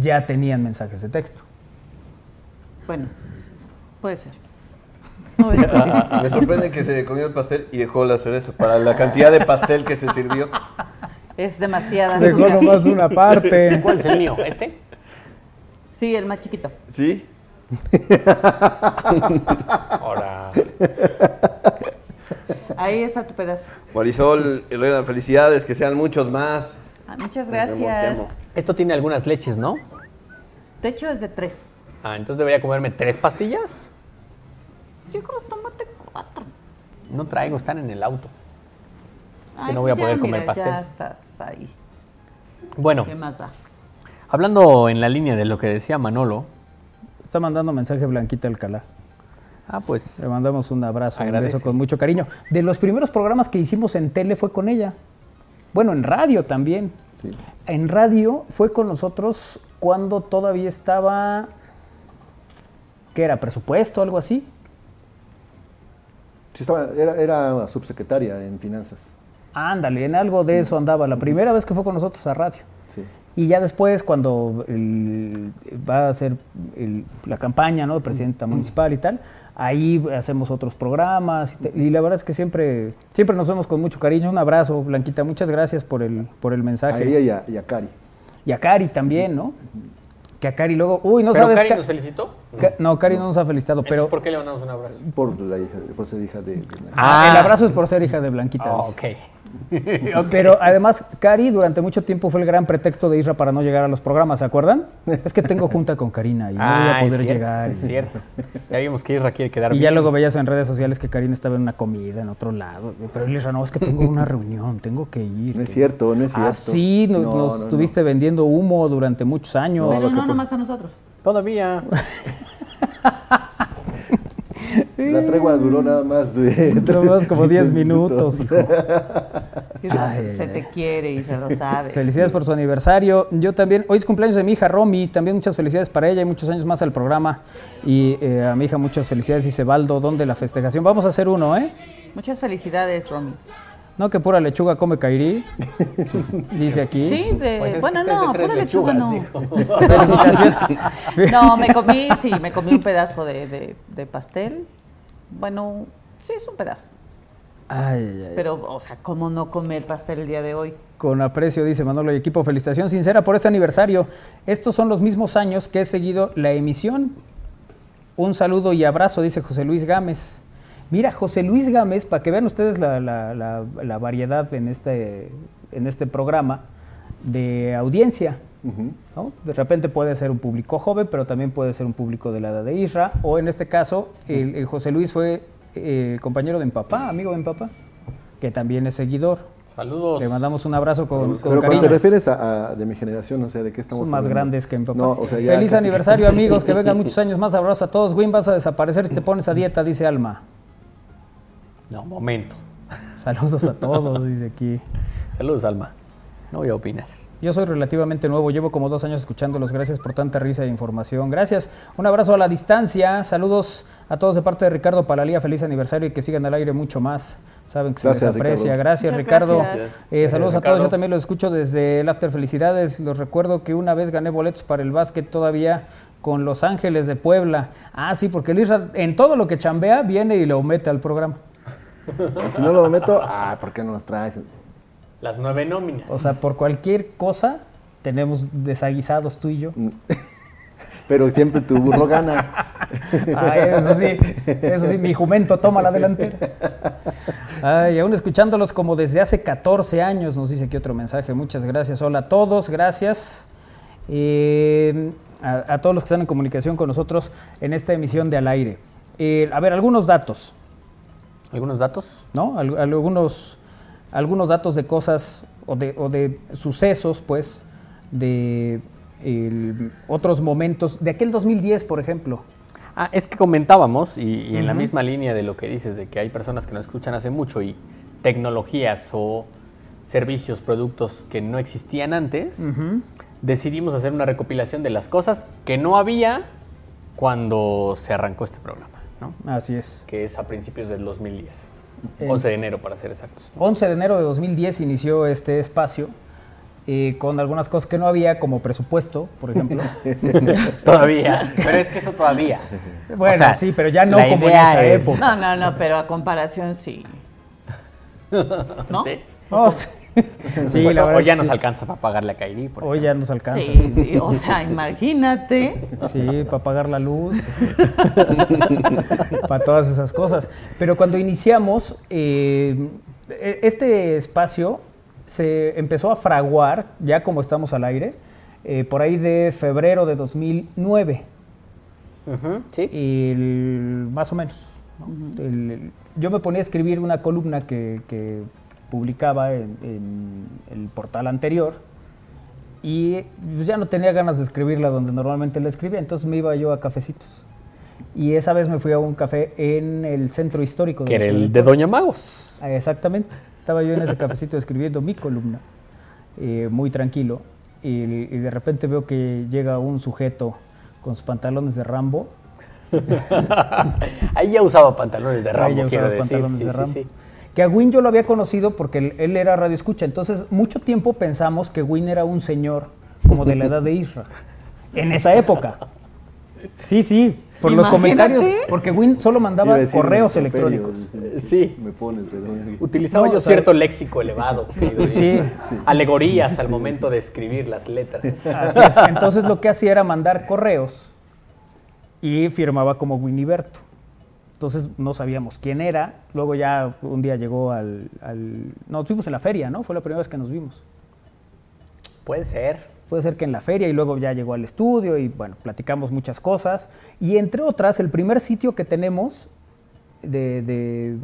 Speaker 6: ya tenían mensajes de texto.
Speaker 4: Bueno, puede ser. No voy a discutir.
Speaker 5: Me sorprende que se comió el pastel y dejó de hacer eso para la cantidad de pastel que se sirvió.
Speaker 4: es demasiada.
Speaker 6: Dejó
Speaker 4: azúcar.
Speaker 6: nomás una parte.
Speaker 3: ¿Cuál es el mío? ¿Este?
Speaker 4: Sí, el más chiquito.
Speaker 5: ¿Sí?
Speaker 3: Ahora.
Speaker 4: Ahí está tu pedazo.
Speaker 5: Marisol, Herrera, felicidades, que sean muchos más.
Speaker 4: Ah, muchas
Speaker 5: Te amo, te
Speaker 4: gracias.
Speaker 5: amo.
Speaker 3: Esto tiene algunas leches, ¿no?
Speaker 4: De hecho, es de tres.
Speaker 3: Ah, entonces debería comerme tres pastillas.
Speaker 4: Yo como tomate cuatro.
Speaker 3: No traigo, están en el auto. Es que
Speaker 4: Ay,
Speaker 3: no voy a
Speaker 4: pues ya,
Speaker 3: poder comer
Speaker 4: mira, Ya
Speaker 3: pastel.
Speaker 4: estás ahí.
Speaker 3: Bueno,
Speaker 4: ¿Qué más da?
Speaker 3: hablando en la línea de lo que decía Manolo.
Speaker 6: Está mandando mensaje Blanquita Alcalá.
Speaker 3: Ah, pues.
Speaker 6: Le mandamos un abrazo,
Speaker 3: Agradece.
Speaker 6: un beso con mucho cariño. De los primeros programas que hicimos en tele fue con ella. Bueno, en radio también.
Speaker 2: Sí.
Speaker 6: En radio fue con nosotros cuando todavía estaba. ¿Qué era? ¿Presupuesto o algo así?
Speaker 2: Sí, estaba- era, era subsecretaria en finanzas.
Speaker 6: Ándale, en algo de eso andaba. La primera vez que fue con nosotros a radio.
Speaker 2: Sí.
Speaker 6: Y ya después, cuando el- va a hacer el- la campaña ¿no? de
Speaker 2: Mm.
Speaker 6: presidenta municipal y tal, ahí hacemos otros programas. Y, te- y la verdad es que siempre, siempre nos vemos con mucho cariño. Un abrazo, Blanquita. Muchas gracias por el, por el
Speaker 2: A
Speaker 6: mensaje.
Speaker 2: ella y a, y a Cari.
Speaker 6: Y a Cari también, ¿no? Que a Cari luego. Uy, no
Speaker 3: ¿Pero
Speaker 6: sabes.
Speaker 3: Cari
Speaker 6: Ca-
Speaker 3: nos felicitó?
Speaker 6: Ca- no, Cari no nos ha felicitado,
Speaker 3: Pero,
Speaker 6: pero
Speaker 3: ¿Por qué le mandamos un abrazo?
Speaker 2: Por, la hija, por ser hija de... de-
Speaker 3: Ah.
Speaker 6: el abrazo es por ser hija de Blanquita.
Speaker 3: Ah,
Speaker 6: dice.
Speaker 3: ok.
Speaker 6: Pero además, Cari durante mucho tiempo fue el gran pretexto de Isra para no llegar a los programas, ¿se acuerdan? Es que tengo junta con Karina y no voy a
Speaker 3: Ah, es
Speaker 6: poder
Speaker 3: cierto,
Speaker 6: llegar.
Speaker 3: Es cierto. Ya vimos que Isra quiere quedar
Speaker 6: Y
Speaker 3: bien.
Speaker 6: ya luego veías en redes sociales que Karina estaba en una comida en otro lado. Pero él dijo, no, es que tengo una reunión, tengo que ir.
Speaker 2: No es
Speaker 6: que-
Speaker 2: cierto, no es cierto.
Speaker 6: Ah, sí, no-
Speaker 2: No,
Speaker 6: nos
Speaker 2: no, no.
Speaker 6: estuviste vendiendo humo durante muchos años.
Speaker 2: No,
Speaker 4: Pero
Speaker 2: lo que
Speaker 4: no
Speaker 2: pu-
Speaker 4: nomás a nosotros.
Speaker 3: Todavía.
Speaker 2: La tregua duró nada más de.
Speaker 6: Nada más como 10 minutos, hijo.
Speaker 4: Ay, se te quiere y ya lo sabes.
Speaker 6: Felicidades por su aniversario. Yo también, hoy es cumpleaños de mi hija Romy, también muchas felicidades para ella y muchos años más al programa. Y eh, a mi hija muchas felicidades, dice Baldo, ¿dónde la festejación? Vamos a hacer uno, ¿eh?
Speaker 4: Muchas felicidades, Romy.
Speaker 6: No, que pura lechuga come Kairi, dice aquí.
Speaker 4: Sí, de-
Speaker 3: Pues es
Speaker 4: bueno,
Speaker 3: que es de
Speaker 4: no,
Speaker 3: tres
Speaker 4: pura lechuga no.
Speaker 3: lechugas,
Speaker 6: Felicitaciones.
Speaker 4: No, me comí, sí, me comí un pedazo de, de- de pastel. Bueno, sí, es un pedazo.
Speaker 6: Ay, ay, ay.
Speaker 4: Pero, o sea, ¿cómo no comer pastel el día de hoy?
Speaker 6: Con aprecio, dice Manolo y equipo, felicitación sincera por este aniversario. Estos son los mismos años que he seguido la emisión. Un saludo y abrazo, dice José Luis Gámez. Mira, José Luis Gámez, para que vean ustedes la, la- la- la variedad en este, en este programa de audiencia. ¿no? De repente puede ser un público joven, pero también puede ser un público de la edad de Isra. O en este caso, el, el José Luis fue eh, compañero de Empapá, amigo de Empapá, que también es seguidor.
Speaker 3: Saludos.
Speaker 6: Le mandamos un abrazo con, con
Speaker 2: Pero cuando te
Speaker 6: cariño.
Speaker 2: refieres a, a- de mi generación, o sea, ¿de qué estamos
Speaker 6: Son más
Speaker 2: hablando?
Speaker 6: grandes que mi papá.
Speaker 2: No, o sea, ya
Speaker 6: Feliz
Speaker 2: casi-
Speaker 6: aniversario, amigos. Que vengan muchos años más. Abrazo a todos. Win, vas a desaparecer si te pones a dieta, dice Alma.
Speaker 3: No, momento.
Speaker 6: Saludos a todos, dice aquí.
Speaker 3: Saludos, Alma. No voy a opinar.
Speaker 6: Yo soy relativamente nuevo, llevo como dos años escuchándolos. Gracias por tanta risa e información. Gracias. Un abrazo a la distancia. Saludos a todos de parte de Ricardo Palalía. Feliz aniversario y que sigan al aire mucho más. Saben que se
Speaker 2: Gracias,
Speaker 6: les aprecia.
Speaker 2: Ricardo.
Speaker 6: Gracias,
Speaker 4: Muchas
Speaker 6: Ricardo.
Speaker 4: gracias.
Speaker 6: Eh, saludos a
Speaker 3: Ricardo.
Speaker 6: todos. Yo también los escucho desde el After Felicidades. Los recuerdo que una vez gané boletos para el básquet todavía con Los Ángeles de Puebla. Ah, sí, porque el Isra, en todo lo que chambea, viene y lo mete al programa.
Speaker 2: Si no lo meto, ah, ¿por qué no las traes?
Speaker 3: Las nueve nóminas.
Speaker 6: O sea, por cualquier cosa, tenemos desaguisados tú y yo.
Speaker 2: Pero siempre tu burro gana.
Speaker 6: Ay, eso sí, eso sí, mi jumento toma la delantera. Ay, aún escuchándolos como desde hace 14 años, nos dice aquí otro mensaje. Muchas gracias. Hola a todos, gracias. Eh, a, a todos los que están en comunicación con nosotros en esta emisión de Al Aire. Eh, a ver, algunos datos,
Speaker 3: ¿Algunos datos?
Speaker 6: ¿no? Al- algunos, algunos datos de cosas o de, o de sucesos, pues, de el- otros momentos. De aquel 2010, por ejemplo.
Speaker 3: Ah, es que comentábamos, y, y en la misma línea de lo que dices, de que hay personas que no escuchan hace mucho y tecnologías o servicios, productos que no existían antes, decidimos hacer una recopilación de las cosas que no había cuando se arrancó este programa, ¿no?
Speaker 6: Así es.
Speaker 3: que es a principios del 2010.
Speaker 6: Eh.
Speaker 3: 11 de enero, para ser exactos.
Speaker 6: 11 de enero de 2010 inició este espacio eh, con algunas cosas que no había, como presupuesto, por ejemplo.
Speaker 3: Todavía. Pero es que eso todavía.
Speaker 6: Bueno,
Speaker 3: O sea,
Speaker 6: sí, pero ya no
Speaker 3: la
Speaker 6: como en
Speaker 3: idea
Speaker 6: esa
Speaker 3: es-
Speaker 4: No,
Speaker 6: época.
Speaker 4: no, no, pero a comparación sí. ¿No?
Speaker 3: Sí.
Speaker 6: No, Oh, sí, Sí,
Speaker 3: Pues,
Speaker 6: la verdad
Speaker 3: o ya
Speaker 6: es que
Speaker 3: nos
Speaker 6: sí.
Speaker 3: alcanza para pagarle a Kairi. por
Speaker 6: Hoy ya nos alcanza.
Speaker 4: Sí, sí, o sea, imagínate.
Speaker 6: Sí, para pagar la luz, para todas esas cosas. Pero cuando iniciamos, eh, e- este espacio se empezó a fraguar, ya como estamos al aire, eh, por ahí de febrero de 2009.
Speaker 3: ejemplo. Ujú, sí.
Speaker 6: el- más o menos. ¿no? El- el- yo me ponía a escribir una columna que, que publicaba en, en el portal anterior y pues, ya no tenía ganas de escribirla donde normalmente la escribía, entonces me iba yo a cafecitos. Y esa vez me fui a un café en el centro histórico. de
Speaker 3: Que
Speaker 6: la
Speaker 3: era
Speaker 6: ciudad.
Speaker 3: el de Doña Magos.
Speaker 6: Ah, Exactamente. Estaba yo en ese cafecito escribiendo mi columna, eh, muy tranquilo, y, y de repente veo que llega un sujeto con sus pantalones de Rambo.
Speaker 3: Ahí ya usaba pantalones de
Speaker 6: Ahora
Speaker 3: ramo,
Speaker 6: ya
Speaker 3: quiero
Speaker 6: usaba
Speaker 3: decir.
Speaker 6: pantalones
Speaker 3: Sí,
Speaker 6: de
Speaker 3: sí,
Speaker 6: Rambo.
Speaker 3: sí.
Speaker 6: Que a Win yo lo había conocido porque él, él era radio escucha. Entonces, mucho tiempo pensamos que Win era un señor como de la edad de Isra. En esa época. Sí, sí. Por los
Speaker 4: Imagínate.
Speaker 6: comentarios. Porque Win solo mandaba
Speaker 2: Iba a decir
Speaker 6: correos
Speaker 2: un imperio,
Speaker 6: electrónicos.
Speaker 3: Sí.
Speaker 2: Me pones, perdón.
Speaker 3: Utilizaba
Speaker 6: No,
Speaker 3: yo
Speaker 6: o sea-
Speaker 3: cierto léxico elevado. querido
Speaker 6: Sí.
Speaker 3: Diego. Alegorías al momento de escribir las letras.
Speaker 6: Así es. Entonces, lo que hacía era mandar correos y firmaba como Winiberto. Entonces, no sabíamos quién era. Luego, ya un día llegó al. al... Nos vimos en la feria, ¿no? Fue la primera vez que nos vimos.
Speaker 3: Puede ser.
Speaker 6: Puede ser que en la feria y luego ya llegó al estudio y bueno, platicamos muchas cosas. Y entre otras, el primer sitio que tenemos de, de-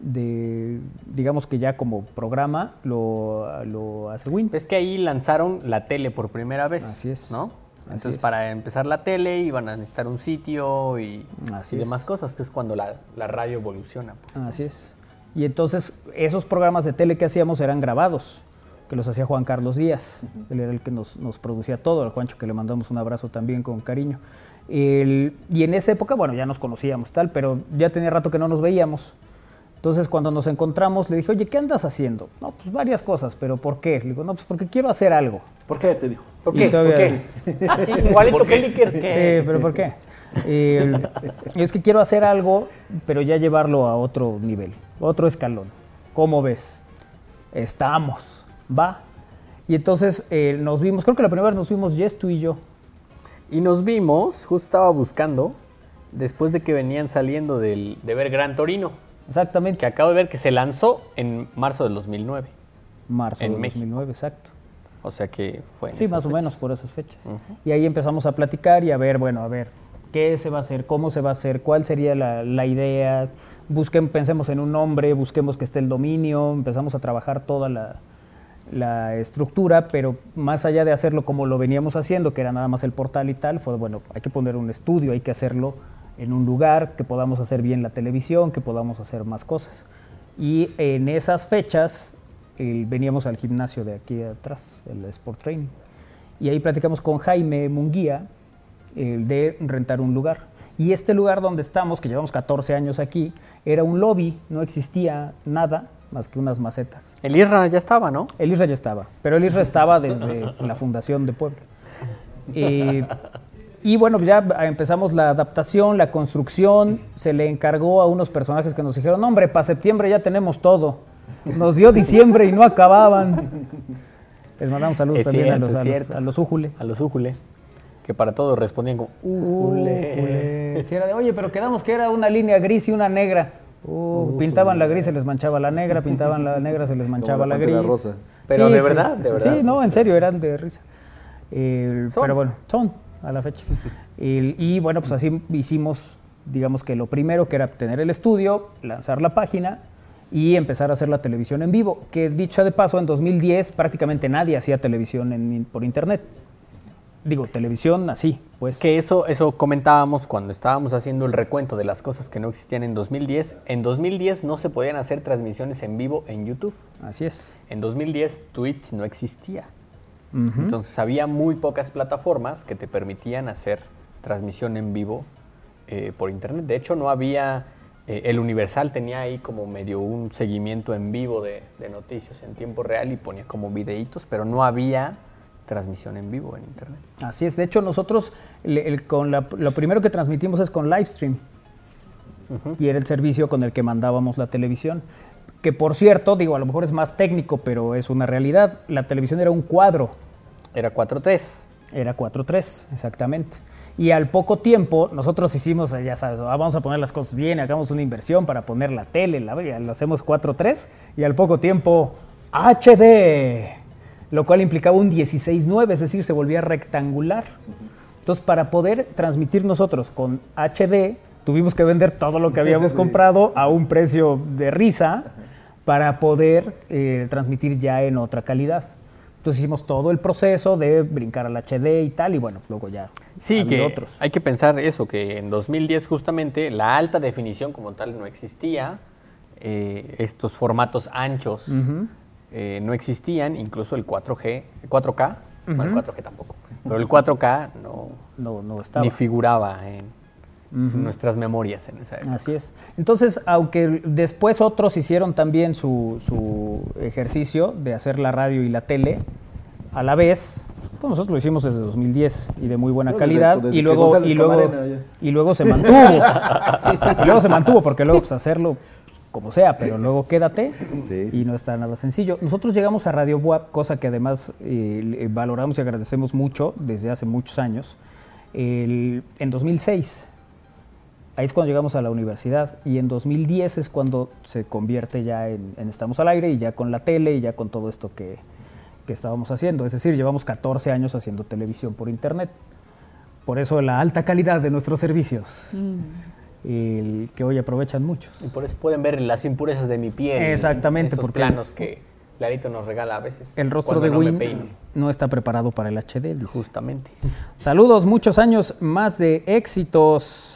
Speaker 6: de, digamos que ya como programa, lo, lo hace Win.
Speaker 3: Es que ahí lanzaron la tele por primera vez.
Speaker 6: Así es.
Speaker 3: ¿No? Entonces, para empezar la tele iban a necesitar un sitio y,
Speaker 6: Así
Speaker 3: y
Speaker 6: es.
Speaker 3: demás cosas, que es cuando la, la radio evoluciona. pues.
Speaker 6: Así es. Y entonces esos programas de tele que hacíamos eran grabados, que los hacía Juan Carlos Díaz. Él era el que nos, nos producía todo, al Juancho que le mandamos un abrazo también con cariño. El- y en esa época, bueno, ya nos conocíamos tal, pero ya tenía rato que no nos veíamos. Entonces cuando nos encontramos le dije, oye, ¿qué andas haciendo? No, pues varias cosas, pero ¿por qué? Le digo, no, pues porque quiero hacer algo.
Speaker 2: ¿Por qué te dijo?
Speaker 3: ¿Por
Speaker 6: Y
Speaker 3: qué? ¿Por
Speaker 6: todavía-
Speaker 3: qué? Ah, sí, igualito que Licker. que-
Speaker 6: Sí, pero ¿por qué? Eh, es que quiero hacer algo, pero ya llevarlo a otro nivel, otro escalón. ¿Cómo ves? Estamos, va. Y entonces eh, nos vimos, creo que la primera vez nos vimos Jess, tú y yo.
Speaker 3: Y nos vimos, justo estaba buscando, después de que venían saliendo del- de ver Gran Torino, que
Speaker 6: Exactamente.
Speaker 3: acabo de ver que se lanzó en marzo del 2009.
Speaker 6: Marzo
Speaker 3: en
Speaker 6: de
Speaker 3: México.
Speaker 6: 2009, exacto.
Speaker 3: O sea que fue. en
Speaker 6: Sí,
Speaker 3: esas
Speaker 6: más o
Speaker 3: fechas.
Speaker 6: menos por esas fechas. Y ahí empezamos a platicar y a ver, bueno, a ver, ¿qué se va a hacer? ¿Cómo se va a hacer? ¿Cuál sería la, la idea? Busquen, pensemos en un nombre, busquemos que esté el dominio, empezamos a trabajar toda la, la estructura, pero más allá de hacerlo como lo veníamos haciendo, que era nada más el portal y tal, fue, bueno, hay que poner un estudio, hay que hacerlo en un lugar, que podamos hacer bien la televisión, que podamos hacer más cosas. Y en esas fechas eh, veníamos al gimnasio de aquí atrás, el Sport Training. Y ahí platicamos con Jaime Munguía el eh, de rentar un lugar. Y este lugar donde estamos, que llevamos 14 años aquí, era un lobby, no existía nada más que unas macetas.
Speaker 3: El IRRA ya estaba, ¿no?
Speaker 6: El ISRA ya estaba, pero el ISRA estaba desde la fundación de Puebla. Eh, y bueno, ya empezamos la adaptación, la construcción, se le encargó a unos personajes que nos dijeron, "No, hombre, para septiembre ya tenemos todo. Nos dio diciembre y no acababan. Les mandamos saludos
Speaker 3: Es
Speaker 6: también
Speaker 3: cierto,
Speaker 6: a, los,
Speaker 3: es
Speaker 6: a, los-
Speaker 3: cierto.
Speaker 6: a los újule.
Speaker 3: A los Újule, que para todo respondían como Újule.
Speaker 6: Ujule. Sí, era de, oye, pero quedamos que era una línea gris y una negra. Uh, pintaban la gris, se les manchaba la negra, pintaban la negra, se les manchaba
Speaker 2: la
Speaker 6: la,
Speaker 2: Pantera
Speaker 6: gris.
Speaker 2: Rosa.
Speaker 3: Pero de verdad, de verdad.
Speaker 6: Sí, no, en serio, eran de risa. El-
Speaker 3: Son.
Speaker 6: Pero bueno, son a la fecha. El- y bueno, pues así hicimos, digamos que lo primero que era tener el estudio, lanzar la página y empezar a hacer la televisión en vivo. Que dicho de paso, en 2010 prácticamente nadie hacía televisión en- por internet. Digo, televisión así, pues.
Speaker 3: Que eso, eso comentábamos cuando estábamos haciendo el recuento de las cosas que no existían en 2010. En 2010 no se podían hacer transmisiones en vivo en YouTube.
Speaker 6: Así es.
Speaker 3: En 2010 Twitch no existía. Entonces había muy pocas plataformas que te permitían hacer transmisión en vivo eh, por internet. De hecho, no había. eh, el Universal tenía ahí como medio un seguimiento en vivo de, de noticias en tiempo real y ponía como videitos, pero no había transmisión en vivo en internet.
Speaker 6: Así es. De hecho, nosotros le- el- con la- lo primero que transmitimos es con Livestream. Y era el servicio con el que mandábamos la televisión. Que por cierto, digo, a lo mejor es más técnico, pero es una realidad. La televisión era un cuadro,
Speaker 3: Era 4-3.
Speaker 6: era 4-3, exactamente. Y al poco tiempo, nosotros hicimos, eh, ya sabes, "Ah, vamos a poner las cosas bien, hagamos una inversión para poner la tele, la, ya lo hacemos 4-3, y al poco tiempo, HD, lo cual implicaba un 16-9, es decir, se volvía rectangular. Entonces, para poder transmitir nosotros con HD, tuvimos que vender todo lo que habíamos comprado a un precio de risa para poder eh, transmitir ya en otra calidad. Entonces hicimos todo el proceso de brincar al HD y tal, y bueno, luego ya. ha
Speaker 3: Sí,
Speaker 6: habido
Speaker 3: que
Speaker 6: otros.
Speaker 3: hay que pensar eso, que en 2010 justamente la alta definición como tal no existía, eh, estos formatos anchos eh, no existían, incluso el 4G, 4K, bueno, el 4G tampoco, pero el 4K no
Speaker 6: No, no estaba.
Speaker 3: ni figuraba en nuestras memorias en esa época.
Speaker 6: Así es. Entonces, aunque después otros hicieron también su, su ejercicio de hacer la radio y la tele a la vez, pues nosotros lo hicimos desde 2010 y de muy buena
Speaker 2: No, desde-
Speaker 6: calidad
Speaker 2: desde
Speaker 6: y
Speaker 2: que
Speaker 6: luego
Speaker 2: González
Speaker 6: y luego
Speaker 2: Camarena, ya.
Speaker 6: y luego se mantuvo. y luego se mantuvo porque luego pues, hacerlo pues, como sea, pero luego quédate
Speaker 2: Sí.
Speaker 6: y no está nada sencillo. Nosotros llegamos a Radio Buap, cosa que además eh, le- valoramos y agradecemos mucho desde hace muchos años. el- en 2006 Ahí es cuando llegamos a la universidad y en 2010 es cuando se convierte ya en, en Estamos al aire y ya con la tele y ya con todo esto que, que estábamos haciendo. Es decir, llevamos 14 años haciendo televisión por internet. Por eso la alta calidad de nuestros servicios, el que hoy aprovechan muchos.
Speaker 3: Y por eso pueden ver las impurezas de mi piel.
Speaker 6: Exactamente,
Speaker 3: estos
Speaker 6: porque-
Speaker 3: planos que Larito nos regala a veces.
Speaker 6: El rostro
Speaker 3: cuando
Speaker 6: de
Speaker 3: no me
Speaker 6: Win
Speaker 3: peino.
Speaker 6: no está preparado para el HD. dice.
Speaker 3: Justamente.
Speaker 6: Saludos, muchos años más de éxitos.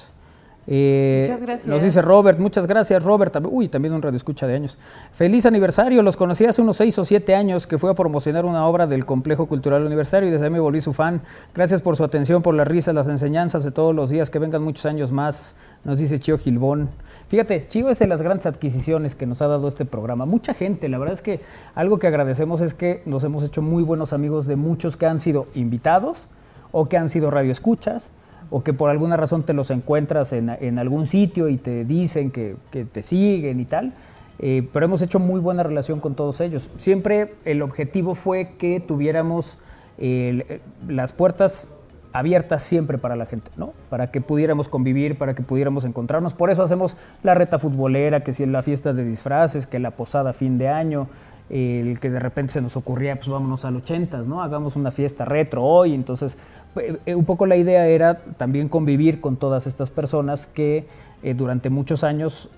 Speaker 6: Eh,
Speaker 4: Muchas gracias.
Speaker 6: Nos dice Robert, muchas gracias Robert. Tambi- Uy, también un radio escucha de años. Feliz aniversario, los conocí hace unos 6 o 7 años que fue a promocionar una obra del Complejo Cultural Universitario y desde ahí me volví su fan. Gracias por su atención, por las risas, las enseñanzas de todos los días, que vengan muchos años más, nos dice Chio Gilbón. Fíjate, Chio es de las grandes adquisiciones que nos ha dado este programa. Mucha gente, la verdad es que algo que agradecemos es que nos hemos hecho muy buenos amigos de muchos que han sido invitados o que han sido radioescuchas, o que por alguna razón te los encuentras en, en algún sitio y te dicen que, que te siguen y tal. Eh, pero hemos hecho muy buena relación con todos ellos. Siempre el objetivo fue que tuviéramos eh, el- eh, las puertas abiertas siempre para la gente, ¿no? Para que pudiéramos convivir, para que pudiéramos encontrarnos. Por eso hacemos la reta futbolera, que si la fiesta de disfraces, que la posada fin de año, el que de repente se nos ocurría, pues vámonos al 80, ¿no? Hagamos una fiesta retro hoy. Entonces, eh, eh, un poco la idea era también convivir con todas estas personas que eh, durante muchos años,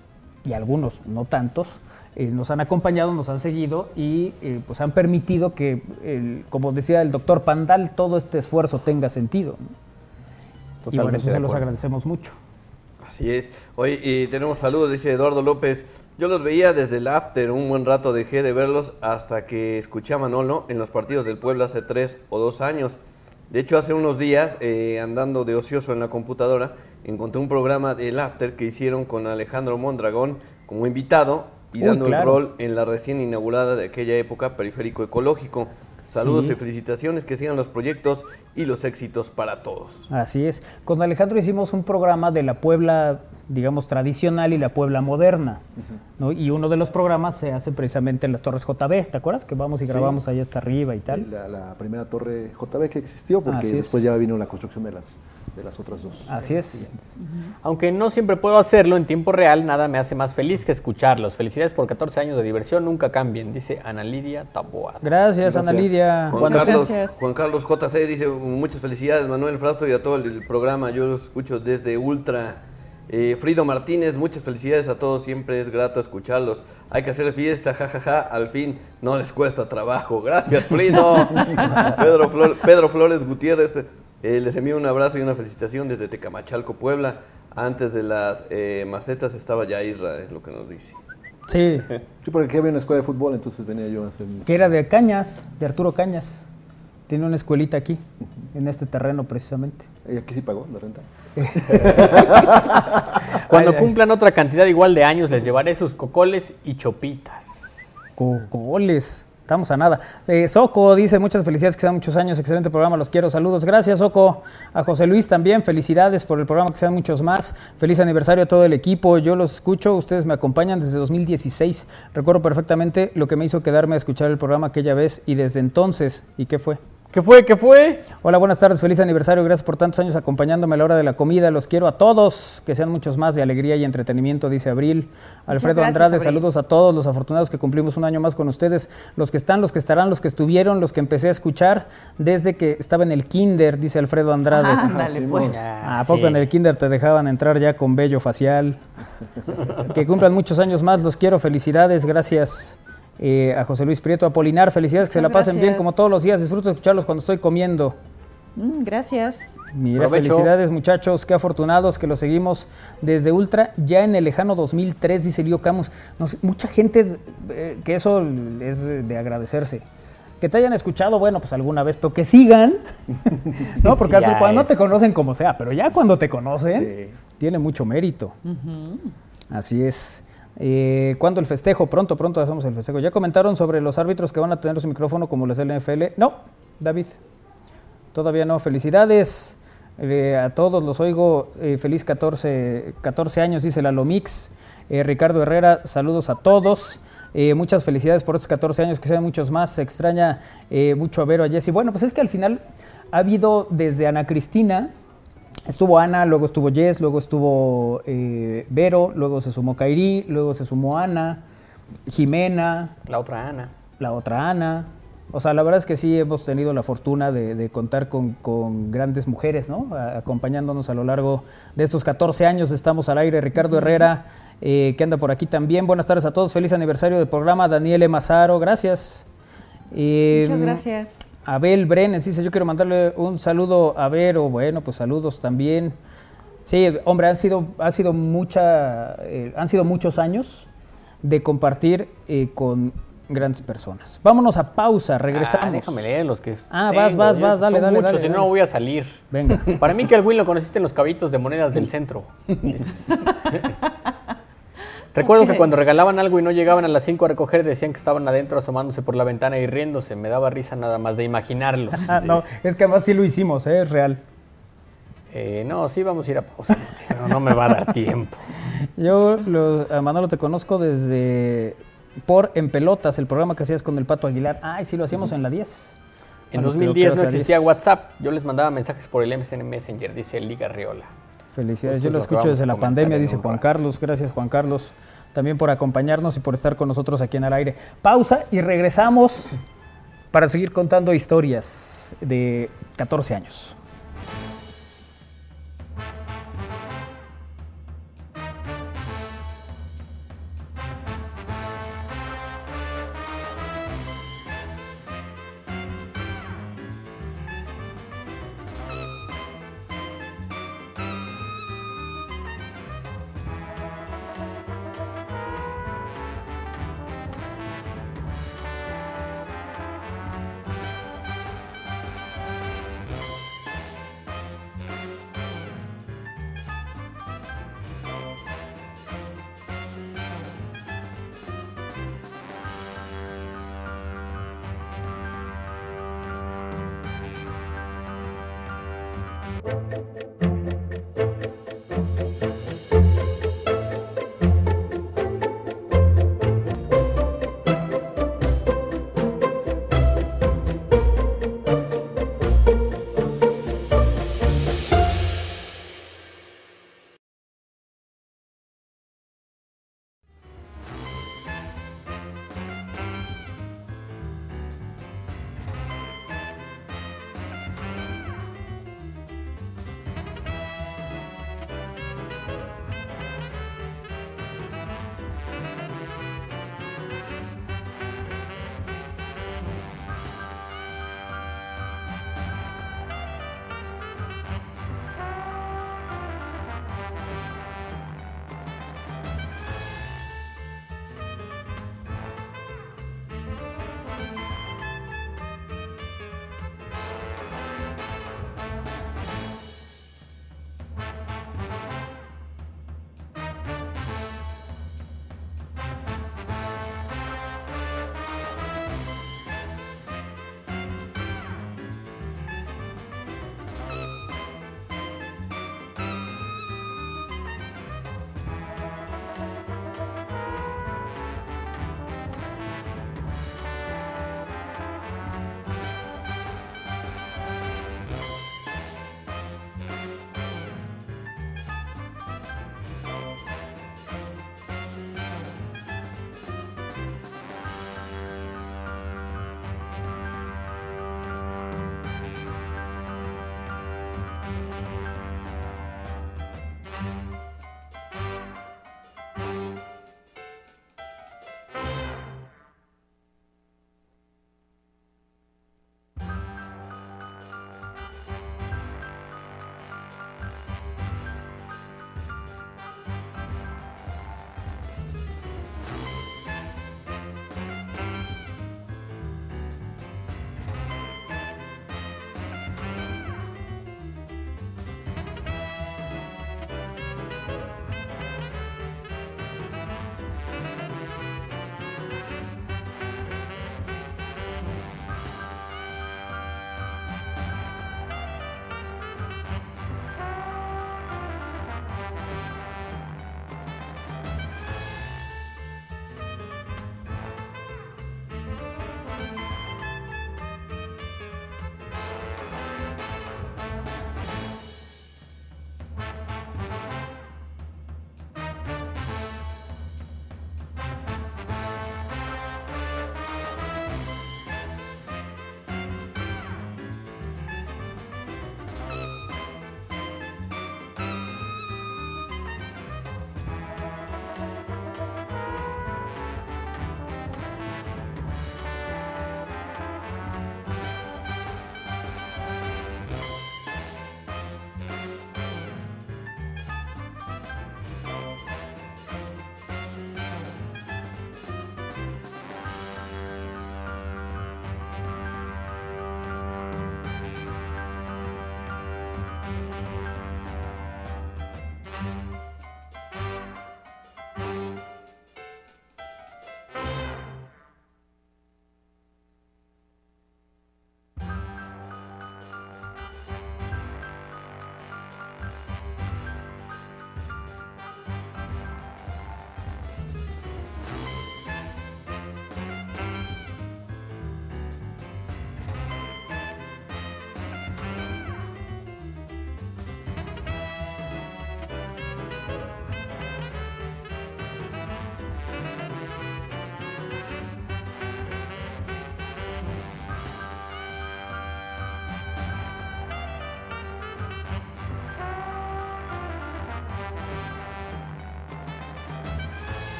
Speaker 6: y algunos no tantos, eh, nos han acompañado, nos han seguido y eh, pues han permitido que, el- como decía el doctor Pandal, todo este esfuerzo tenga sentido. ¿no? Y bueno,
Speaker 3: Totalmente
Speaker 6: eso
Speaker 3: de
Speaker 6: se los
Speaker 3: acuerdo.
Speaker 6: agradecemos mucho.
Speaker 5: Así es. Hoy y tenemos saludos, dice Eduardo López. Yo los veía desde el after, un buen rato dejé de verlos hasta que escuché a Manolo en los partidos del Puebla hace tres o dos años. De hecho, hace unos días, eh, andando de ocioso en la computadora, encontré un programa del after que hicieron con Alejandro Mondragón como invitado y
Speaker 6: Uy,
Speaker 5: dando el
Speaker 6: claro.
Speaker 5: rol en la recién inaugurada de aquella época Periférico Ecológico. Saludos
Speaker 6: Sí.
Speaker 5: y felicitaciones, que sigan los proyectos y los éxitos para todos.
Speaker 6: Así es. Con Alejandro hicimos un programa de la Puebla, digamos, tradicional y la Puebla moderna. ¿no? Y uno de los programas se hace precisamente en las Torres JB, ¿te acuerdas? Que vamos y grabamos allá hasta arriba y tal.
Speaker 2: La, la primera torre JB que existió, porque
Speaker 6: Así es.
Speaker 2: después ya vino la construcción de las, de las otras dos.
Speaker 6: Así es.
Speaker 3: Aunque no siempre puedo hacerlo en tiempo real, nada me hace más feliz que escucharlos. Felicidades por 14 años de diversión, nunca cambien, dice Ana Lidia Taboada.
Speaker 6: Gracias, Ana Lidia.
Speaker 5: Juan Carlos,
Speaker 4: Gracias.
Speaker 5: Juan Carlos JC dice muchas felicidades Manuel Frausto y a todo el, el programa. Yo los escucho desde Ultra. Eh, Frido Martínez, muchas felicidades a todos. Siempre es grato escucharlos. Hay que hacer fiesta, jajaja. Al fin no les cuesta trabajo. Gracias, Frido. Pedro, Flor- Pedro Flores Gutiérrez, eh, les envío un abrazo y una felicitación desde Tecamachalco, Puebla. Antes de las eh, macetas estaba ya Israel, es lo que nos dice.
Speaker 6: Sí,
Speaker 2: Sí, porque aquí había una escuela de fútbol, entonces venía yo a hacer mis...
Speaker 6: que era de Cañas, de Arturo Cañas. Tiene una escuelita aquí, en este terreno precisamente.
Speaker 2: Y aquí sí pagó la renta.
Speaker 3: Cuando
Speaker 6: Ay, ay.
Speaker 3: cumplan otra cantidad igual de años, les llevaré sus cocoles y chopitas.
Speaker 6: Cocoles. Estamos a nada. Eh, Soco dice, muchas felicidades, que sean muchos años, excelente programa, los quiero, saludos. Gracias, Soco. A José Luis también, felicidades por el programa, que sean muchos más. Feliz aniversario a todo el equipo, yo los escucho, ustedes me acompañan desde 2016. Recuerdo perfectamente lo que me hizo quedarme a escuchar el programa aquella vez y desde entonces, ¿y qué fue?
Speaker 3: ¿Qué fue? ¿Qué fue?
Speaker 6: Hola, buenas tardes, feliz aniversario, gracias por tantos años acompañándome a la hora de la comida, los quiero a todos, que sean muchos más de alegría y entretenimiento, dice Abril. Alfredo
Speaker 4: gracias,
Speaker 6: Andrade,
Speaker 4: Abril.
Speaker 6: saludos a todos los afortunados que cumplimos un año más con ustedes, los que están, los que estarán, los que estuvieron, los que empecé a escuchar desde que estaba en el kinder, dice Alfredo Andrade. Ah,
Speaker 4: Ándale, pues.
Speaker 6: ¿A poco en el kinder te dejaban entrar ya con bello facial? que cumplan muchos años más, los quiero, felicidades, gracias eh, a José Luis Prieto, a Polinar, felicidades, que se la
Speaker 4: Muchas
Speaker 6: pasen bien
Speaker 4: gracias.
Speaker 6: como todos los días, disfruto escucharlos cuando estoy comiendo.
Speaker 4: Mm, gracias.
Speaker 6: Mira,
Speaker 3: Provecho.
Speaker 6: felicidades muchachos, qué afortunados que lo seguimos desde Ultra, ya en el lejano 2003, dice Lío Camus. No sé, mucha gente, es- eh, que eso es eh, de agradecerse. Que te hayan escuchado, bueno, pues alguna vez, pero que sigan, ¿no? Porque
Speaker 3: Sí, ya
Speaker 6: cuando
Speaker 3: es.
Speaker 6: te conocen como sea, pero ya cuando te conocen, tiene mucho mérito. Así es. Eh, ¿Cuándo el festejo? Pronto, pronto hacemos el festejo. ¿Ya comentaron sobre los árbitros que van a tener su micrófono como los del NFL? No, David. Todavía no. Felicidades eh, a todos. Los oigo. eh, feliz 14, 14 años, dice la Lomix. Eh, Ricardo Herrera, saludos a todos. Eh, muchas felicidades por estos 14 años, que sean muchos más. Se extraña eh, mucho a Vero, a Jessy. Bueno, pues es que al final ha habido desde Ana Cristina, Estuvo Ana, luego estuvo Jess, luego estuvo eh, Vero, luego se sumó Kairi, luego se sumó Ana, Jimena,
Speaker 3: La otra Ana.
Speaker 6: la otra Ana, O sea, la verdad es que sí hemos tenido la fortuna de, de contar con, con grandes mujeres, ¿no? A- acompañándonos a lo largo de estos 14 años. Estamos al aire. Ricardo Herrera, eh, que anda por aquí también. Buenas tardes a todos. Feliz aniversario del programa. Daniel Mazaro, gracias. Eh,
Speaker 4: Muchas gracias.
Speaker 6: Abel Brenes dice, yo quiero mandarle un saludo a Vero. Bueno, pues saludos también. Sí, hombre, han sido, ha sido mucha, eh, han sido muchos años de compartir eh, con grandes personas. Vámonos a pausa, regresamos.
Speaker 3: Ah, déjame leer los que.
Speaker 6: Ah, vas,
Speaker 3: tengo,
Speaker 6: vas,
Speaker 3: ya
Speaker 6: vas, dale,
Speaker 3: son
Speaker 6: dale,
Speaker 3: muchos,
Speaker 6: dale,
Speaker 3: Si no,
Speaker 6: dale.
Speaker 3: voy a salir.
Speaker 6: Venga.
Speaker 3: Para mí que al Win lo conociste en los caballitos de monedas del centro. Recuerdo que cuando regalaban algo y no llegaban a las 5 a recoger, decían que estaban adentro asomándose por la ventana y riéndose. Me daba risa nada más de imaginarlos.
Speaker 6: Ah, no, es que además sí lo hicimos, ¿eh? es real.
Speaker 3: Eh, no, sí vamos a ir a pausa. Pero no me va a dar tiempo.
Speaker 6: Yo, lo, a Manolo, te conozco desde por En Pelotas, el programa que hacías con el Pato Aguilar. Ay, sí, lo hacíamos en la 10.
Speaker 3: En
Speaker 6: Bueno, creo que
Speaker 3: 2010 no
Speaker 6: era la
Speaker 3: existía
Speaker 6: 10.
Speaker 3: WhatsApp. Yo les mandaba mensajes por el MSN Messenger, dice Liga Riola.
Speaker 6: Felicidades,
Speaker 3: Justo
Speaker 6: yo lo
Speaker 3: lo
Speaker 6: escucho
Speaker 3: Pues, acabamos
Speaker 6: desde
Speaker 3: de
Speaker 6: la
Speaker 3: comentar
Speaker 6: pandemia,
Speaker 3: en
Speaker 6: dice
Speaker 3: un
Speaker 6: Juan
Speaker 3: rato.
Speaker 6: Carlos. Gracias, Juan Carlos, también por acompañarnos y por estar con nosotros aquí en el aire. Pausa y regresamos para seguir contando historias de 14 años.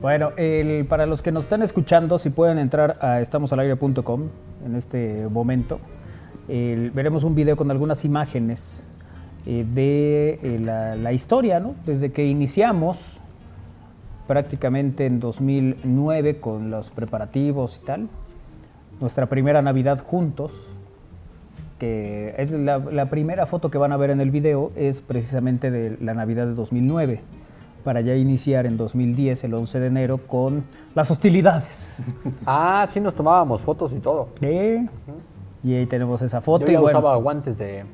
Speaker 6: Bueno, el- para los que nos están escuchando, si pueden entrar a estamosalaire.com en este momento, el- veremos un video con algunas imágenes eh, de eh, la, la historia, ¿no? Desde que iniciamos prácticamente en 2009 con los preparativos y tal, nuestra primera Navidad juntos, que es la, la primera foto que van a ver en el video, es precisamente de la Navidad de 2009, para ya iniciar en 2010, el 11 de enero, con las hostilidades.
Speaker 3: Ah, sí nos tomábamos fotos y todo.
Speaker 6: ¿Eh? Y ahí tenemos esa foto.
Speaker 3: Yo
Speaker 6: y
Speaker 3: ya
Speaker 6: bueno.
Speaker 3: usaba guantes de...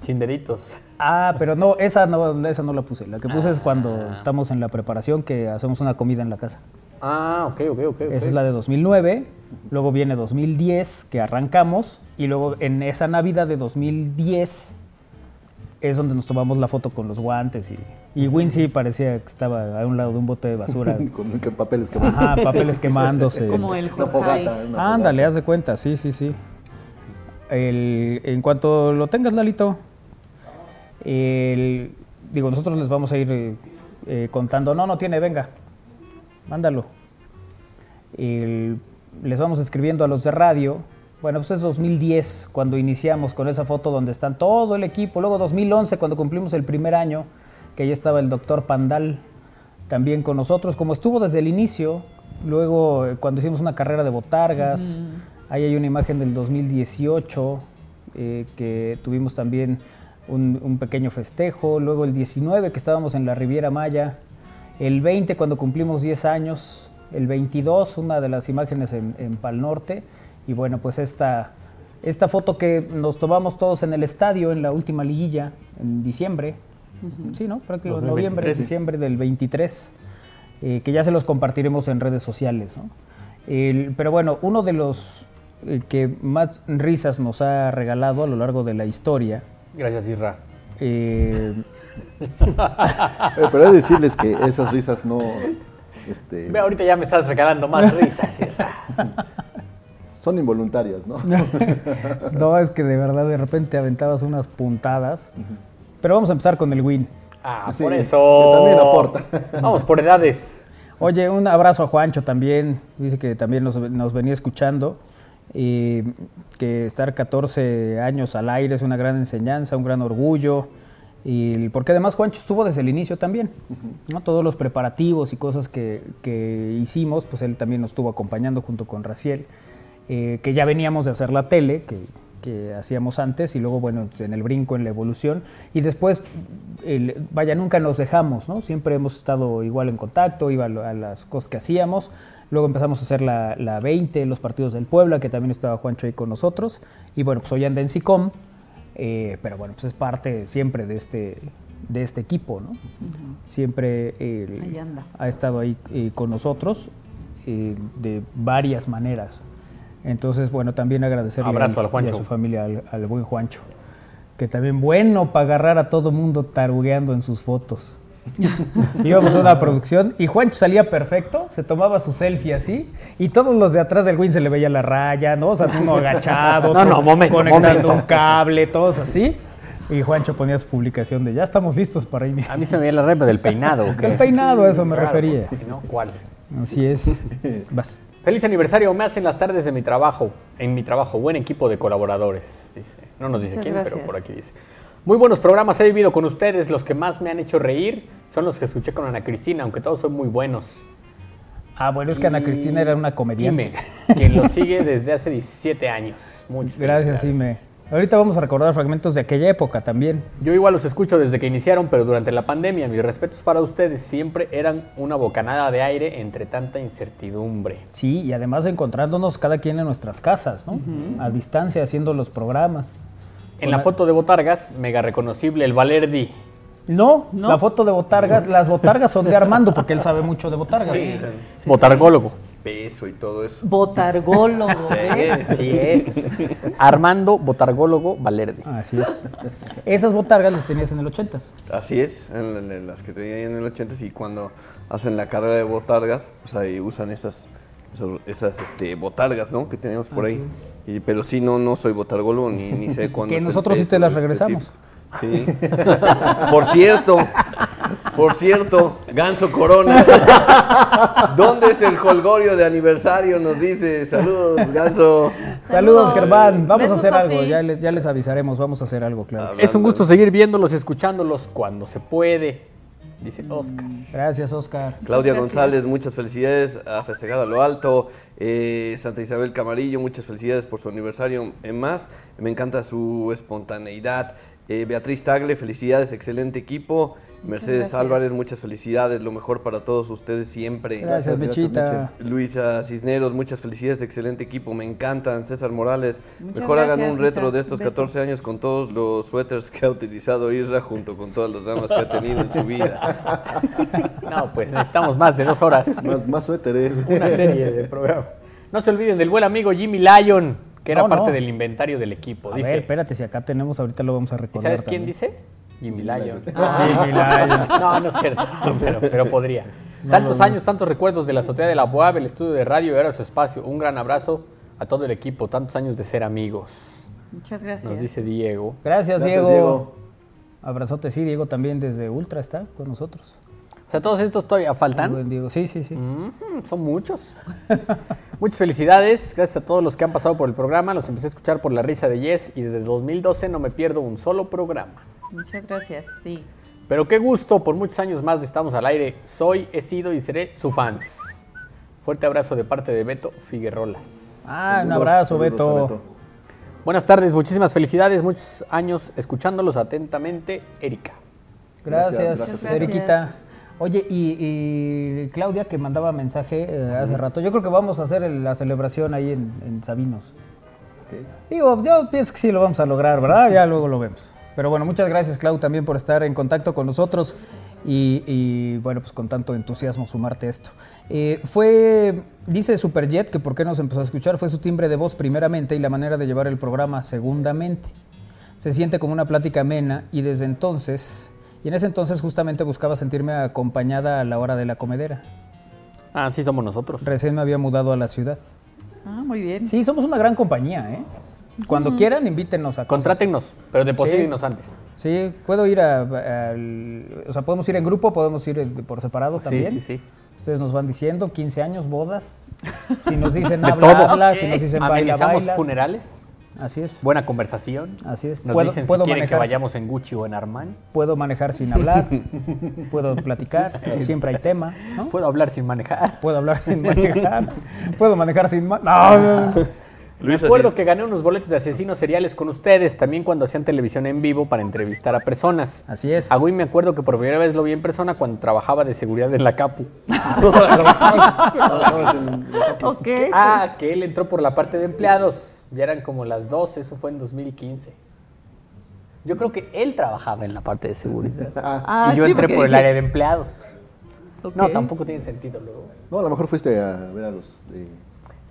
Speaker 3: sin deditos.
Speaker 6: Ah, pero no esa, no, esa no la puse. La que puse es cuando estamos en la preparación, que hacemos una comida en la casa.
Speaker 3: Ah, ok, ok, ok. ok.
Speaker 6: Esa es la de 2009, luego viene 2010, que arrancamos, y luego en esa Navidad de 2010 es donde nos tomamos la foto con los guantes y, y Wincy parecía que estaba a un lado de un bote de basura.
Speaker 2: Con con papeles que
Speaker 6: Ajá, papeles quemándose.
Speaker 4: Como el
Speaker 2: Una fogata.
Speaker 4: Jorge.
Speaker 2: una fogata.
Speaker 6: Ándale, haz de cuenta, sí, sí, sí. El- en cuanto lo tengas, Lalito, el- digo, nosotros les vamos a ir eh, eh, contando, no, no tiene, venga, mándalo. El- les vamos escribiendo a los de radio. Bueno, pues es 2010 cuando iniciamos con esa foto donde están todo el equipo. Luego 2011 cuando cumplimos el primer año, que ahí estaba el doctor Pandal también con nosotros, como estuvo desde el inicio. Luego eh, cuando hicimos una carrera de botargas, ahí hay una imagen del 2018 eh, que tuvimos también un, un pequeño festejo. Luego el 19 que estábamos en la Riviera Maya el 20 cuando cumplimos 10 años, el 22 una de las imágenes en, en Pal Norte y bueno pues esta, esta foto que nos tomamos todos en el estadio en la última liguilla en diciembre, sí, ¿no? Prácticamente noviembre,
Speaker 3: 2023.
Speaker 6: diciembre del 23, eh, que ya se los compartiremos en redes sociales, ¿no? El- pero bueno, uno de los eh, que más risas nos ha regalado a lo largo de la historia,
Speaker 3: Gracias, Isra.
Speaker 6: eh,
Speaker 2: Eh, pero he de decirles que esas risas no. Este,
Speaker 3: Ve, ahorita ya me estás regalando más risas, Isra.
Speaker 2: son involuntarias, ¿no?
Speaker 6: No, es que de verdad de repente aventabas unas puntadas. Pero vamos a empezar con el win.
Speaker 3: Ah,
Speaker 2: Sí,
Speaker 3: por eso.
Speaker 2: que también aporta.
Speaker 3: Vamos, por edades.
Speaker 6: Oye, un abrazo a Juancho también. Dice que también nos, nos venía escuchando. Y que estar 14 años al aire es una gran enseñanza, un gran orgullo. Y porque además Juancho estuvo desde el inicio también. ¿no? Todos los preparativos y cosas que, que hicimos, pues él también nos estuvo acompañando junto con Raciel. eh, que ya veníamos de hacer la tele, que, que hacíamos antes, y luego, bueno, en el brinco, en la evolución, y después, el- vaya, nunca nos dejamos, ¿no? Siempre hemos estado igual en contacto, iba a, lo- a las cosas que hacíamos, luego empezamos a hacer la, la 20, los partidos del Puebla, que también estaba Juancho ahí con nosotros, y bueno, pues hoy anda en SICOM, eh, pero bueno, pues es parte siempre de este, de este equipo, ¿no? Siempre el-
Speaker 4: Ahí anda.
Speaker 6: ha estado ahí eh, con nosotros eh, de varias maneras. Entonces, bueno, también agradecerle
Speaker 3: Abrazo
Speaker 6: a,
Speaker 3: al Juancho.
Speaker 6: y a su familia, al, al buen Juancho, que también bueno para agarrar a todo mundo tarugueando en sus fotos. Íbamos a una producción y Juancho salía perfecto, se tomaba su selfie así y todos los de atrás del Win se le veía la raya, ¿no? O sea, uno agachado,
Speaker 3: No, no,
Speaker 6: otro
Speaker 3: momento,
Speaker 6: conectando
Speaker 3: momento.
Speaker 6: un cable, todos así. Y Juancho ponía su publicación de ya estamos listos para ir.
Speaker 3: A mí se me veía la repa del peinado, ¿o qué?
Speaker 6: El peinado, a eso me
Speaker 3: Claro,
Speaker 6: refería.
Speaker 3: porque Si no, ¿cuál?
Speaker 6: Así es. Vas.
Speaker 3: Feliz aniversario, me hacen las tardes de mi trabajo. En mi trabajo, buen equipo de colaboradores, dice. No nos dice
Speaker 4: Muchas
Speaker 3: quién, pero
Speaker 4: gracias.
Speaker 3: por aquí dice. Muy buenos programas he vivido con ustedes. Los que más me han hecho reír son los que escuché con Ana Cristina, aunque todos son muy buenos.
Speaker 6: Ah, bueno, es que Ana
Speaker 3: Y
Speaker 6: Cristina era una comediante.
Speaker 3: Ime, quien lo sigue desde hace 17 años. Muchas
Speaker 6: Gracias, Ime.
Speaker 3: felicidades.
Speaker 6: Ahorita vamos a recordar fragmentos de aquella época también.
Speaker 3: Yo igual los escucho desde que iniciaron, pero durante la pandemia, mis respetos para ustedes, siempre eran una bocanada de aire entre tanta incertidumbre.
Speaker 6: Sí, y además encontrándonos cada quien en nuestras casas, ¿no? A distancia haciendo los programas.
Speaker 3: En la foto de Botargas, mega reconocible el Valerdi.
Speaker 6: No, la foto de botargas, las botargas son de Armando porque él sabe mucho de botargas.
Speaker 3: Botargólogo.
Speaker 5: Peso y todo eso.
Speaker 4: Botargólogo,
Speaker 5: ¿eh?
Speaker 4: ¿ves?
Speaker 3: Así es. Armando Botargólogo Valerdi.
Speaker 6: Así es. Esas botargas las tenías en el 80s.
Speaker 5: Así es, en, la- en las que tenía ahí en el 80 y cuando hacen la carrera de botargas, pues ahí usan esas esas, esas, este, botargas, ¿no? Que tenemos por ahí. Y, pero sí, no, no soy botargolo ni, ni sé cuándo.
Speaker 6: Que
Speaker 5: es el
Speaker 6: nosotros sí
Speaker 5: test
Speaker 6: te las
Speaker 5: específico.
Speaker 6: regresamos.
Speaker 5: Sí. Por cierto, por cierto, Ganso Corona. ¿Dónde es el holgorio de aniversario? Nos dice. Saludos, Ganso.
Speaker 6: Saludos, Germán. Vamos
Speaker 4: Besos,
Speaker 6: a hacer algo,
Speaker 4: Sofi.
Speaker 6: ya les, ya les avisaremos, vamos a hacer algo, claro.
Speaker 5: Ah,
Speaker 3: Es un gusto seguir viéndolos y escuchándolos cuando se puede, dice Oscar.
Speaker 6: Gracias, Oscar.
Speaker 5: Claudia
Speaker 4: Gracias.
Speaker 5: González, muchas felicidades a festejar a lo alto. Eh, Santa Isabel Camarillo, muchas felicidades por su aniversario en más. Me encanta su espontaneidad. Eh, Beatriz Tagle, felicidades, excelente equipo. Mercedes
Speaker 4: gracias.
Speaker 5: Álvarez, muchas felicidades, lo mejor para todos ustedes siempre.
Speaker 6: Gracias,
Speaker 2: Gracias,
Speaker 6: Bichita.
Speaker 2: gracias,
Speaker 5: Luisa Cisneros, muchas felicidades, excelente equipo, me encantan. César Morales,
Speaker 4: Muchas
Speaker 5: mejor hagan
Speaker 4: gracias,
Speaker 5: un retro
Speaker 4: Luisa.
Speaker 5: de estos
Speaker 4: Beso.
Speaker 5: 14 años con todos los suéteres que ha utilizado Isra junto con todas las damas que ha tenido en su vida.
Speaker 3: No, pues necesitamos más de dos horas.
Speaker 2: Más, más suéteres.
Speaker 3: Una serie de programa. No se olviden del buen amigo Jimmy Lyon, que era
Speaker 6: No, no.
Speaker 3: parte del inventario del equipo.
Speaker 6: A
Speaker 3: dice.
Speaker 6: ver, espérate, si acá tenemos, ahorita lo vamos a
Speaker 3: ¿Y
Speaker 6: recordar.
Speaker 3: sabes quién
Speaker 6: también.
Speaker 3: dice? Jimmy Lyon. Ah.
Speaker 6: Jimmy Lyon.
Speaker 3: No, no es cierto. Pero, pero podría. Tantos años, tantos recuerdos de la azotea de la Boab, el estudio de radio era su espacio. Un gran abrazo a todo el equipo. Tantos años de ser amigos.
Speaker 4: Muchas gracias.
Speaker 3: Nos dice Diego.
Speaker 6: Gracias,
Speaker 2: Gracias,
Speaker 6: Diego.
Speaker 2: Diego.
Speaker 6: Abrazote, sí, Diego también desde Ultra está con nosotros.
Speaker 3: O sea, todos estos todavía
Speaker 6: Muy
Speaker 3: faltan.
Speaker 6: buen Diego. Sí, sí, sí.
Speaker 3: Mm, son muchos. Muchas felicidades. Gracias a todos los que han pasado por el programa. Los empecé a escuchar por la risa de Yes y desde el 2012 no me pierdo un solo programa.
Speaker 4: Muchas gracias, sí.
Speaker 3: Pero qué gusto, por muchos años más de Estamos al Aire. Soy, he sido y seré su fans. Fuerte abrazo de parte de Beto Figuerolas.
Speaker 6: Ah, un
Speaker 2: Saludos,
Speaker 6: abrazo,
Speaker 2: saludos
Speaker 6: Beto.
Speaker 2: a
Speaker 3: Buenas tardes, muchísimas felicidades, muchos años escuchándolos atentamente, Erika.
Speaker 6: Gracias,
Speaker 2: Gracias,
Speaker 4: gracias.
Speaker 6: Eriquita. Oye, y, y Claudia que mandaba mensaje eh, hace rato. Yo creo que vamos a hacer el- la celebración ahí en, en Sabinos. Digo, yo pienso que sí lo vamos a lograr, ¿verdad? Ya luego lo vemos. Pero bueno, muchas gracias, Clau, también por estar en contacto con nosotros y, y, bueno, pues con tanto entusiasmo sumarte a esto. Eh, fue, dice Superjet, que por qué nos empezó a escuchar, fue su timbre de voz primeramente y la manera de llevar el programa segundamente. Se siente como una plática amena y desde entonces, y en ese entonces justamente buscaba sentirme acompañada a la hora de la comedera.
Speaker 3: Ah, así somos nosotros.
Speaker 6: Recién me había mudado a la ciudad.
Speaker 4: Ah, muy bien.
Speaker 6: Sí, somos una gran compañía, ¿eh? Cuando quieran, invítenos a cosas.
Speaker 3: Contrátennos, pero deposítenos antes.
Speaker 6: Sí, puedo ir a, al- O sea, podemos ir en grupo, podemos ir en- por separado también.
Speaker 3: sí, sí.
Speaker 6: Ustedes nos van diciendo 15 años, bodas. Si nos dicen habla,
Speaker 3: todo.
Speaker 6: habla, si nos dicen baila,
Speaker 3: Amenizamos
Speaker 6: bailas.
Speaker 3: funerales,
Speaker 6: Así es.
Speaker 3: buena conversación.
Speaker 6: Así es.
Speaker 3: Nos
Speaker 6: Puedo-
Speaker 3: dicen
Speaker 6: puedo
Speaker 3: si quieren
Speaker 6: manejar-
Speaker 3: que vayamos en Gucci o en Armani.
Speaker 6: Puedo manejar sin hablar, puedo platicar, siempre hay tema, ¿no?
Speaker 3: Puedo hablar sin manejar.
Speaker 6: Puedo hablar sin manejar, puedo manejar sin... ma- No, no, no.
Speaker 5: Luisa
Speaker 3: Recuerdo
Speaker 5: Cis-
Speaker 3: que gané unos boletos de asesinos seriales con ustedes, también cuando hacían televisión en vivo para entrevistar a personas.
Speaker 6: Así es.
Speaker 3: Agüí me acuerdo que por primera vez lo vi en persona cuando trabajaba de seguridad en la Capu.
Speaker 4: Ok.
Speaker 3: Ah, que él entró por la parte de empleados. Ya eran como las 12, eso fue en 2015. Yo creo que él trabajaba en la parte de seguridad.
Speaker 4: Ah,
Speaker 3: y yo
Speaker 4: sí,
Speaker 3: entré
Speaker 4: porque
Speaker 3: por el
Speaker 4: dije-
Speaker 3: área de empleados. No,
Speaker 4: Ok.
Speaker 3: tampoco tiene sentido luego.
Speaker 2: No, a lo mejor fuiste a ver a los de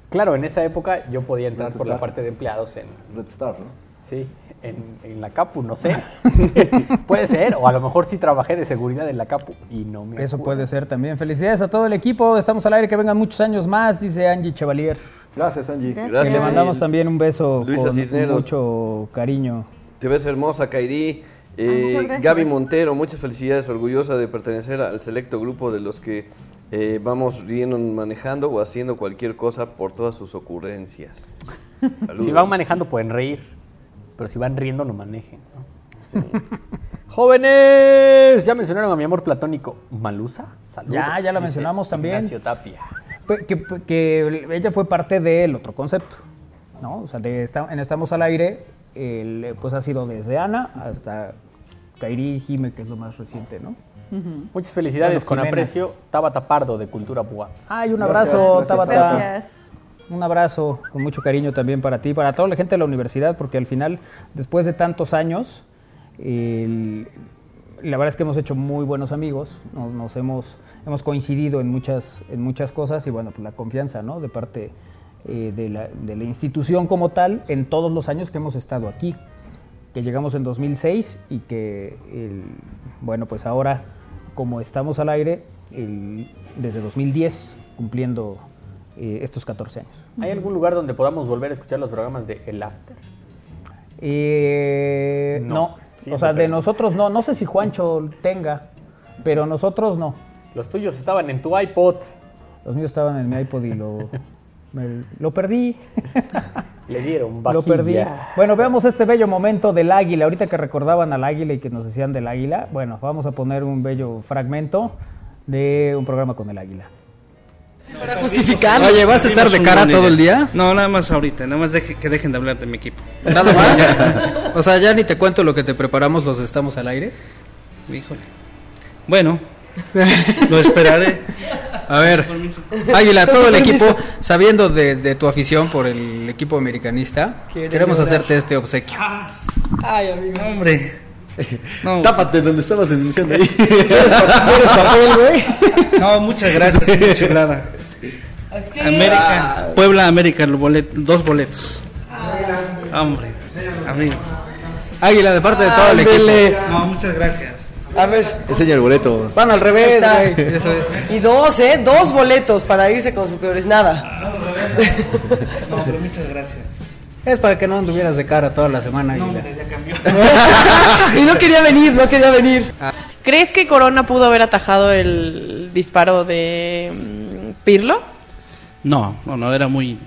Speaker 3: Claro, en esa época yo podía entrar por la
Speaker 2: Claro.
Speaker 3: parte de empleados en,
Speaker 2: Red Star, ¿no?
Speaker 3: Sí, en, en la Capu, no sé. puede ser, o a lo mejor sí trabajé de seguridad en la Capu y no me.
Speaker 6: Eso
Speaker 3: acuerdo.
Speaker 6: puede ser también. Felicidades a todo el equipo, estamos al aire, que vengan muchos años más, dice Angie Chevalier.
Speaker 2: Gracias, Angie.
Speaker 4: Gracias.
Speaker 6: Le
Speaker 5: Gracias.
Speaker 6: mandamos
Speaker 5: Angie.
Speaker 6: también un beso
Speaker 5: Luisa
Speaker 6: con
Speaker 5: Cisneros.
Speaker 6: mucho cariño.
Speaker 5: Te ves hermosa, Kairi. Eh,
Speaker 4: Ah, muchas gracias.
Speaker 5: Gaby Montero, muchas felicidades, orgullosa de pertenecer al selecto grupo de los que eh, vamos riendo, manejando o haciendo cualquier cosa por todas sus ocurrencias. Saludos.
Speaker 3: Si van manejando pueden reír, pero si van riendo no manejen. ¿no? Jóvenes, ya mencionaron a mi amor platónico, Malusa. Saludos.
Speaker 6: Ya, ya la
Speaker 3: dice
Speaker 6: mencionamos también.
Speaker 3: Ignacio Tapia.
Speaker 6: Pe- Que, pe- que ella fue parte del otro concepto, ¿no? O sea, de esta- en Estamos al Aire, el, pues ha sido desde Ana hasta Kairi Jime, que es lo más reciente, ¿no?
Speaker 3: Muchas felicidades
Speaker 6: Bueno,
Speaker 3: con
Speaker 6: Jimena.
Speaker 3: aprecio, Tabata Pardo de Cultura Púa.
Speaker 8: Ah.
Speaker 6: Ay, un
Speaker 2: Gracias,
Speaker 6: abrazo,
Speaker 2: gracias,
Speaker 6: Tabata.
Speaker 4: Gracias.
Speaker 6: Un abrazo con mucho cariño también para ti, para toda la gente de la universidad, porque al final, después de tantos años, el- la verdad es que hemos hecho muy buenos amigos, nos, nos hemos, hemos coincidido en muchas, en muchas cosas y bueno, pues la confianza, ¿no? De parte eh, de, la, de la institución como tal en todos los años que hemos estado aquí, que llegamos en 2006 y que, el- bueno, pues ahora, como estamos al aire, el- desde 2010, cumpliendo eh, estos 14 años.
Speaker 3: ¿Hay algún lugar donde podamos volver a escuchar los programas de El After?
Speaker 6: Eh,
Speaker 3: No.
Speaker 6: no,
Speaker 3: Sí,
Speaker 6: o sea,
Speaker 3: pero-
Speaker 6: de nosotros no. No sé si Juancho tenga, pero nosotros no.
Speaker 3: Los tuyos estaban en tu iPod.
Speaker 6: Los míos estaban en mi iPod y lo, me- lo perdí.
Speaker 3: Le dieron
Speaker 6: Lo perdí.
Speaker 3: vajilla.
Speaker 6: Bueno, veamos este bello momento del águila. Ahorita que recordaban al águila y que nos decían del águila, bueno, vamos a poner un bello fragmento de un programa con el águila.
Speaker 9: Para justificar. Oye, ¿vas a estar de cara todo el día? No, nada más ahorita, nada más deje- que dejen de hablar de mi equipo. Nada más. o sea, ya ni te cuento lo que te preparamos, los estamos al aire. Híjole. Bueno, lo esperaré. A ver, Águila, todo el equipo, sabiendo de, de tu afición por el equipo americanista, queremos hacerte este obsequio. Ay, amigo. Hombre. No,
Speaker 2: Tápate donde estabas denunciando ahí.
Speaker 9: No, muchas gracias, qué chulada. América, Puebla, América, el bolet- dos boletos. Hombre, amigo. Águila, de parte de todo el equipo. No, muchas gracias.
Speaker 10: A ver,
Speaker 2: Enseña el boleto.
Speaker 10: van al
Speaker 9: Ahí
Speaker 10: revés,
Speaker 9: está,
Speaker 10: güey.
Speaker 9: eso es.
Speaker 10: Y dos, ¿eh? Dos boletos para irse con superiores, nada.
Speaker 9: No, pero muchas gracias.
Speaker 6: Es para que no anduvieras de cara toda la semana,
Speaker 9: No, hombre, ya cambió.
Speaker 10: y no quería venir, no quería venir.
Speaker 8: ¿Crees que Corona pudo haber atajado el disparo de mm, Pirlo?
Speaker 9: No, no, no, era muy,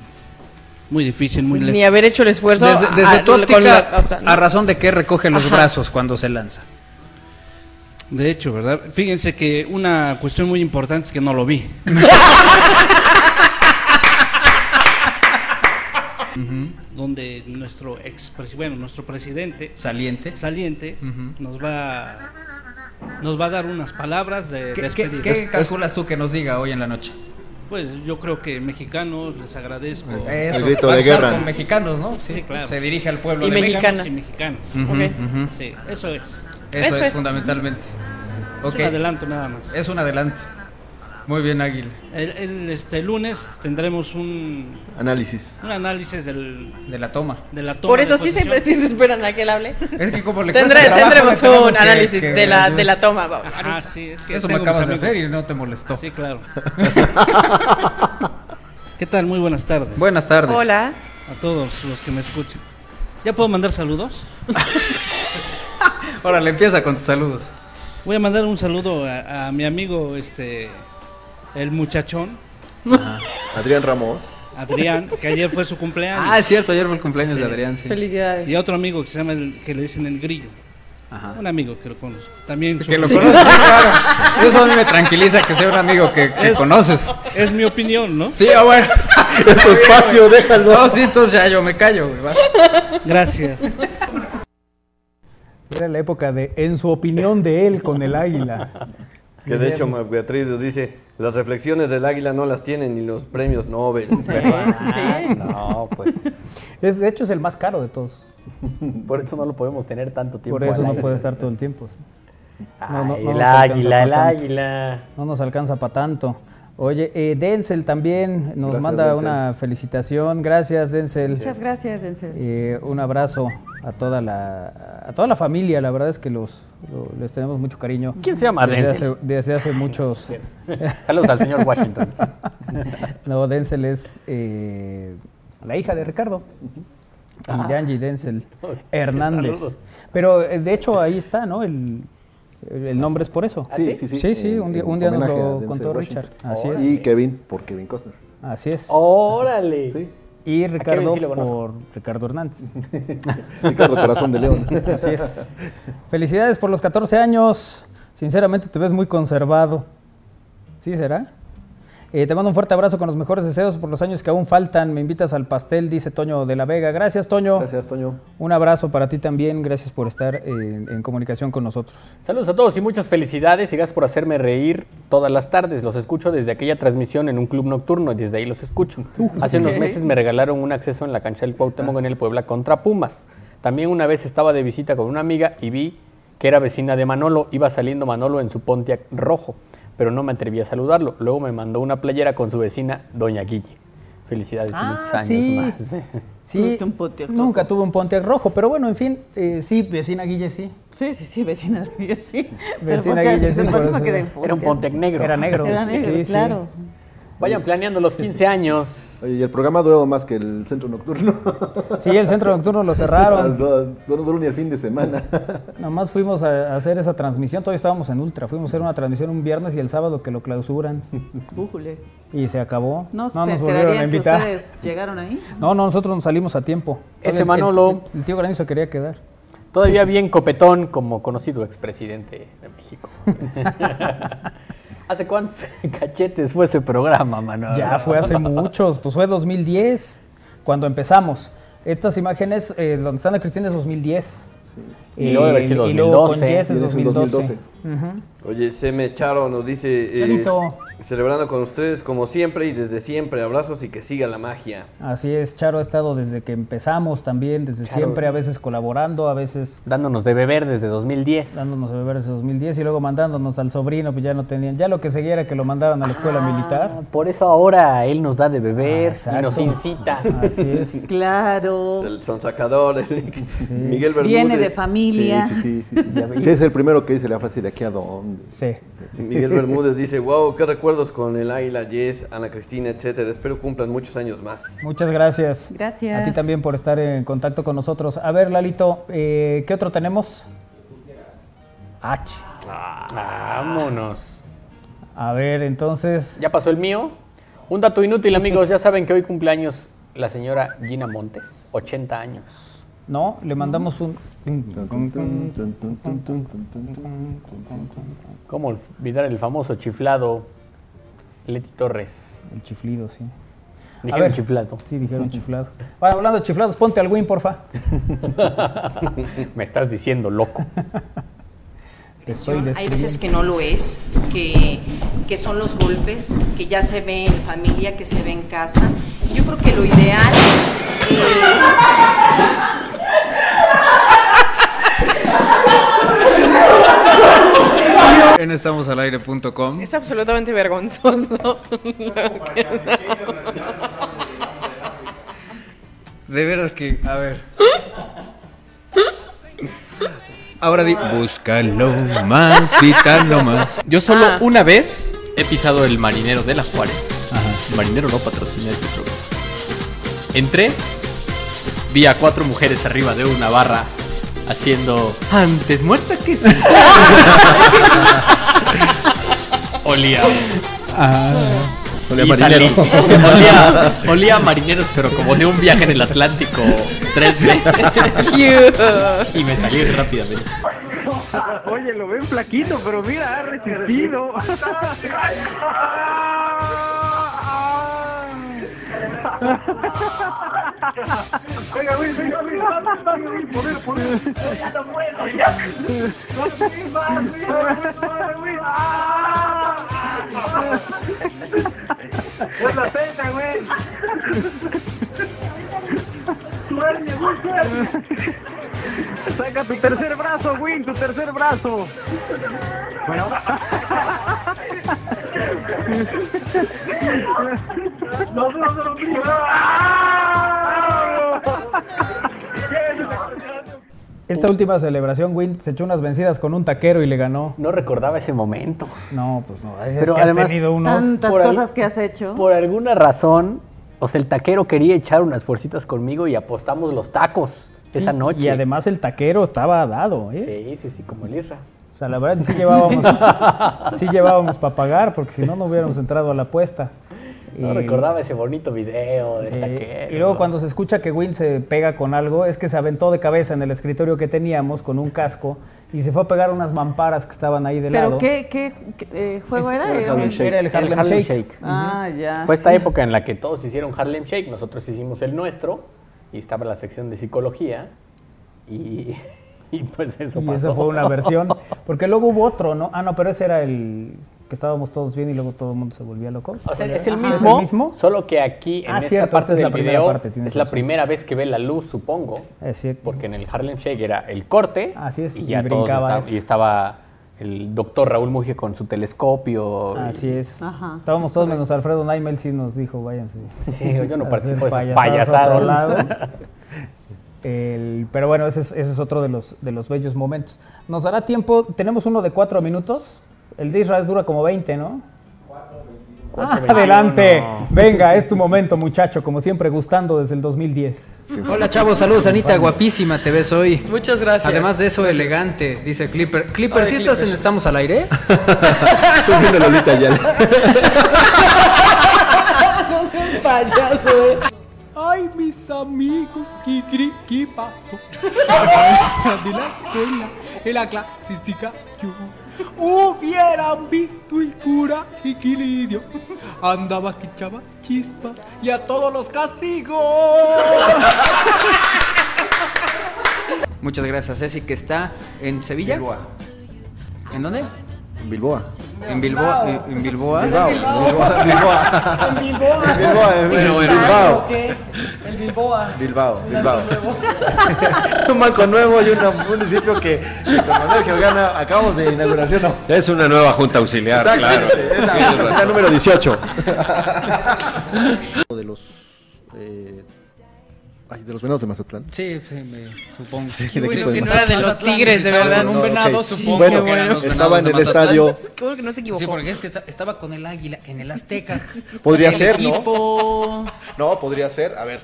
Speaker 9: muy difícil, muy
Speaker 8: Ni
Speaker 9: lejos.
Speaker 8: haber hecho el esfuerzo.
Speaker 9: Desde,
Speaker 8: a-
Speaker 9: desde
Speaker 8: a-
Speaker 9: tu
Speaker 8: con
Speaker 9: óptica,
Speaker 8: la- o sea, no.
Speaker 9: a razón de que recoge los
Speaker 8: Ajá.
Speaker 9: brazos cuando se lanza. De hecho, ¿verdad? Fíjense que una cuestión muy importante es que no lo vi. Ujú. Donde nuestro ex, bueno, nuestro presidente
Speaker 6: Saliente.
Speaker 9: saliente
Speaker 6: Ujú.
Speaker 9: nos va nos va a dar unas palabras de
Speaker 6: ¿Qué,
Speaker 9: despedida.
Speaker 6: calculas tú que nos diga hoy en la noche?
Speaker 9: Pues yo creo que mexicanos les agradezco.
Speaker 6: Eso,
Speaker 2: grito
Speaker 6: va a
Speaker 2: de
Speaker 6: usar
Speaker 2: guerra.
Speaker 6: Con mexicanos, ¿no?
Speaker 9: Sí, claro.
Speaker 6: Se dirige al pueblo
Speaker 8: Y
Speaker 6: de
Speaker 8: México.
Speaker 9: mexicanos
Speaker 8: mexicanas.
Speaker 9: y mexicanas.
Speaker 6: Ujú,
Speaker 8: Ok.
Speaker 6: ujú.
Speaker 9: Sí, eso es.
Speaker 6: Eso,
Speaker 8: Eso
Speaker 6: es,
Speaker 8: es.
Speaker 6: fundamentalmente.
Speaker 9: Es
Speaker 6: Ok.
Speaker 9: un adelanto nada más.
Speaker 6: Es un adelanto. Muy bien, Águila.
Speaker 9: El, el, este lunes tendremos un,
Speaker 2: Análisis.
Speaker 9: un análisis del,
Speaker 6: De la toma.
Speaker 9: de la toma.
Speaker 8: Por eso
Speaker 9: de
Speaker 8: sí se,
Speaker 9: posición.
Speaker 8: sí se esperan a que él hable.
Speaker 6: Es que como le cuesta
Speaker 8: Tendré-
Speaker 6: trabajo,
Speaker 8: tendremos
Speaker 6: le tenemos
Speaker 8: un
Speaker 6: que-
Speaker 8: análisis
Speaker 6: que-
Speaker 8: de, la, de la toma. va-
Speaker 9: Ajá, sí, es que
Speaker 6: Eso me
Speaker 9: tengo
Speaker 6: acabas de
Speaker 9: mis
Speaker 6: hacer
Speaker 9: amigos.
Speaker 6: y no te molestó.
Speaker 9: Sí, claro. ¿Qué tal? Muy buenas tardes.
Speaker 6: Buenas tardes.
Speaker 8: Hola.
Speaker 9: A todos los que me escuchan. ¿Ya puedo mandar saludos?
Speaker 6: Órale, empieza con tus saludos.
Speaker 9: Voy a mandar un saludo a, a mi amigo, este, el muchachón,
Speaker 2: Adrián Ramos.
Speaker 9: Adrián, que ayer fue su cumpleaños.
Speaker 6: Ah, es cierto, ayer fue el cumpleaños de Adrián, sí.
Speaker 8: Felicidades.
Speaker 9: Y a otro amigo que se llama, el- que le dicen el grillo.
Speaker 6: Ajá.
Speaker 9: Un amigo que lo conozco. También su-
Speaker 6: Que lo conoces, claro. Eso a mí me tranquiliza que sea un amigo que, que
Speaker 9: Es-
Speaker 6: conoces.
Speaker 9: Es mi opinión, ¿no?
Speaker 6: Sí, ah, bueno.
Speaker 2: Es tu espacio, déjalo.
Speaker 6: No, sí, entonces ya yo me callo, güey. va.
Speaker 9: Gracias.
Speaker 6: Era la época de, en su opinión de él con el águila.
Speaker 5: Que de hecho, Ma- Beatriz nos dice: las reflexiones del águila no las tienen ni los premios Nobel.
Speaker 3: Ah, No, pues.
Speaker 6: Es, de hecho, es el más caro de todos.
Speaker 3: Por eso no lo podemos tener tanto tiempo.
Speaker 6: Por eso
Speaker 3: al
Speaker 6: no
Speaker 3: aire.
Speaker 6: puede estar todo el tiempo. sí. No, no,
Speaker 3: Ay,
Speaker 6: no
Speaker 3: el
Speaker 6: nos alcanza
Speaker 3: águila,
Speaker 6: pa'
Speaker 3: el
Speaker 6: tanto.
Speaker 3: águila.
Speaker 6: No nos alcanza para tanto. Oye, eh, Denzel también nos
Speaker 2: Gracias,
Speaker 6: manda
Speaker 2: Denzel.
Speaker 6: una felicitación. Gracias, Denzel.
Speaker 4: Muchas gracias, Denzel.
Speaker 6: Eh, un abrazo a toda la a toda la familia, la verdad es que los lo- les tenemos mucho cariño.
Speaker 3: ¿Quién se llama
Speaker 6: desde
Speaker 3: Denzel?
Speaker 6: hace, desde hace muchos.
Speaker 3: Saludos al señor Washington.
Speaker 6: No, Denzel es eh, la hija de Ricardo. Y de Angie Denzel Hernández.
Speaker 3: Ah. saludos.
Speaker 6: Pero eh, de hecho ahí está, ¿no? El, el nombre es por eso.
Speaker 3: ¿Ah,
Speaker 2: Sí, sí, sí.
Speaker 6: Sí, sí,
Speaker 2: En-
Speaker 6: un día-
Speaker 2: en
Speaker 6: un día nos
Speaker 2: homenaje
Speaker 6: lo
Speaker 2: a Denzel
Speaker 6: contó
Speaker 2: Washington.
Speaker 6: Richard. Así es.
Speaker 2: Y Kevin, por Kevin Costner.
Speaker 6: Así es.
Speaker 3: ¡Órale!
Speaker 6: Y Ricardo
Speaker 3: sí lo conozco.
Speaker 6: por Ricardo Hernández.
Speaker 2: Ricardo Corazón de León.
Speaker 6: Así es. Felicidades por los 14 años. Sinceramente te ves muy conservado. ¿Sí será? Eh, te mando un fuerte abrazo con los mejores deseos por los años que aún faltan. Me invitas al pastel, dice Toño de la Vega. Gracias, Toño.
Speaker 2: Gracias, Toño.
Speaker 6: Un abrazo para ti también. Gracias por estar eh, en, en comunicación con nosotros.
Speaker 3: Saludos a todos y muchas felicidades y gracias por hacerme reír todas las tardes. Los escucho desde aquella transmisión en un club nocturno y desde ahí los escucho.
Speaker 6: Uh,
Speaker 3: Hace unos meses me regalaron un acceso en la cancha del Cuauhtémoc en el Puebla contra Pumas. También una vez estaba de visita con una amiga y vi que era vecina de Manolo. Iba saliendo Manolo en su Pontiac rojo, pero no me atreví a saludarlo. Luego me mandó una playera con su vecina, Doña Guille. Felicidades y
Speaker 6: Ah,
Speaker 3: muchos años
Speaker 6: sí.
Speaker 3: más.
Speaker 6: Sí,
Speaker 4: Tuviste un Pontiac rojo.
Speaker 6: nunca tuve un Pontiac rojo, pero bueno, en fin, eh, sí, vecina Guille, sí.
Speaker 4: Sí, sí, sí, vecina de Guille, sí. Pero
Speaker 6: Vecina
Speaker 4: porque
Speaker 6: Guille, sí,
Speaker 4: se
Speaker 6: por
Speaker 4: pasó
Speaker 6: eso.
Speaker 4: que de
Speaker 6: Era
Speaker 3: Era un Pontiac negro.
Speaker 6: Era negro.
Speaker 4: Era
Speaker 6: sí,
Speaker 4: negro,
Speaker 6: sí.
Speaker 4: claro.
Speaker 3: Vayan planeando los 15 años.
Speaker 2: Oye, y el programa ha durado más que el centro nocturno.
Speaker 6: Sí, el centro nocturno lo cerraron.
Speaker 2: No, no duró ni el fin de semana.
Speaker 6: Nomás fuimos a hacer esa transmisión, todavía estábamos en Ultra. Fuimos a hacer una transmisión un viernes y el sábado que lo clausuran.
Speaker 4: Újule.
Speaker 6: Y se acabó.
Speaker 4: No, se
Speaker 6: nos volvieron a
Speaker 4: esperarían que
Speaker 6: invitar.
Speaker 4: ustedes llegaron ahí.
Speaker 6: No, no, nosotros nos salimos a tiempo.
Speaker 3: Ese
Speaker 6: Todavía el-
Speaker 3: Manolo-
Speaker 6: El, el tío Granizo quería quedar.
Speaker 3: Todavía bien copetón como conocido expresidente de México. ¿Hace cuántos cachetes fue ese programa, Manuel?
Speaker 6: Ya fue hace muchos, pues fue 2010 cuando empezamos. Estas imágenes, eh, donde están la Cristina es 2010.
Speaker 3: Y luego debe haber sido
Speaker 6: y luego con
Speaker 3: 2012.
Speaker 6: Jess es
Speaker 2: Y es el
Speaker 6: 2012.
Speaker 2: 2012.
Speaker 6: Ujú.
Speaker 5: Oye, se me echaron, nos dice. eh,
Speaker 6: Charito.
Speaker 5: celebrando con ustedes como siempre y desde siempre. Abrazos y que siga la magia.
Speaker 6: Mm. Así es, Charo ha estado desde que empezamos también, desde
Speaker 3: Charo.
Speaker 6: siempre, a veces colaborando, a veces
Speaker 3: Dándonos de beber desde 2010.
Speaker 6: dándonos a beber ese 2010 y luego mandándonos al sobrino, pues ya no tenían, ya lo que seguía era que lo mandaran a la escuela militar.
Speaker 3: Ah, Por eso ahora él nos da de beber
Speaker 6: Ah,
Speaker 3: y nos
Speaker 6: exacto.
Speaker 3: incita.
Speaker 6: Así es.
Speaker 4: Claro.
Speaker 5: El sonsacador, el- Miguel Bermúdez.
Speaker 4: Viene de familia.
Speaker 2: Sí, sí, sí. sí, sí. Sí, es el primero que dice la frase de aquí a dónde.
Speaker 6: Sí.
Speaker 5: Miguel Bermúdez dice, wow, qué recuerdos con el Águila, Jess, Ana Cristina, etcétera. Espero cumplan muchos años más.
Speaker 6: Muchas gracias.
Speaker 4: Gracias.
Speaker 6: A ti también por estar en contacto con nosotros. A ver, Lalito, eh, ¿qué otro tenemos? Ah, ch-
Speaker 3: Vámonos.
Speaker 6: A ver, entonces.
Speaker 3: Ya pasó el mío. Un dato inútil, amigos. Ya saben que hoy cumpleaños la señora Gina Montes, 80 años.
Speaker 6: No, le mandamos un.
Speaker 3: ¿Cómo olvidar el famoso chiflado Leti Torres?
Speaker 6: El chiflido, sí.
Speaker 3: Dijeron
Speaker 6: ver.
Speaker 3: chiflado.
Speaker 6: Sí, dijeron chiflado. Bueno, hablando de chiflados, ponte al win, porfa.
Speaker 3: Me estás diciendo loco.
Speaker 6: Te estoy
Speaker 1: Hay
Speaker 6: describiendo.
Speaker 1: veces que no lo es, que, que son los golpes, que ya se ve en familia, que se ve en casa. Yo creo que lo ideal es...
Speaker 9: En estamosalaire.com.
Speaker 8: Es absolutamente vergonzoso.
Speaker 9: De veras que, a ver. Ahora di, búscalo más, vitalo más.
Speaker 7: Yo solo
Speaker 8: Ah.
Speaker 7: una vez he pisado el marinero de las Juárez. Marinero no patrocina este programa. Entré, vi a cuatro mujeres arriba de una barra haciendo antes muerta que se. olía.
Speaker 2: Olía
Speaker 7: Y salí.
Speaker 2: marinero.
Speaker 7: Olía, olía a marineros, pero como de un viaje en el Atlántico tres veces. y me salí rápidamente.
Speaker 11: Oye, lo ven flaquito, pero mira, ha resistido. Venga, güey, venga, venga, poder, poder. Ya no puedo, ya. No puedo más, güey, no puedo, güey. ¡Ah! Es la teta, güey. Suerte, güey, suerte. Saca tu tercer brazo, Win, tu tercer brazo. Bueno. No, no, no, no. ¡Ah!
Speaker 6: Esta última celebración, Win se echó unas vencidas con un taquero y le ganó.
Speaker 3: No recordaba ese momento.
Speaker 6: No, pues no. Es
Speaker 3: Pero
Speaker 6: que has
Speaker 3: además-
Speaker 6: tenido unos.
Speaker 4: Tantas
Speaker 3: por al-
Speaker 4: cosas que has hecho.
Speaker 3: Por alguna razón, o sea, el taquero quería echar unas fuercitas conmigo y apostamos los tacos
Speaker 6: Sí,
Speaker 3: esa noche.
Speaker 6: Y además el taquero estaba dado, ¿eh?
Speaker 3: Sí, sí, sí, como el Isra.
Speaker 6: O sea, la verdad sí llevábamos, sí llevábamos para pagar, porque si no, no hubiéramos entrado a la apuesta.
Speaker 3: No
Speaker 6: Y-
Speaker 3: recordaba ese bonito video del
Speaker 6: sí,
Speaker 3: taquero.
Speaker 6: Y luego cuando se escucha que Win se pega con algo, es que se aventó de cabeza en el escritorio que teníamos con un casco y se fue a pegar unas mamparas que estaban ahí de
Speaker 3: este
Speaker 4: ¿Pero
Speaker 6: lado.
Speaker 4: qué, qué, qué, eh, juego era?
Speaker 2: era
Speaker 4: Era
Speaker 2: Harlem
Speaker 4: un-
Speaker 2: Shake.
Speaker 6: Era el Harlem, Shake.
Speaker 4: Ah, ya.
Speaker 3: Fue esta época en la que todos hicieron Harlem Shake, nosotros hicimos el nuestro y estaba la sección de psicología y, y pues eso
Speaker 6: Y
Speaker 3: pasó.
Speaker 6: esa fue una versión. Porque luego hubo otro, ¿no? Ah, no, pero ese era el que estábamos todos bien y luego todo el mundo se volvía loco.
Speaker 3: O sea, es el
Speaker 6: Ajá.
Speaker 3: mismo,
Speaker 6: ¿Es el mismo?
Speaker 3: solo que aquí en
Speaker 6: Ah,
Speaker 3: esta
Speaker 6: cierto, esta
Speaker 3: parte
Speaker 6: es
Speaker 3: del
Speaker 6: la primera
Speaker 3: video
Speaker 6: parte, tienes
Speaker 3: es la
Speaker 6: razón.
Speaker 3: primera vez que ve la luz, supongo,
Speaker 6: Es cierto.
Speaker 3: porque en el Harlem Shake era el corte
Speaker 6: Así es,
Speaker 3: y
Speaker 6: y
Speaker 3: ya todos
Speaker 6: brincaba
Speaker 3: estaban-
Speaker 6: eso.
Speaker 3: y estaba el doctor Raúl Mugia con su telescopio. y-
Speaker 6: Así es.
Speaker 8: Ah.
Speaker 4: Ajá.
Speaker 6: Estábamos todos menos Alfredo Naimel, sí nos dijo, váyanse.
Speaker 3: Sí, yo no
Speaker 6: a
Speaker 3: participo de
Speaker 6: hacer
Speaker 3: esas
Speaker 6: payasadas a otro
Speaker 3: payasadas.
Speaker 6: lado. El- pero bueno, ese es, ese es otro de los, de los bellos momentos. Nos dará tiempo, tenemos uno de cuatro minutos. El de Israel dura como 20, ¿no? Ah, Adelante. Venga, es tu momento, muchacho, como siempre, gustando desde el 2010.
Speaker 8: Hola chavos, saludos Anita, guapísima te ves hoy.
Speaker 12: Muchas gracias.
Speaker 8: Además de eso, elegante, dice Clipper. Clipper, si estás en Estamos al aire?
Speaker 2: Estoy viendo a Lolita Ayala.
Speaker 11: no seas payaso,
Speaker 12: eh.
Speaker 6: Ay, mis amigos, ¿qué, cri- qué pasó? de la escuela, en la clásica yo. Hubieran visto el cura Jiquilidio. Andaba que echaba chispas y a todos los castigos.
Speaker 8: Muchas gracias, Ceci, que está en Sevilla. ¿En dónde?
Speaker 2: Bilboa.
Speaker 8: En Bilboa. eh, En Bilboa.
Speaker 2: Bilbao. Bilboa. Bilboa.
Speaker 12: En Bilboa.
Speaker 2: En Bilboa, en
Speaker 12: Bueno, bueno.
Speaker 2: Bilbao.
Speaker 12: ¿O qué? El Bilboa.
Speaker 2: Bilbao, Bilbao. un banco nuevo y un municipio que, que como Manuel Georgiana acabamos de inauguración. ¿no?
Speaker 9: Es una nueva junta auxiliar, claro.
Speaker 2: Exactamente, es la
Speaker 9: Tienes
Speaker 2: junta
Speaker 9: razón.
Speaker 2: número 18.
Speaker 9: de los
Speaker 2: Eh, ay, de los venados de Mazatlán.
Speaker 8: Sí, sí, me supongo.
Speaker 2: Sí,
Speaker 8: Qué
Speaker 2: del
Speaker 8: bueno
Speaker 2: equipo
Speaker 8: que
Speaker 2: de
Speaker 8: no era de
Speaker 2: Mazatlán.
Speaker 8: los Tigres, de verdad.
Speaker 2: No,
Speaker 8: Un
Speaker 2: ok.
Speaker 8: venado, supongo
Speaker 2: Bueno,
Speaker 8: que eran los
Speaker 2: estaba
Speaker 8: venados
Speaker 2: en
Speaker 8: de
Speaker 2: el
Speaker 8: Mazatlán.
Speaker 2: estadio.
Speaker 8: Qué bueno que no se equivocó. Sí, porque es que esta- estaba con el águila en el Azteca.
Speaker 2: Podría
Speaker 8: El
Speaker 2: ser, ¿no?
Speaker 8: equipo-
Speaker 2: No, podría ser. A ver.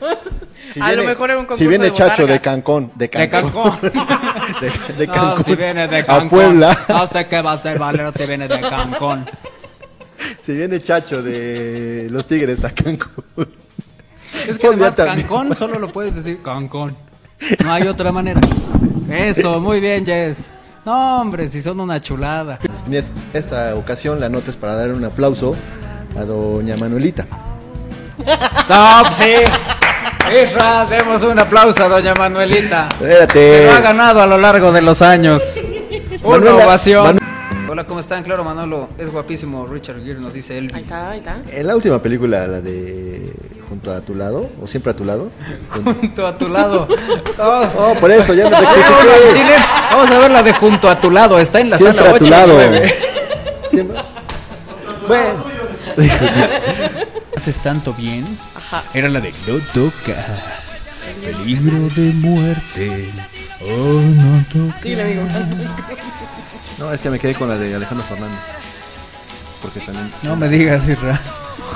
Speaker 2: Si
Speaker 8: A lo mejor era un
Speaker 2: Si
Speaker 8: concurso
Speaker 2: viene
Speaker 8: de
Speaker 2: Chacho de
Speaker 8: botargas.
Speaker 2: Cancún. De
Speaker 8: De
Speaker 2: Cancún.
Speaker 8: Cancún.
Speaker 2: De, de
Speaker 8: No,
Speaker 2: Cancún
Speaker 8: si viene de
Speaker 2: A
Speaker 8: Cancún.
Speaker 2: Puebla.
Speaker 8: No sé qué va a ser Valero si viene de Cancún.
Speaker 2: Si viene Chacho de los Tigres a Cancún.
Speaker 8: Es que
Speaker 2: Podría
Speaker 8: además
Speaker 2: también.
Speaker 8: Cancún solo lo puedes decir Cancún. No hay otra manera. Eso, muy bien, Jess. No, hombre, si son una chulada.
Speaker 2: En es- esta ocasión la nota es para dar un aplauso a doña Manuelita.
Speaker 8: Top, pues sí. Isra, demos un aplauso a doña Manuelita.
Speaker 2: Espérate.
Speaker 8: Se lo ha ganado a lo largo de los años. Una
Speaker 2: Manuela-
Speaker 8: ovación.
Speaker 2: Manu-
Speaker 8: Hola, ¿cómo están? Claro, Manolo, es guapísimo. Richard Gere nos dice él. Ahí
Speaker 13: está, ahí está.
Speaker 2: En la última película, la de Junto a tu lado, o siempre a tu lado.
Speaker 8: Junto a tu lado.
Speaker 2: Oh, por eso, ya me rectifiqué.
Speaker 8: Vamos al cine, Vamos a ver la de junto a tu lado. Está en la
Speaker 2: Siempre
Speaker 8: sala
Speaker 2: a
Speaker 8: 8
Speaker 2: tu
Speaker 8: y
Speaker 2: lado.
Speaker 8: 9.
Speaker 2: Siempre. Bueno.
Speaker 9: Haces tanto bien.
Speaker 13: Ajá.
Speaker 9: Era la de No toca. Peligro de muerte.
Speaker 2: Oh, no,
Speaker 13: Sí, le digo.
Speaker 2: No, es que me quedé con la de Alejandro Fernández. Porque también.
Speaker 8: No me digas, Isra.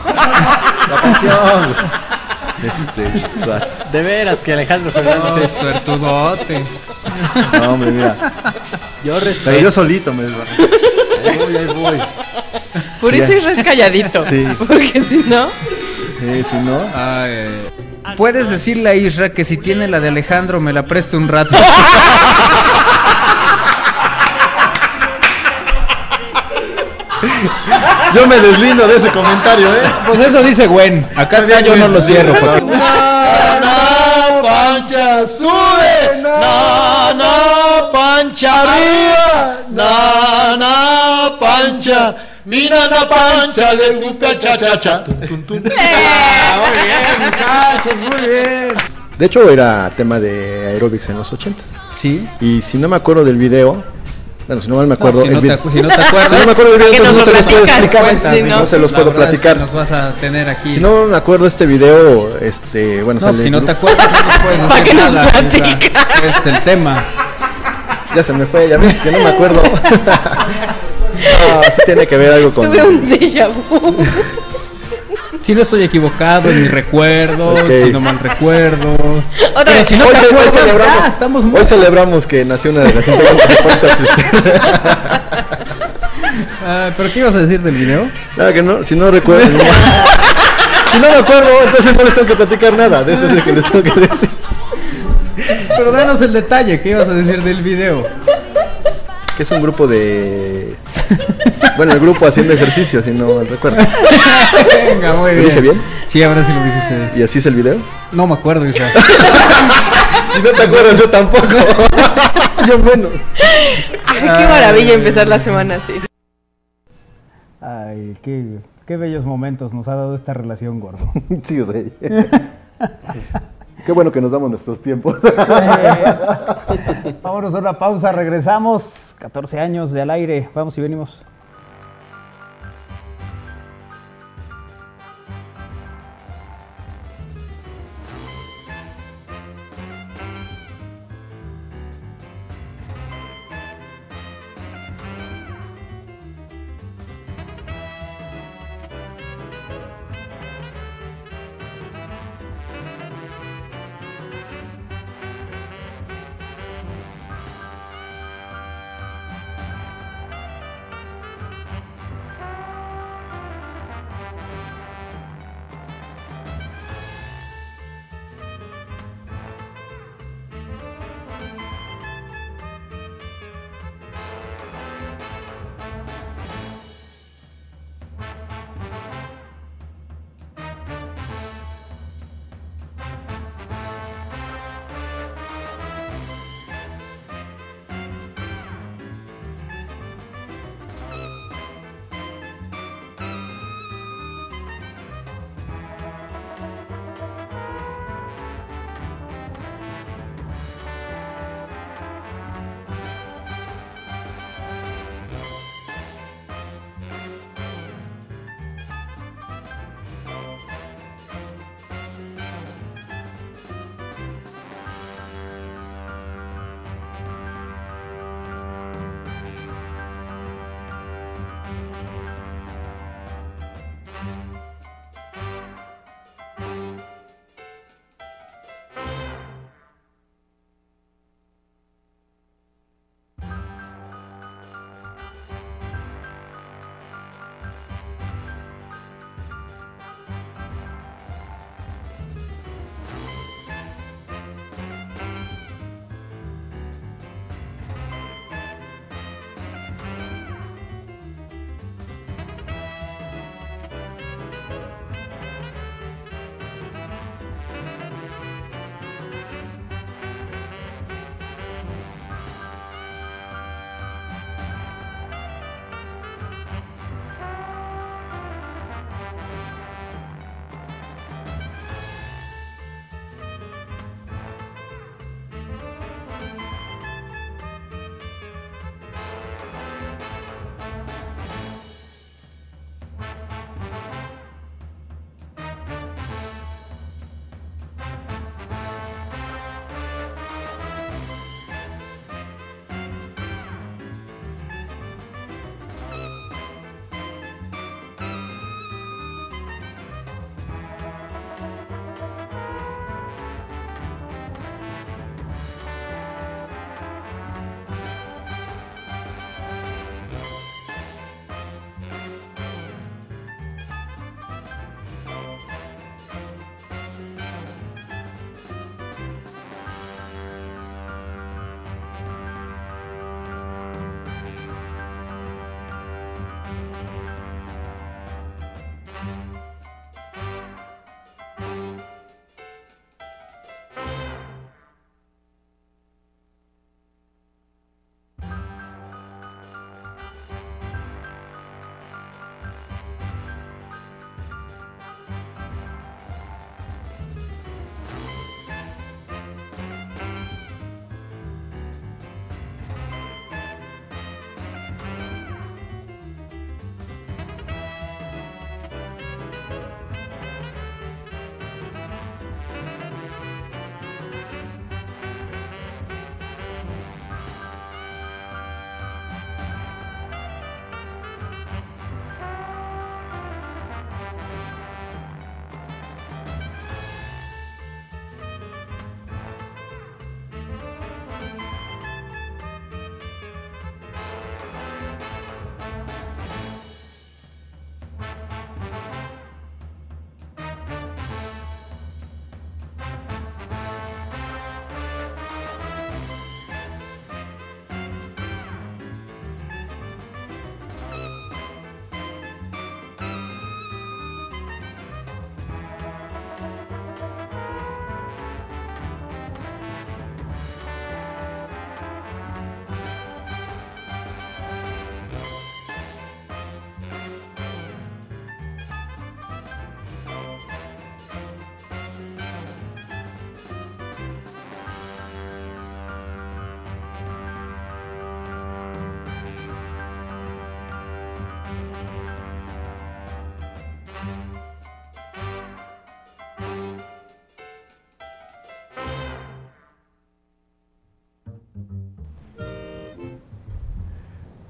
Speaker 2: La canción. Este. va.
Speaker 3: De veras que Alejandro Fernández
Speaker 2: No,
Speaker 3: es
Speaker 8: suertudote.
Speaker 2: No, hombre, mira.
Speaker 3: Yo respeto.
Speaker 2: Pero yo solito me desbarré. Ahí voy, ahí voy.
Speaker 13: Por
Speaker 2: Sí,
Speaker 13: eso
Speaker 2: ya.
Speaker 13: Isra es calladito.
Speaker 2: Sí.
Speaker 13: Porque si no.
Speaker 2: Sí, si no.
Speaker 8: Puedes decirle a Isra que si tiene la de Alejandro me la preste un rato.
Speaker 2: Yo me deslindo de ese comentario, ¿eh?
Speaker 8: Pues eso dice Gwen. Acá está, yo no lo cierro. porque-
Speaker 11: No, pancha, sube. No, no, pancha, arriba. No, no, pancha. Mira la pancha de tu cha cha cha.
Speaker 13: Eh,
Speaker 8: Muchachos, muy bien.
Speaker 2: De hecho, era tema de aeróbics en los 80s.
Speaker 8: Sí.
Speaker 2: Y si no me acuerdo del video. Bueno, si no mal me acuerdo.
Speaker 8: si no
Speaker 2: el
Speaker 8: te
Speaker 2: vid-
Speaker 8: acu- si no te acuerdas,
Speaker 2: Si no me acuerdo del video,
Speaker 8: ¿para qué
Speaker 2: entonces no
Speaker 8: nos
Speaker 2: se
Speaker 8: lo
Speaker 2: los puedo
Speaker 8: platicas,
Speaker 2: explicar.
Speaker 8: pues, si no?
Speaker 2: no se los
Speaker 8: La
Speaker 2: puedo
Speaker 8: verdad es que
Speaker 2: platicar.
Speaker 8: nos vas a tener aquí.
Speaker 2: Si no me acuerdo este video, este. Bueno,
Speaker 8: No,
Speaker 2: sale-
Speaker 8: si no te acuerdas, no nos puedes
Speaker 2: ¿Para
Speaker 8: decir
Speaker 2: qué nos
Speaker 8: nada, Isra.
Speaker 2: platicas?
Speaker 8: Ese es el tema.
Speaker 2: Ya se me fue, ya ves, que no me acuerdo. no, sí tiene que ver algo con.
Speaker 13: Tuve un déjà vu.
Speaker 8: Si no estoy equivocado en mi recuerdo,
Speaker 2: Ok.
Speaker 8: si no mal recuerdo.
Speaker 13: Otra
Speaker 8: Pero
Speaker 13: vez.
Speaker 8: si no
Speaker 2: Hoy
Speaker 8: te
Speaker 2: ce- hoy
Speaker 8: acuerdas,
Speaker 2: celebramos-
Speaker 8: ah, estamos
Speaker 2: Hoy celebramos que nació una de las integrantes de Podcast Sister.
Speaker 8: Ah, ¿Pero qué ibas a decir del video?
Speaker 2: Claro Ah, que no, si no recuerdo. no. si no me acuerdo, entonces no les tengo que platicar nada. De eso es de que les tengo que decir.
Speaker 8: Pero danos el detalle, ¿qué ibas a decir del video?
Speaker 2: Que es un grupo de. Bueno, el grupo haciendo ejercicio, si no mal recuerdo.
Speaker 8: Venga, muy
Speaker 2: ¿Lo dije bien?
Speaker 8: Sí, ahora sí lo dijiste bien.
Speaker 2: ¿Y así es el video?
Speaker 8: No me acuerdo, Isra.
Speaker 2: Si no te acuerdas, yo tampoco. yo menos.
Speaker 13: Ay, qué maravilla empezar la semana así.
Speaker 6: Ay, qué, qué bellos momentos nos ha dado esta relación, gordo.
Speaker 2: Sí, rey. Qué bueno que nos damos nuestros tiempos.
Speaker 6: Pues, Vámonos a una pausa, regresamos. 14 años de al aire. Vamos y venimos.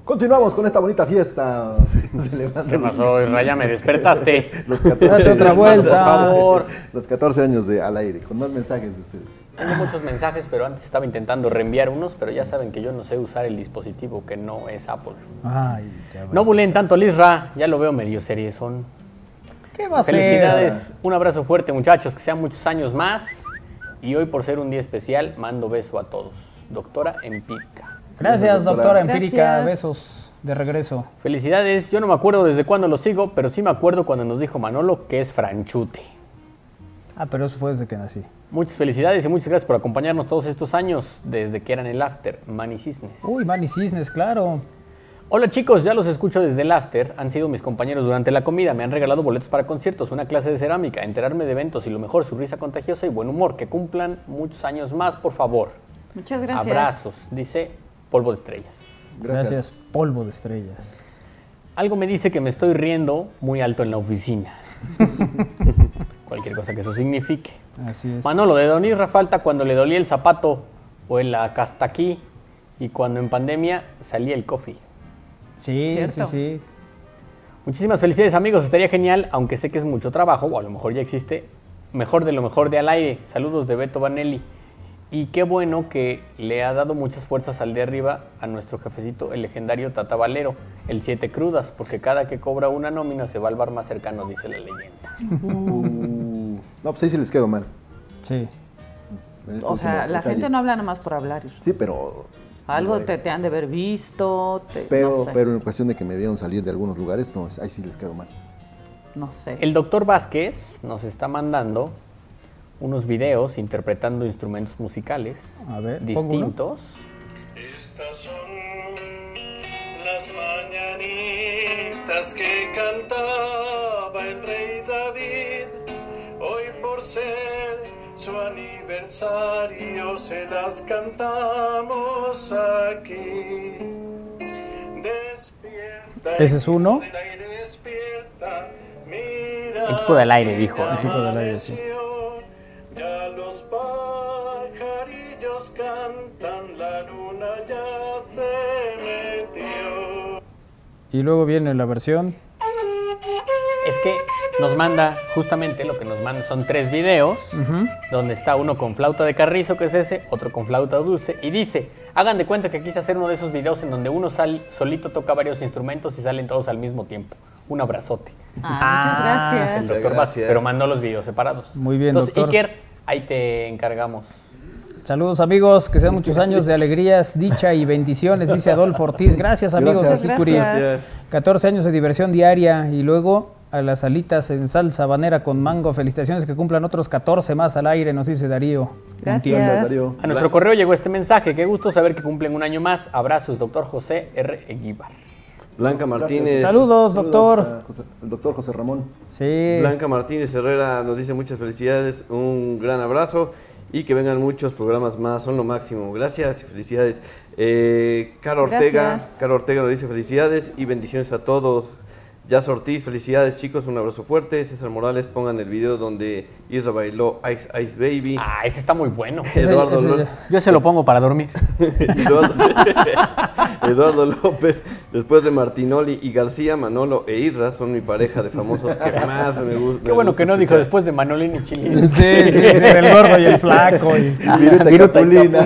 Speaker 2: Continuamos con esta bonita fiesta.
Speaker 3: ¿Qué pasó, Raya? Me despertaste.
Speaker 2: Los 14
Speaker 3: Date otra vuelta.
Speaker 2: Por favor. Los 14 años de al aire, con más mensajes de ustedes.
Speaker 3: Tengo muchos mensajes, pero antes estaba intentando reenviar unos, pero ya saben que yo no sé usar el dispositivo que no es Apple.
Speaker 6: Ay, ya
Speaker 3: No bulen tanto, Lizra. Ya lo veo medio seriezón.
Speaker 6: ¿Qué va a ser?
Speaker 3: Felicidades. Un abrazo fuerte, muchachos. Que sean muchos años más. Y hoy, por ser un día especial, mando beso a todos. Doctora Empírica.
Speaker 6: Gracias, doctora Empírica. Besos de regreso.
Speaker 3: Felicidades. Yo no me acuerdo desde cuándo lo sigo, pero sí me acuerdo cuando nos dijo Manolo que es franchute.
Speaker 6: Ah, pero eso fue desde que nací.
Speaker 3: Muchas felicidades y muchas gracias por acompañarnos todos estos años desde que eran el After, Manny Cisnes.
Speaker 6: Uy, Manny Cisnes, claro.
Speaker 3: Hola chicos, ya los escucho desde el After. Han sido mis compañeros durante la comida. Me han regalado boletos para conciertos, una clase de cerámica, enterarme de eventos y lo mejor, su risa contagiosa y buen humor. Que cumplan muchos años más, por favor.
Speaker 4: Muchas gracias.
Speaker 3: Abrazos, dice Polvo de Estrellas.
Speaker 6: Gracias. polvo de estrellas.
Speaker 3: Algo me dice que me estoy riendo muy alto en la oficina. Cualquier cosa que eso signifique.
Speaker 6: Así es.
Speaker 3: Manolo, de Don Isra falta cuando le dolía el zapato o el hasta aquí y cuando en pandemia salía el coffee.
Speaker 6: Sí, sí, sí.
Speaker 3: Muchísimas felicidades, amigos. Estaría genial, aunque sé que es mucho trabajo, o a lo mejor ya existe. Mejor de lo mejor de al aire. Saludos de Beto Vanelli. Y qué bueno que le ha dado muchas fuerzas al de arriba a nuestro jefecito, el legendario Tata Valero, el Siete Crudas, porque cada que cobra una nómina se va al bar más cercano, dice la leyenda.
Speaker 2: No, pues ahí sí les quedo mal. este
Speaker 6: Sí.
Speaker 4: O sea, la gente no habla nomás por hablar.
Speaker 2: Sí, pero.
Speaker 4: Algo te, te han de haber visto. te-
Speaker 2: Pero,
Speaker 4: no sé.
Speaker 2: pero en cuestión de que me vieron salir de algunos lugares, no, ahí sí les quedo mal.
Speaker 4: No sé.
Speaker 3: El doctor Vázquez nos está mandando unos videos interpretando instrumentos musicales
Speaker 6: A ver, pongo uno.
Speaker 3: distintos.
Speaker 11: Estas son las mañanitas que cantaba el rey David. Hoy por ser su aniversario se las cantamos aquí. Despierta.
Speaker 6: Ese es uno.
Speaker 3: Equipo del aire, dijo.
Speaker 6: Equipo del aire, sí.
Speaker 11: Ya los pajarillos cantan, la luna ya se metió.
Speaker 6: Y luego viene la versión.
Speaker 3: Es que nos manda, justamente lo que nos manda son tres videos, donde está uno con flauta de carrizo, que es ese, otro con flauta dulce, y dice, hagan de cuenta que quise hacer uno de esos videos en donde uno sal- solito toca varios instrumentos y salen todos al mismo tiempo. Un abrazote.
Speaker 4: Ah, muchas gracias.
Speaker 3: El doctor Vázquez, pero mandó los videos separados.
Speaker 6: Muy bien,
Speaker 3: Entonces,
Speaker 6: doctor.
Speaker 3: Iker, ahí te encargamos.
Speaker 6: Saludos amigos, que sean muchos años de alegrías, dicha y bendiciones, dice Adolfo Ortiz. Gracias amigos
Speaker 3: Gracias.
Speaker 6: de Kikuri.
Speaker 3: Gracias.
Speaker 6: 14 años de diversión diaria y luego a las alitas en salsa banera con mango. Felicitaciones que cumplan otros 14 más al aire, nos dice Darío. Entiendo.
Speaker 3: A nuestro correo llegó este mensaje. Qué gusto saber que cumplen un año más. Abrazos, doctor José R. Eguíbar.
Speaker 5: Blanca Martínez.
Speaker 6: Saludos, doctor.
Speaker 2: a José- el doctor José Ramón.
Speaker 6: Sí.
Speaker 5: Blanca Martínez Herrera nos dice muchas felicidades, un gran abrazo y que vengan muchos programas más, son lo máximo. Gracias y felicidades. Eh, Caro Ortega,
Speaker 13: Gracias.
Speaker 5: Caro Ortega nos dice felicidades y bendiciones a todos. Jazz Ortiz, felicidades chicos, un abrazo fuerte. César Morales, pongan el video donde Isra bailó Ice Ice Baby.
Speaker 3: Ah, ese está muy bueno.
Speaker 5: Eduardo,
Speaker 3: Ese- ese-
Speaker 5: Ló-
Speaker 3: Yo se lo pongo para dormir.
Speaker 5: Eduardo, Eduardo López, después de Martinoli y García, Manolo e Irra son mi pareja de famosos que más me gustan.
Speaker 3: Qué bueno que no dijo después de Manolín y
Speaker 6: Sí,
Speaker 3: Chilín.
Speaker 6: sí, sí, del gordo y el flaco. Y,
Speaker 2: Ah,
Speaker 5: Y Viruta y Capulina.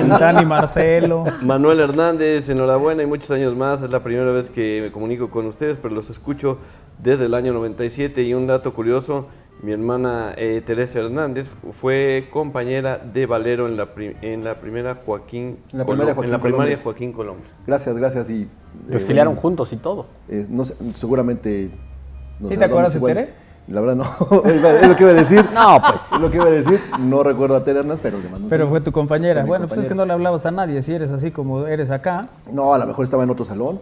Speaker 6: El Tani Marcelo.
Speaker 5: Manuel Hernández, enhorabuena y muchos años más. Es la primera vez que me comunico con ustedes, pero los escucho desde el año 97. Y un dato curioso, mi hermana eh, Teresa Hernández fu- fue compañera de Valero en la, pri- en la primera Joaquín
Speaker 2: En la
Speaker 5: Colom-
Speaker 2: primaria Joaquín
Speaker 5: en la primaria
Speaker 2: Colombes.
Speaker 5: Joaquín Colombes.
Speaker 2: Gracias, gracias. Y,
Speaker 3: Desfilaron juntos y todo.
Speaker 2: eh, no sé, seguramente. nos
Speaker 6: ¿Sí te acuerdas
Speaker 2: graduamos
Speaker 6: de
Speaker 2: iguales.
Speaker 6: Tere?
Speaker 2: La verdad no, es lo que iba a decir.
Speaker 3: No, pues.
Speaker 2: Es lo que iba a decir. No recuerdo a Tere Hernández, pero le mando un
Speaker 6: Pero
Speaker 2: saludo.
Speaker 6: fue tu compañera.
Speaker 2: Fue mi
Speaker 6: Bueno, pues es que
Speaker 2: compañera.
Speaker 6: no le hablabas a nadie, si eres así como eres acá.
Speaker 2: No, a lo mejor estaba en otro salón.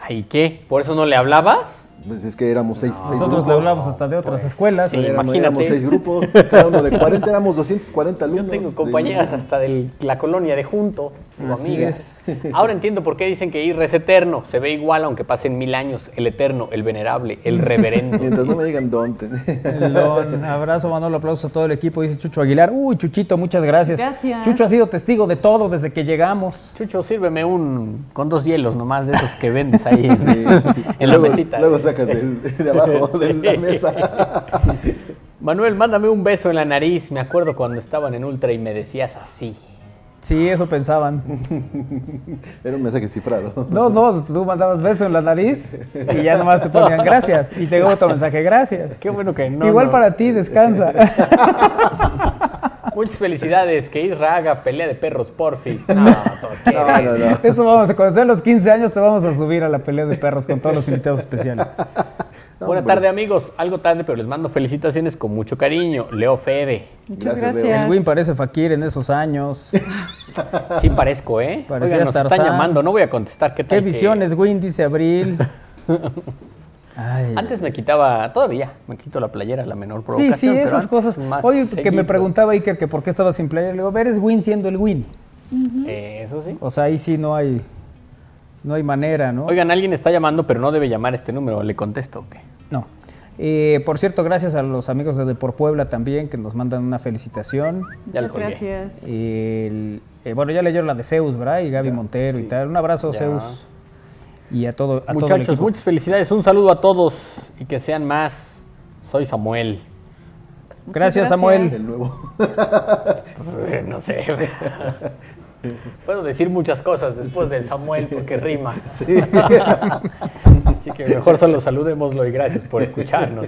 Speaker 3: Ay, ¿qué? ¿Por eso no le hablabas? Pues,
Speaker 2: Pues es que éramos seis, seis
Speaker 6: Nosotros le
Speaker 2: grupos.
Speaker 6: hablamos hasta de otras escuelas.
Speaker 2: Éramos- Éramos seis grupos, cada uno de 40, éramos 240 alumnos.
Speaker 3: Yo tengo compañeras hasta de la colonia de junto, tengo
Speaker 2: Así
Speaker 3: amigas. Ahora entiendo por qué dicen que ir es eterno, se ve igual aunque pasen mil años, el eterno, el venerable, el reverendo.
Speaker 2: Mientras no me digan don.
Speaker 6: El Don, abrazo, Manolo, aplausos a todo el equipo, dice Chucho Aguilar. Uy, Chuchito, muchas gracias.
Speaker 3: Gracias.
Speaker 6: Chucho ha sido testigo de todo desde que llegamos.
Speaker 3: Chucho, sírveme un con dos hielos nomás de esos que vendes ahí en, en la
Speaker 2: Luego-
Speaker 3: mesita.
Speaker 2: Luego sacas del- de, abajo de la
Speaker 3: Sí.
Speaker 2: mesa.
Speaker 3: Manuel, mándame un beso en la nariz. Me acuerdo cuando estaban en Ultra y me decías así.
Speaker 6: Sí, eso pensaban.
Speaker 2: Era un mensaje cifrado.
Speaker 6: No, no, tú mandabas beso en la nariz y ya nomás te ponían gracias. Y llegó otro mensaje, gracias.
Speaker 3: Qué bueno que no.
Speaker 6: Igual
Speaker 3: no.
Speaker 6: para ti, descansa.
Speaker 3: Muchas felicidades, que Isra haga pelea de perros porfis. No, toque.
Speaker 6: Eso vamos a conocer a los 15 años, te vamos a subir a la pelea de perros con todos los invitados especiales.
Speaker 3: Buena tarde, amigos. Algo tarde, pero les mando felicitaciones con mucho cariño. Leo Fede.
Speaker 6: Muchas Gracias, Leo. gracias. El Win parece Fakir en esos años.
Speaker 3: Sí parezco, ¿eh?
Speaker 6: Parecías
Speaker 3: Oigan, nos están
Speaker 6: Tarzán.
Speaker 3: llamando, no voy a contestar. ¿Qué tal?
Speaker 6: Qué
Speaker 3: que-
Speaker 6: visiones, Win, dice Abril. Ay.
Speaker 3: Antes me quitaba, todavía me quito la playera, la menor
Speaker 6: Sí,
Speaker 3: provocación.
Speaker 6: sí,
Speaker 3: pero
Speaker 6: esas
Speaker 3: antes
Speaker 6: cosas.
Speaker 3: más
Speaker 6: Oye, que me
Speaker 3: seguido.
Speaker 6: preguntaba Iker que por qué estaba sin player. Le digo, a ver, es Win siendo el Win.
Speaker 3: Eh, Eso sí.
Speaker 6: O sea, ahí sí no hay, no hay manera, ¿no?
Speaker 3: Oigan, alguien está llamando, pero no debe llamar este número. ¿Le contesto? o qué?
Speaker 6: No. Eh, por cierto, gracias a los amigos de Por Puebla también que nos mandan una felicitación.
Speaker 3: Ya le Muchas colgué. gracias.
Speaker 6: El- eh, bueno, ya leyeron la de Zeus, ¿verdad? Y Gaby Montero y tal. Un abrazo,
Speaker 3: Ya.
Speaker 6: Zeus. Y a todo. A todo el
Speaker 3: Muchachos,
Speaker 6: equipo.
Speaker 3: muchas felicidades. Un saludo a todos y que sean más. Soy Samuel.
Speaker 6: Muchas Gracias, Samuel.
Speaker 2: El nuevo.
Speaker 3: Eh, no sé. Puedo decir muchas cosas después del Samuel porque rima. Así que mejor solo saludémoslo y gracias por escucharnos.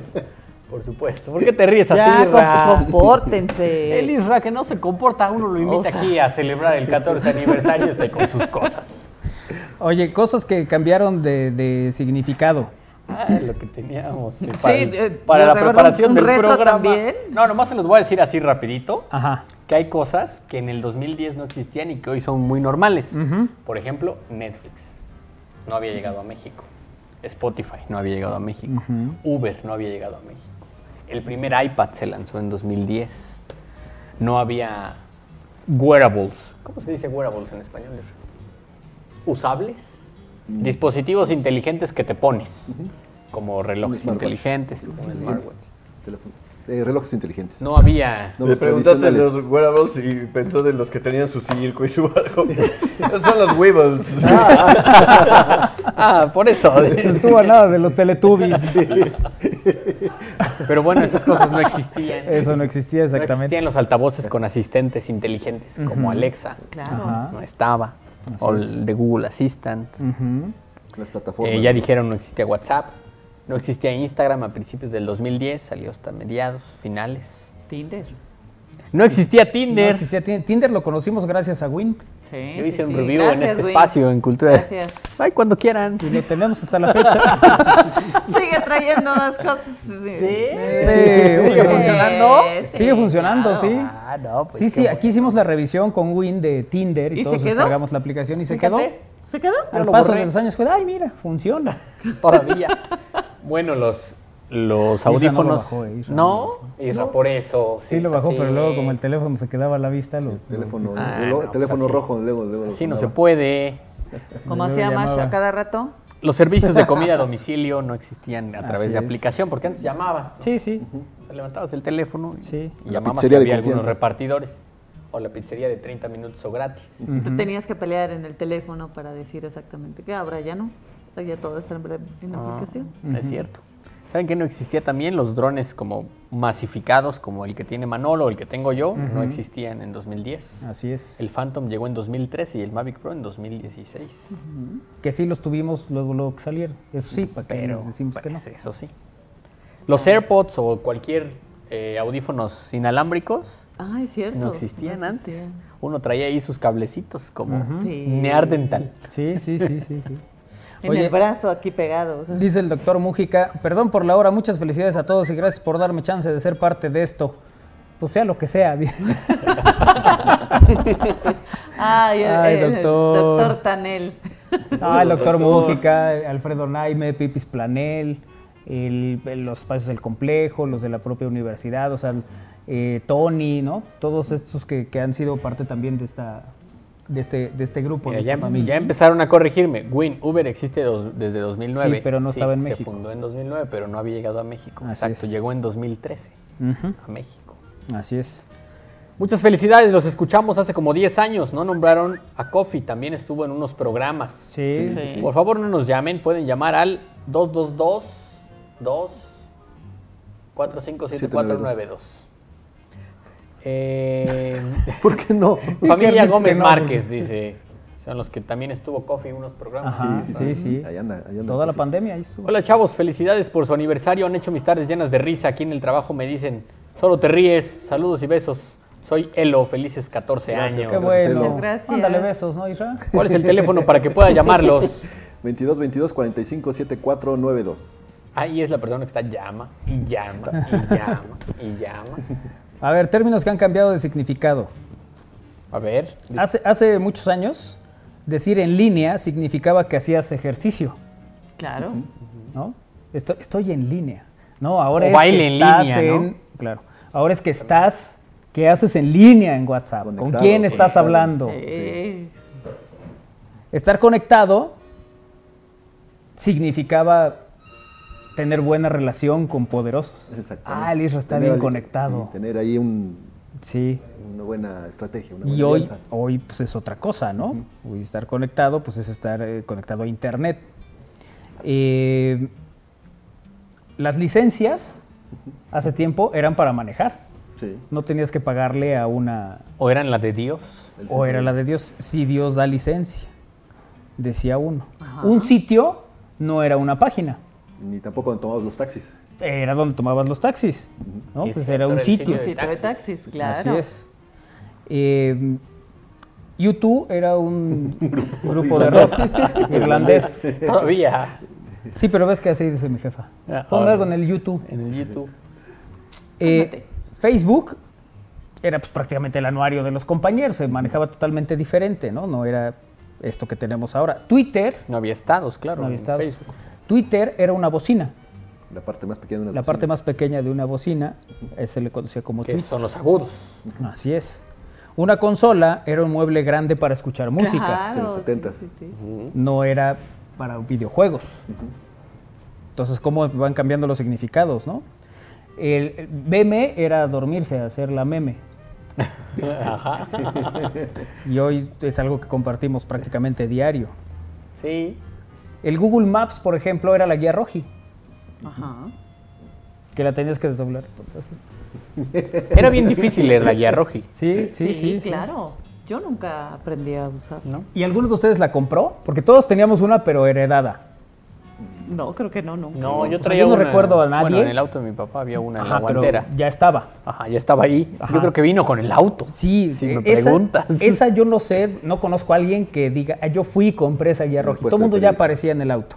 Speaker 3: Por supuesto. ¿Por qué te ríes así,
Speaker 4: Ya,
Speaker 3: Ra?
Speaker 4: comp- compórtense.
Speaker 3: El Isra que no se comporta, uno lo invita
Speaker 4: O sea.
Speaker 3: aquí a celebrar el 14 aniversario este con sus cosas.
Speaker 6: Oye, cosas que cambiaron de, de significado.
Speaker 3: Ah, lo que teníamos. sí,
Speaker 6: Sí,
Speaker 3: para
Speaker 6: eh,
Speaker 3: para la
Speaker 6: ¿de verdad
Speaker 3: preparación
Speaker 6: un
Speaker 3: del
Speaker 6: reto
Speaker 3: programa.
Speaker 6: también?
Speaker 3: No, nomás se los voy a decir así rapidito.
Speaker 6: Ajá.
Speaker 3: Que hay cosas que en el 2010 no existían y que hoy son muy normales. Por ejemplo, Netflix. No había llegado a México. Spotify no había llegado a México. Uber no había llegado a México. El primer iPad se lanzó en 2010. No había wearables. ¿Cómo se dice wearables en español? Usables. Dispositivos inteligentes que te pones. Como relojes
Speaker 2: smartwatch.
Speaker 3: inteligentes. Un smartwatch.
Speaker 2: Teléfono. Eh, relojes inteligentes.
Speaker 3: No había.
Speaker 2: No,
Speaker 5: Le
Speaker 2: los
Speaker 5: preguntaste de
Speaker 2: tradicionales.
Speaker 5: los wearables y pensó de los que tenían su circo y su barco. Esos son los weebles.
Speaker 3: Ah, por eso.
Speaker 6: Estuvo a nada de los Teletubbies.
Speaker 3: Pero bueno, esas cosas no existían.
Speaker 6: Eso no existía exactamente.
Speaker 3: No existían los altavoces con asistentes inteligentes como
Speaker 6: Ujú.
Speaker 3: Alexa.
Speaker 6: Claro. Ajá.
Speaker 3: No estaba.
Speaker 6: Así
Speaker 3: o
Speaker 6: es.
Speaker 3: el de Google Assistant.
Speaker 6: Ujú.
Speaker 2: Las plataformas.
Speaker 3: Eh, ya dijeron no existía WhatsApp. No existía Instagram a principios del 2010. Salió hasta mediados, finales.
Speaker 4: Tinder.
Speaker 3: No existía Tinder.
Speaker 6: No existía Tin- Tinder lo conocimos gracias a Win.
Speaker 4: Sí,
Speaker 3: Yo hice sí, un sí. review en Gracias, este Win. espacio, en Cultura.
Speaker 4: Gracias.
Speaker 3: Ay, cuando quieran.
Speaker 6: Y lo tenemos hasta la fecha.
Speaker 4: Sigue trayendo más cosas. Sí.
Speaker 6: Sí,
Speaker 4: Sí,
Speaker 6: oye, funcionando.
Speaker 4: sí,
Speaker 6: Sigue funcionando,
Speaker 4: claro.
Speaker 6: sí.
Speaker 3: Ah, pues
Speaker 6: sí, sí, aquí hicimos la revisión con Win de Tinder y,
Speaker 4: ¿Y se
Speaker 6: todos
Speaker 4: quedó?
Speaker 6: descargamos la aplicación y se
Speaker 4: Fíjate.
Speaker 6: quedó.
Speaker 4: ¿Se quedó?
Speaker 6: Al paso de los años fue, ay, mira, funciona.
Speaker 3: Todavía. Bueno, los, los
Speaker 6: Isra no lo
Speaker 3: audífonos.
Speaker 6: bajó, eh, Isra
Speaker 3: no, Isra, por eso.
Speaker 6: Sí, lo bajó,
Speaker 3: así.
Speaker 6: pero luego como el teléfono se quedaba a la vista, lo,
Speaker 2: Teléfono,
Speaker 3: Ah,
Speaker 2: reloj-
Speaker 3: no,
Speaker 2: teléfono
Speaker 3: pues así.
Speaker 2: rojo. Luego, luego,
Speaker 3: Así no
Speaker 2: luego.
Speaker 3: se puede.
Speaker 4: Como hacía más a cada rato.
Speaker 3: Los servicios de comida a domicilio no existían a través
Speaker 6: Así
Speaker 3: de
Speaker 6: es.
Speaker 3: aplicación, porque antes llamabas.
Speaker 6: Sí, sí.
Speaker 3: Levantabas el teléfono y, sí. y
Speaker 2: La
Speaker 3: llamabas y
Speaker 2: pizzería de
Speaker 3: había algunos
Speaker 2: confianza.
Speaker 3: repartidores. O la pizzería de 30 minutos o gratis.
Speaker 4: Y Tú tenías que pelear en el teléfono para decir exactamente qué. Ahora ya no. Ahora Ya todo es en la en la
Speaker 3: Ah,
Speaker 4: aplicación.
Speaker 3: Es cierto. ¿Saben que no existía también los drones como masificados, como el que tiene Manolo o el que tengo yo? No
Speaker 6: Ujú.
Speaker 3: existían en 2010.
Speaker 6: Así es.
Speaker 3: El Phantom llegó en 2013 y el Mavic Pro en 2016.
Speaker 6: Que sí los tuvimos luego, luego que salieron. Eso sí, para que
Speaker 3: Pero,
Speaker 6: les decimos que no.
Speaker 3: pues, eso sí. Los AirPods o cualquier eh, audífonos inalámbricos
Speaker 4: Ah, es cierto.
Speaker 3: no existían
Speaker 4: No
Speaker 3: antes.
Speaker 4: existían.
Speaker 3: Uno traía ahí sus cablecitos como
Speaker 6: Ujú. Sí.
Speaker 3: Near Dental.
Speaker 6: Sí, sí, sí, sí. sí.
Speaker 4: En
Speaker 6: Oye,
Speaker 4: el brazo aquí pegado. o sea.
Speaker 6: Dice el doctor Mújica, perdón por la hora, muchas felicidades a todos y gracias por darme chance de ser parte de esto. Pues sea lo que sea. dice.
Speaker 4: Ay, el-
Speaker 6: Ay,
Speaker 4: el,
Speaker 6: doctor.
Speaker 4: doctor Tanel.
Speaker 6: Ah, el doctor Mújica, Alfredo Naime, Pipis Planel, el- el- los espacios del complejo, los de la propia universidad, o sea, eh, Tony, ¿no? Todos estos que, que han sido parte también de esta de este, de este grupo,
Speaker 3: Mira,
Speaker 6: de
Speaker 3: ya,
Speaker 6: esta familia.
Speaker 3: ya empezaron a corregirme. Win, Uber existe dos- desde 2009.
Speaker 6: Sí, pero no estaba en
Speaker 3: Se
Speaker 6: México.
Speaker 3: fundó en 2009, pero no había llegado a México.
Speaker 6: Así
Speaker 3: Exacto,
Speaker 6: es.
Speaker 3: llegó en 2013
Speaker 6: Ujú.
Speaker 3: a México.
Speaker 6: Así es.
Speaker 3: Muchas felicidades, los escuchamos hace como 10 años, ¿no? Nombraron a Coffee, también estuvo en unos programas.
Speaker 6: Sí, Sí, sí, sí.
Speaker 3: Por favor, no nos llamen, pueden llamar al 222 2 457492.
Speaker 6: Eh,
Speaker 2: ¿Por qué no?
Speaker 3: Familia
Speaker 2: Dices que
Speaker 3: Gómez
Speaker 2: no,
Speaker 3: Márquez
Speaker 2: porque-
Speaker 3: dice, son los que también estuvo Coffee en unos programas.
Speaker 6: Ajá, sí, sí, sí. Toda la pandemia ahí estuvo.
Speaker 3: Hola chavos, felicidades por su aniversario. Han hecho mis tardes llenas de risa. Aquí en el trabajo me dicen, solo te ríes. Saludos y besos. Soy Elo, felices 14
Speaker 6: Gracias,
Speaker 3: años.
Speaker 6: Qué bueno.
Speaker 2: Gracias.
Speaker 6: Gracias. Mándale besos, ¿no, Isra?
Speaker 3: ¿Cuál es el teléfono para que pueda llamarlos?
Speaker 2: 22 22 45 74 92.
Speaker 3: Ahí es la persona que está llama y llama y llama y llama.
Speaker 6: A ver, términos que han cambiado de significado.
Speaker 3: A ver.
Speaker 6: Hace, hace muchos años, decir en línea significaba que hacías ejercicio,
Speaker 4: Claro.
Speaker 6: ¿no? Estoy, estoy en línea. No, ahora
Speaker 3: O
Speaker 6: es
Speaker 3: baile
Speaker 6: que
Speaker 3: en
Speaker 6: estás
Speaker 3: línea, ¿no?
Speaker 6: Claro. Ahora es que estás, ¿qué haces en línea en WhatsApp? ¿Con
Speaker 3: Conectado,
Speaker 6: quién estás
Speaker 3: conectado.
Speaker 6: hablando?
Speaker 4: Sí.
Speaker 6: Estar conectado significaba tener buena relación con poderosos. Ah, el Isra está
Speaker 2: Tener
Speaker 6: bien
Speaker 2: al-
Speaker 6: conectado.
Speaker 2: sí, tener ahí un,
Speaker 6: sí.
Speaker 2: una buena estrategia. Una buena
Speaker 6: Y hoy,
Speaker 2: alianza.
Speaker 6: hoy pues, es otra cosa, ¿no? Hoy estar conectado, pues es estar eh, conectado a Internet. Eh, las licencias hace tiempo eran para manejar.
Speaker 2: Sí.
Speaker 6: No tenías que pagarle a una...
Speaker 3: ¿O eran la de Dios?
Speaker 6: O era la de Dios, si Dios da licencia, decía uno. Un sitio no era una página,
Speaker 2: Ni tampoco donde tomamos los taxis.
Speaker 6: era donde tomabas los taxis, ¿no?
Speaker 2: Exacto,
Speaker 6: Pues era un
Speaker 2: era el
Speaker 6: sitio.
Speaker 2: sitio de
Speaker 4: Sitio de taxis, claro.
Speaker 6: Así es. Eh, U2 era un grupo de rock irlandés.
Speaker 3: Todavía.
Speaker 6: Sí, pero ves que así dice mi jefa.
Speaker 3: Ah,
Speaker 6: Pon
Speaker 3: ahora.
Speaker 6: algo en el YouTube. Eh,
Speaker 3: En el YouTube.
Speaker 6: Facebook era pues, prácticamente el anuario de los compañeros, se manejaba totalmente diferente, ¿no? No era esto que tenemos ahora. Twitter.
Speaker 3: No había estados, claro.
Speaker 6: No había
Speaker 3: en
Speaker 6: estados.
Speaker 3: Facebook.
Speaker 6: Twitter era una bocina.
Speaker 2: La parte más pequeña de una
Speaker 6: La parte más pequeña de una bocina eh, se le conocía como
Speaker 3: Que
Speaker 6: Twitter.
Speaker 3: son los agudos.
Speaker 6: Así es. Una consola era un mueble grande para escuchar música.
Speaker 4: Claro, De los sí,
Speaker 2: 70s.
Speaker 6: No era para videojuegos. Entonces, ¿cómo van cambiando los significados, no? El, el meme era dormirse, hacer la meme.
Speaker 3: Ajá.
Speaker 6: Y hoy es algo que compartimos prácticamente diario.
Speaker 3: Sí.
Speaker 6: El Google Maps, por ejemplo, era la guía roji,
Speaker 4: Ajá.
Speaker 6: que la tenías que desdoblar. así.
Speaker 3: Era bien difícil leer la guía roji.
Speaker 6: Sí, sí, sí. sí.
Speaker 4: claro. Yo nunca aprendí a usar. No,
Speaker 6: ¿Y alguno de ustedes la compró? Porque todos teníamos una, pero heredada.
Speaker 4: creo que no, nunca.
Speaker 3: No, yo
Speaker 6: sea,
Speaker 3: traía
Speaker 6: yo no
Speaker 3: una-
Speaker 6: recuerdo a nadie.
Speaker 3: Bueno, en el auto de mi papá había una en la
Speaker 6: pero
Speaker 3: guantera.
Speaker 6: ya estaba.
Speaker 3: Ajá, ya estaba ahí.
Speaker 6: Ajá.
Speaker 3: Yo creo que vino con el auto.
Speaker 6: Sí,
Speaker 3: si me
Speaker 6: esa,
Speaker 3: preguntas.
Speaker 6: esa yo no sé, no conozco a alguien que diga, "Ah, yo fui y compré esa guía roja. Todo el mundo ya aparecía en el auto.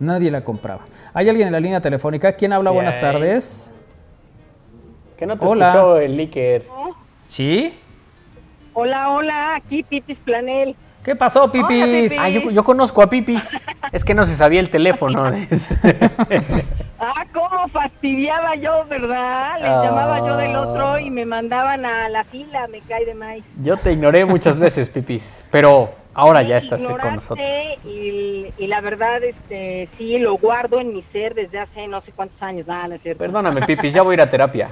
Speaker 6: Nadie la compraba. ¿Hay alguien en la línea telefónica? ¿Quién habla?
Speaker 3: Sí
Speaker 6: Buenas
Speaker 3: hay.
Speaker 6: tardes.
Speaker 3: Que no te
Speaker 6: Hola.
Speaker 3: escuchó el líquier.
Speaker 6: ¿Sí?
Speaker 13: Hola, hola, aquí Pipis Planel.
Speaker 6: ¿Qué pasó, Pipis?
Speaker 3: Ah, yo, yo conozco a Pipis. Es que no se sabía el teléfono.
Speaker 13: Ah, cómo fastidiaba yo, ¿verdad? Les llamaba yo
Speaker 6: Ah.
Speaker 13: del otro y me mandaban a la fila, me cae de maíz.
Speaker 3: yo te ignoré muchas veces, Pipis. Pero ahora ya estás con nosotros.
Speaker 13: Ignoraste y, y la verdad, este, sí, lo guardo en mi ser desde hace no sé cuántos años. Nada, no es cierto.
Speaker 3: Perdóname, Pipis, ya voy a ir a terapia.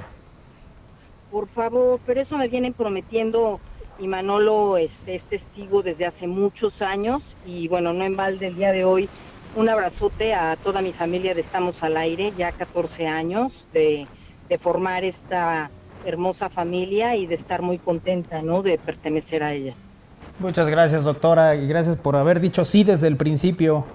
Speaker 13: Por favor, pero eso me vienen prometiendo y Manolo este, es testigo desde hace muchos años y bueno, no en balde el día de hoy. Un abrazote a toda mi familia de Estamos al Aire, ya 14 años de, de formar esta hermosa familia y de estar muy contenta, ¿no? De pertenecer a ella.
Speaker 6: Muchas gracias, doctora, y gracias por haber dicho sí desde el principio.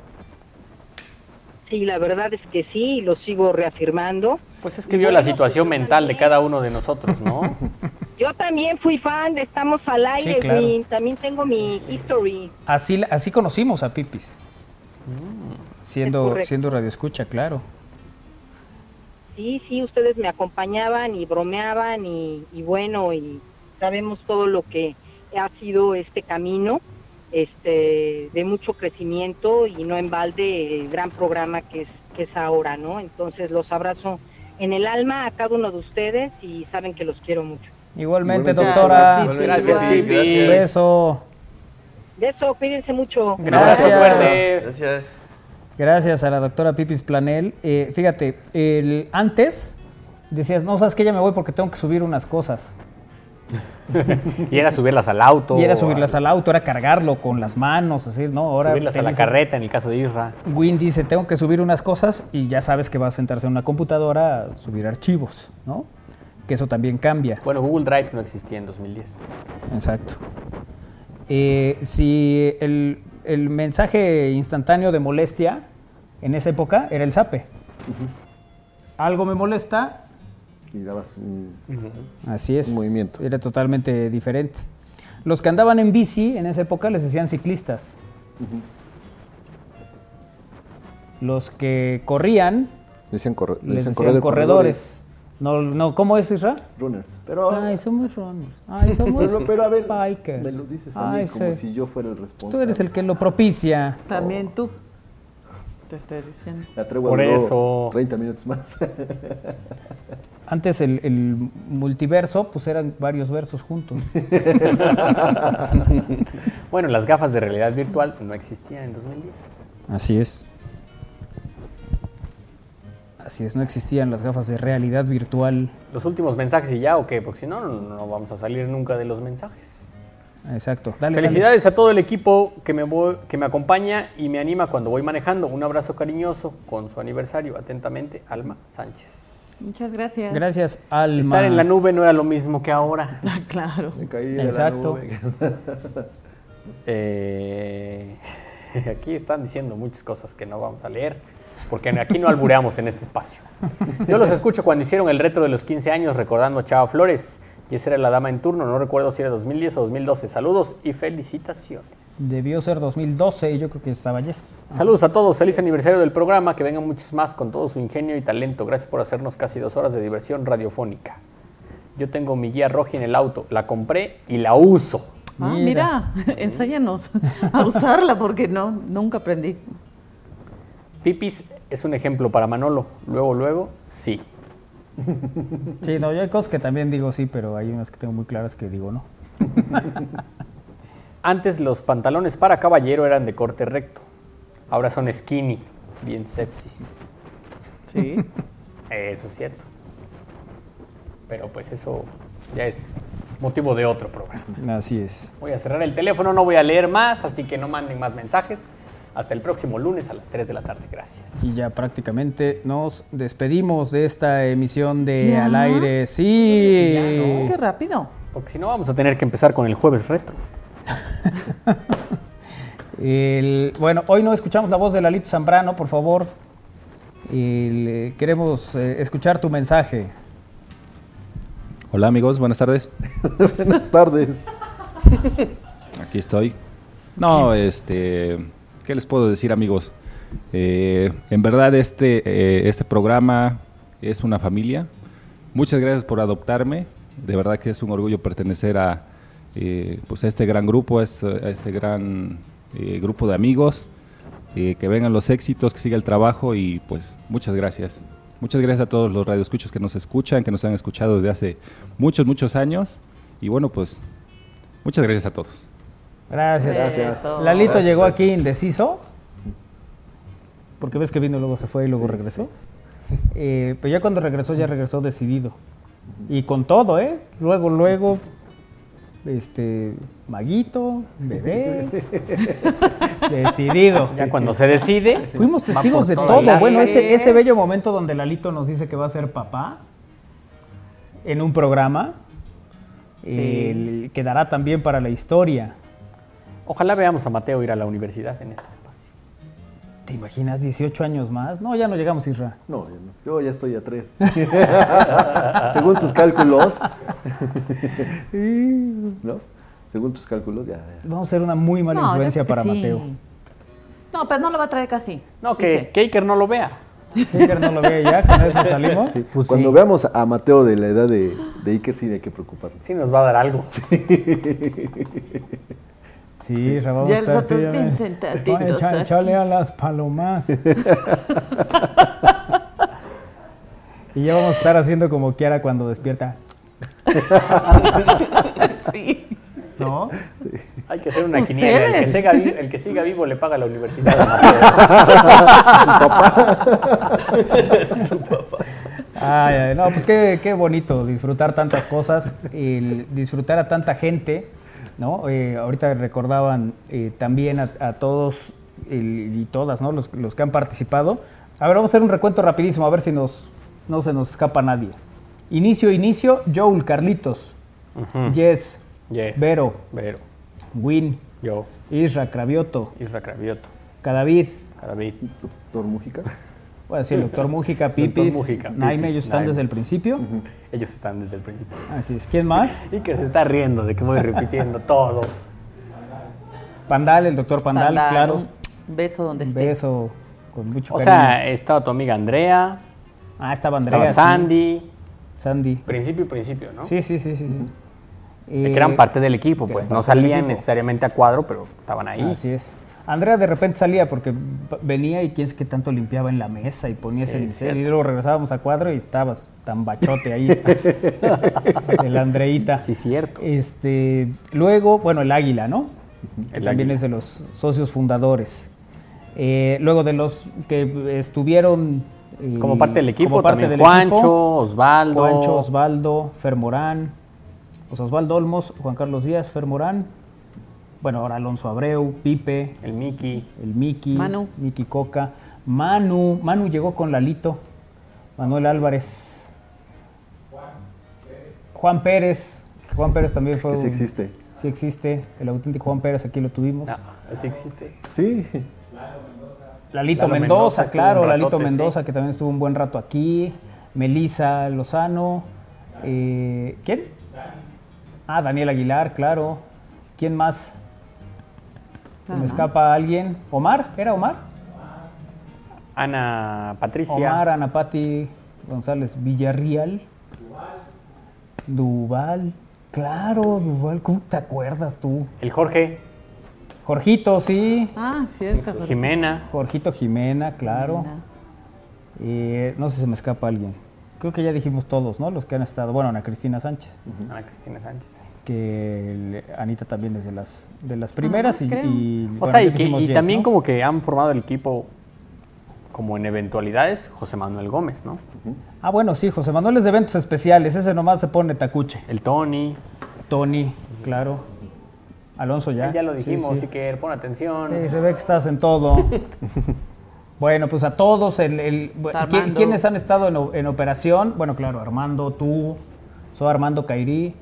Speaker 13: Sí, la verdad es que sí, y lo sigo reafirmando.
Speaker 3: Pues es que vio la situación mental de cada uno de nosotros, ¿no?
Speaker 13: Yo también fui fan de Estamos al Aire,
Speaker 6: Sí, claro.
Speaker 13: Win, también tengo mi history.
Speaker 6: Así, la- así conocimos a Pipis.
Speaker 13: es
Speaker 6: Siendo,
Speaker 13: correcto.
Speaker 6: siendo radioescucha, claro.
Speaker 13: Sí, sí, ustedes me acompañaban y bromeaban y, y bueno, y sabemos todo lo que ha sido este camino, este, de mucho crecimiento y no en balde el gran programa que es, que es ahora, ¿no? Entonces los abrazo en el alma a cada uno de ustedes y saben que los quiero mucho.
Speaker 6: Igualmente,
Speaker 13: Igualmente,
Speaker 6: doctora.
Speaker 13: Pipi. Gracias, Pipi.
Speaker 6: Un beso.
Speaker 13: De eso, cuídense mucho.
Speaker 6: Gracias. Suerte.
Speaker 5: Gracias.
Speaker 6: Gracias a la doctora Pipis Planel. Eh, fíjate, el, antes decías, no, sabes que ya me voy porque tengo que subir unas cosas.
Speaker 3: Y era subirlas al auto.
Speaker 6: y era subirlas al auto, era cargarlo con las manos, así, ¿no? Ahora
Speaker 3: subirlas
Speaker 6: te
Speaker 3: a la
Speaker 6: dice-
Speaker 3: carreta en el caso de Isra.
Speaker 6: Win dice, tengo que subir unas cosas y ya sabes que vas a sentarse en una computadora a subir archivos, ¿no? Que eso también cambia.
Speaker 3: Bueno, Google Drive no existía en 2010.
Speaker 6: Exacto. Eh, si el, el mensaje instantáneo de molestia en esa época era el zape. Algo me molesta.
Speaker 2: Y dabas un-
Speaker 6: Así es. movimiento. Era totalmente diferente. Los que andaban en bici en esa época les decían ciclistas. Los que corrían
Speaker 2: Decían, corre-
Speaker 6: les
Speaker 2: decían
Speaker 6: decían
Speaker 2: corredor-
Speaker 6: corredores. No, no, ¿Cómo es, Isra?
Speaker 2: Runners.
Speaker 6: Pero, Ay, somos runners. Ay, somos
Speaker 2: Pero- pero a ver,
Speaker 6: bikers.
Speaker 2: Me lo dices a mí
Speaker 6: Ay,
Speaker 2: como
Speaker 6: sí.
Speaker 2: si yo fuera el
Speaker 6: Pues
Speaker 2: responsable.
Speaker 6: Ah, Tú eres el que lo propicia.
Speaker 4: También tú. Te estoy diciendo.
Speaker 2: La tregua
Speaker 6: Por
Speaker 2: duró
Speaker 6: eso.
Speaker 2: 30 minutos más.
Speaker 6: Antes el, el multiverso, pues eran varios versos juntos.
Speaker 3: bueno, las gafas de realidad virtual no existían en 2010.
Speaker 6: Así es. Así es, no existían las gafas de realidad virtual.
Speaker 3: Los últimos mensajes y ya, ¿o qué? Porque si no, no, no vamos a salir nunca de los mensajes.
Speaker 6: Exacto. Dale, dale.
Speaker 3: Felicidades a todo el equipo que me, voy- que me acompaña y me anima cuando voy manejando. Un abrazo cariñoso con su aniversario. Atentamente, Alma Sánchez.
Speaker 4: Muchas gracias.
Speaker 6: Gracias, Alma.
Speaker 3: Estar en la nube no era lo mismo que ahora.
Speaker 4: claro.
Speaker 2: Me caí
Speaker 3: de la Exacto. nube.
Speaker 2: nube.
Speaker 3: Eh, aquí están diciendo muchas cosas que no vamos a leer, porque aquí no albureamos en este espacio. Yo los escucho cuando hicieron el reto de los 15 años recordando a Chava Flores. Y esa era la dama en turno, no recuerdo si era 2010 o 2012. Saludos y felicitaciones.
Speaker 6: Debió ser 2012 y yo creo que estaba Yes.
Speaker 3: Saludos a todos, feliz aniversario del programa, que vengan muchos más con todo su ingenio y talento. Gracias por hacernos casi dos horas de diversión radiofónica. Yo tengo mi guía roja en el auto, la compré y la uso.
Speaker 4: Ah, mira, enséñanos a usarla porque no, nunca aprendí.
Speaker 3: Pipis es un ejemplo para Manolo. Luego, luego, sí.
Speaker 6: Sí, no, yo hay cosas que también digo sí, pero hay unas que tengo muy claras que digo no.
Speaker 3: Antes los pantalones para caballero eran de corte recto. Ahora son skinny, bien sepsis.
Speaker 4: Sí.
Speaker 3: Eso es cierto. Pero pues eso ya es motivo de otro programa.
Speaker 6: Así es.
Speaker 3: Voy a cerrar el teléfono, no voy a leer más, así que no manden más mensajes. Hasta el próximo lunes a las 3 de la tarde. Gracias.
Speaker 6: Y ya prácticamente nos despedimos de esta emisión de
Speaker 3: ¿Ya?
Speaker 6: Al Aire. Sí.
Speaker 4: Qué rápido.
Speaker 3: Porque si no, vamos a tener que empezar con el jueves retro.
Speaker 6: El- bueno, hoy no escuchamos la voz de Lalito Zambrano, por favor. El, eh, queremos eh, escuchar tu mensaje.
Speaker 14: Hola amigos, buenas tardes.
Speaker 2: Buenas tardes.
Speaker 14: Aquí estoy. No, este, ¿qué les puedo decir amigos? Eh, en verdad este, eh, este programa es una familia. Muchas gracias por adoptarme. De verdad que es un orgullo pertenecer a, eh, pues a este gran grupo, a este, a este gran eh, grupo de amigos. Eh, que vengan los éxitos, que siga el trabajo y pues muchas gracias. Muchas gracias a todos los radioescuchos que nos escuchan, que nos han escuchado desde hace muchos, muchos años. Y bueno, pues muchas gracias a todos.
Speaker 6: Gracias.
Speaker 14: Gracias.
Speaker 6: Lalito
Speaker 14: Gracias.
Speaker 6: llegó aquí indeciso. Porque ves que vino, luego se fue y luego regresó. Eh, pero ya cuando regresó, ya regresó decidido. Y con todo, ¿eh? Luego, luego, este, maguito, bebé. decidido.
Speaker 3: Ya cuando se decide.
Speaker 6: Fuimos
Speaker 3: va
Speaker 6: testigos
Speaker 3: por
Speaker 6: de
Speaker 3: todo.
Speaker 6: todo. Bueno, ese,
Speaker 3: Así
Speaker 6: ese
Speaker 3: es.
Speaker 6: bello momento donde Lalito nos dice que va a ser papá en un programa el- quedará también para la historia.
Speaker 3: Ojalá veamos a Mateo ir a la universidad en este espacio.
Speaker 6: ¿Te imaginas 18 años más? No, ya no llegamos, Isra.
Speaker 2: No, yo no. yo ya estoy a tres. Según tus cálculos. ¿No? Según tus cálculos, ya. ya.
Speaker 6: Vamos a ser una muy mala
Speaker 4: No, yo
Speaker 6: influencia
Speaker 4: creo que
Speaker 6: para
Speaker 4: sí.
Speaker 6: Mateo.
Speaker 4: No, pero no lo va a traer casi.
Speaker 3: No, que Kaker no lo vea.
Speaker 6: Iker no lo ve ya, con eso salimos.
Speaker 2: Sí, Cuando veamos a Mateo de la edad de, de Iker, sí hay que preocuparnos.
Speaker 3: Sí, nos va a dar algo.
Speaker 6: Sí, Rafa va
Speaker 4: Ya
Speaker 6: a estar.
Speaker 4: nosotros
Speaker 6: sí, ya
Speaker 4: bien
Speaker 6: ves.
Speaker 4: sentaditos
Speaker 6: Oye, echa-
Speaker 4: aquí.
Speaker 6: échale a las palomas. y ya vamos a estar haciendo como Kiara cuando despierta.
Speaker 4: Sí.
Speaker 6: ¿No?
Speaker 3: Hay que hacer una
Speaker 6: Ustedes.
Speaker 3: quiniela. El que, siga, vi- el que siga vivo le paga a la universidad.
Speaker 6: Su papá. Ay, ay, no, pues qué, qué bonito disfrutar tantas cosas, el disfrutar a tanta gente, ¿no? Eh, ahorita recordaban eh, también a, a todos el- y todas, ¿no? Los, los que han participado. A ver, vamos a hacer un recuento rapidísimo, a ver si nos, no se nos escapa nadie. Inicio, inicio, Joel, Carlitos,
Speaker 3: Ujú.
Speaker 6: Jess,
Speaker 3: Yes.
Speaker 6: Vero,
Speaker 3: Vero.
Speaker 6: Win,
Speaker 3: Yo.
Speaker 6: Isra Cravioto,
Speaker 3: Isra Cravioto,
Speaker 6: Cadavid,
Speaker 3: David.
Speaker 2: Doctor Mújica.
Speaker 6: bueno, sí, el doctor Mújica,
Speaker 3: Doctor
Speaker 6: Pipis,
Speaker 3: Mújica,
Speaker 6: Naime,
Speaker 3: Pipis,
Speaker 6: ellos están
Speaker 3: Naime.
Speaker 6: desde el principio.
Speaker 3: Ellos están desde el principio.
Speaker 6: Así es. ¿Quién más?
Speaker 3: Y que se está riendo de que voy repitiendo todo.
Speaker 6: Pandal, el doctor Pandal,
Speaker 4: Pandal, este.
Speaker 6: claro.
Speaker 4: un Beso donde esté.
Speaker 6: Beso con mucho
Speaker 3: O
Speaker 6: cariño.
Speaker 3: sea, estaba tu amiga Andrea.
Speaker 6: Ah, estaba
Speaker 3: estaba
Speaker 6: Andrea. sí.
Speaker 3: Sandy.
Speaker 6: Sandy.
Speaker 3: Principio y principio, ¿no?
Speaker 6: Sí, sí, sí, sí. sí.
Speaker 3: Que
Speaker 6: Eh,
Speaker 3: eran parte del equipo, pues.
Speaker 6: eran
Speaker 3: No
Speaker 6: parte del
Speaker 3: salían
Speaker 6: equipo.
Speaker 3: necesariamente a cuadro, pero estaban ahí.
Speaker 6: Así es. Andrea de repente salía porque p- venía y quién es que tanto limpiaba en la mesa y ponía
Speaker 3: Es
Speaker 6: ese unicel
Speaker 3: cierto.
Speaker 6: y luego regresábamos a cuadro y estabas tan bachote ahí. el Andreita. Sí,
Speaker 3: cierto.
Speaker 6: Este, luego, bueno, el Águila, ¿no?
Speaker 3: El
Speaker 6: También
Speaker 3: Águila.
Speaker 6: es de los socios fundadores. Eh, luego de los que estuvieron... eh,
Speaker 3: Como parte del equipo
Speaker 6: como parte
Speaker 3: también.
Speaker 6: del
Speaker 3: Juancho,
Speaker 6: equipo.
Speaker 3: Osvaldo.
Speaker 6: Juancho, Osvaldo, Fer Morán, pues Osvaldo Olmos, Juan Carlos Díaz, Fer Morán, bueno, ahora Alonso Abreu, Pipe.
Speaker 3: El Miki.
Speaker 6: El Miki.
Speaker 4: Manu.
Speaker 6: Miki Coca. Manu. Manu llegó con Lalito. Manuel Álvarez. Juan Pérez. Juan Pérez también fue.
Speaker 2: Que sí
Speaker 6: un-
Speaker 2: existe. Ah,
Speaker 6: Sí existe. El auténtico Juan Pérez, aquí lo tuvimos.
Speaker 3: Así existe.
Speaker 2: Sí.
Speaker 6: Lalito Mendoza,
Speaker 3: Lalo Mendoza estuvo
Speaker 6: claro,
Speaker 3: un
Speaker 6: Lalito
Speaker 3: ratote,
Speaker 6: Mendoza, que también estuvo un buen rato aquí, Melisa Lozano, eh, ¿quién? Ah, Daniel Aguilar, claro. ¿Quién más? Se
Speaker 3: Nada
Speaker 6: me
Speaker 3: más.
Speaker 6: escapa alguien. ¿Omar? ¿Era Omar?
Speaker 3: Ana Patricia.
Speaker 6: Omar, Anapati González, Villarreal. Duval. Claro, Duval, ¿cómo te acuerdas tú?
Speaker 3: El Jorge.
Speaker 6: Jorgito, sí.
Speaker 4: Ah, cierto.
Speaker 3: Jimena.
Speaker 6: Jorgito Jimena, claro.
Speaker 4: Jimena.
Speaker 6: Eh, no sé si se me escapa alguien. Creo que ya dijimos todos, ¿no? Los que han estado. Bueno, Ana Cristina Sánchez,
Speaker 3: Ana Cristina Sánchez.
Speaker 6: que el- Anita también es de las, de las primeras.
Speaker 3: Ah,
Speaker 6: y,
Speaker 3: creo.
Speaker 6: y,
Speaker 3: o
Speaker 6: bueno,
Speaker 3: sea, y,
Speaker 6: ya
Speaker 3: que-
Speaker 6: dijimos
Speaker 3: y
Speaker 6: Jess,
Speaker 3: también
Speaker 6: ¿no?
Speaker 3: como que han formado el equipo como en eventualidades, José Manuel Gómez, ¿no?
Speaker 6: Ah, bueno, sí, José Manuel es de eventos especiales. Ese nomás se pone tacuche.
Speaker 3: El Tony.
Speaker 6: Tony, claro. Alonso ya.
Speaker 3: Ya lo
Speaker 6: Sí,
Speaker 3: dijimos,
Speaker 6: sí.
Speaker 3: así que pon atención.
Speaker 6: Sí, se ve que estás en todo. bueno, pues a todos. El, el- bu- ¿qui-
Speaker 3: Armando.
Speaker 6: ¿Quiénes han estado en, o- en operación? Bueno, claro, Armando, tú, soy Armando Cairí,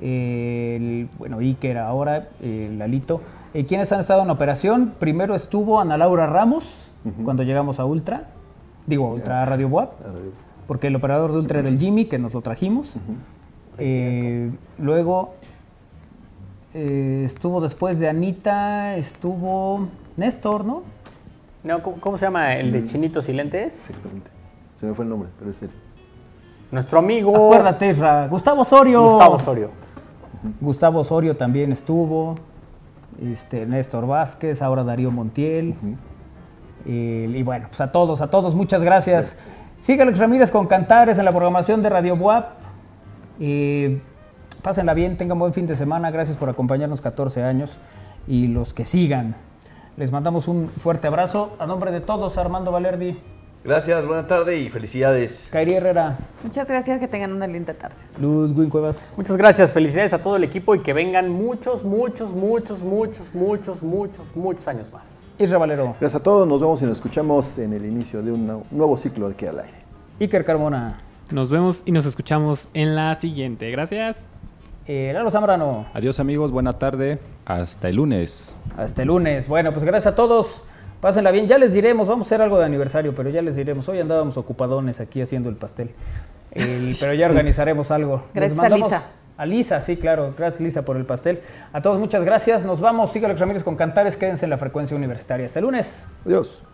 Speaker 6: el, bueno, Iker ahora, el Lalito. Eh, ¿Quiénes han estado en operación? Primero estuvo Ana Laura Ramos, cuando llegamos a Ultra. Digo, Ultra a Radio Boab, porque el operador de Ultra era el Jimmy, que nos lo trajimos. Eh, luego eh, estuvo después de Anita, estuvo Néstor, ¿no?
Speaker 3: No, ¿cómo, cómo se llama?
Speaker 6: Mm.
Speaker 3: El de Chinitos y Lentes.
Speaker 2: Se me fue el nombre, pero es él.
Speaker 3: Nuestro amigo.
Speaker 6: Acuérdate, Isra, Gustavo Osorio.
Speaker 3: Gustavo Osorio.
Speaker 6: Gustavo Osorio también estuvo. Este, Néstor Vázquez, ahora Darío Montiel. El- y bueno, pues a todos, a todos, muchas gracias. Sigue Alex Ramírez con Cantares en la programación de Radio Buap. Eh, pásenla bien, tengan buen fin de semana. Gracias por acompañarnos 14 años y los que sigan. Les mandamos un fuerte abrazo. A nombre de todos, Armando Valerdi,
Speaker 15: Gracias, buena tarde y felicidades.
Speaker 6: Kairi Herrera,
Speaker 4: Muchas gracias, que tengan una linda tarde.
Speaker 6: Ludwin Cuevas.
Speaker 3: Muchas gracias, felicidades a todo el equipo y que vengan muchos, muchos, muchos, muchos, muchos, muchos, muchos años más.
Speaker 6: Isra Valero.
Speaker 2: Gracias a todos, nos vemos y nos escuchamos en el inicio de un nu- nuevo ciclo de Que al Aire.
Speaker 6: Iker Carmona.
Speaker 7: Nos vemos y nos escuchamos en la siguiente. Gracias.
Speaker 6: Eh, Lalo Zambrano.
Speaker 14: Adiós amigos, buena tarde. Hasta el lunes.
Speaker 6: Hasta el lunes. Bueno, pues gracias a todos. Pásenla bien. Ya les diremos, vamos a hacer algo de aniversario, pero ya les diremos. Hoy andábamos ocupadones aquí haciendo el pastel. El- pero ya organizaremos algo. Les
Speaker 4: Gracias a
Speaker 6: mandamos-
Speaker 4: Lisa.
Speaker 6: A Lisa, sí, claro. Gracias, Lisa, por el pastel. A todos, muchas gracias. Nos vamos. Sigue Alex Ramírez con Cantares. Quédense en la frecuencia universitaria. Hasta el lunes.
Speaker 2: Adiós.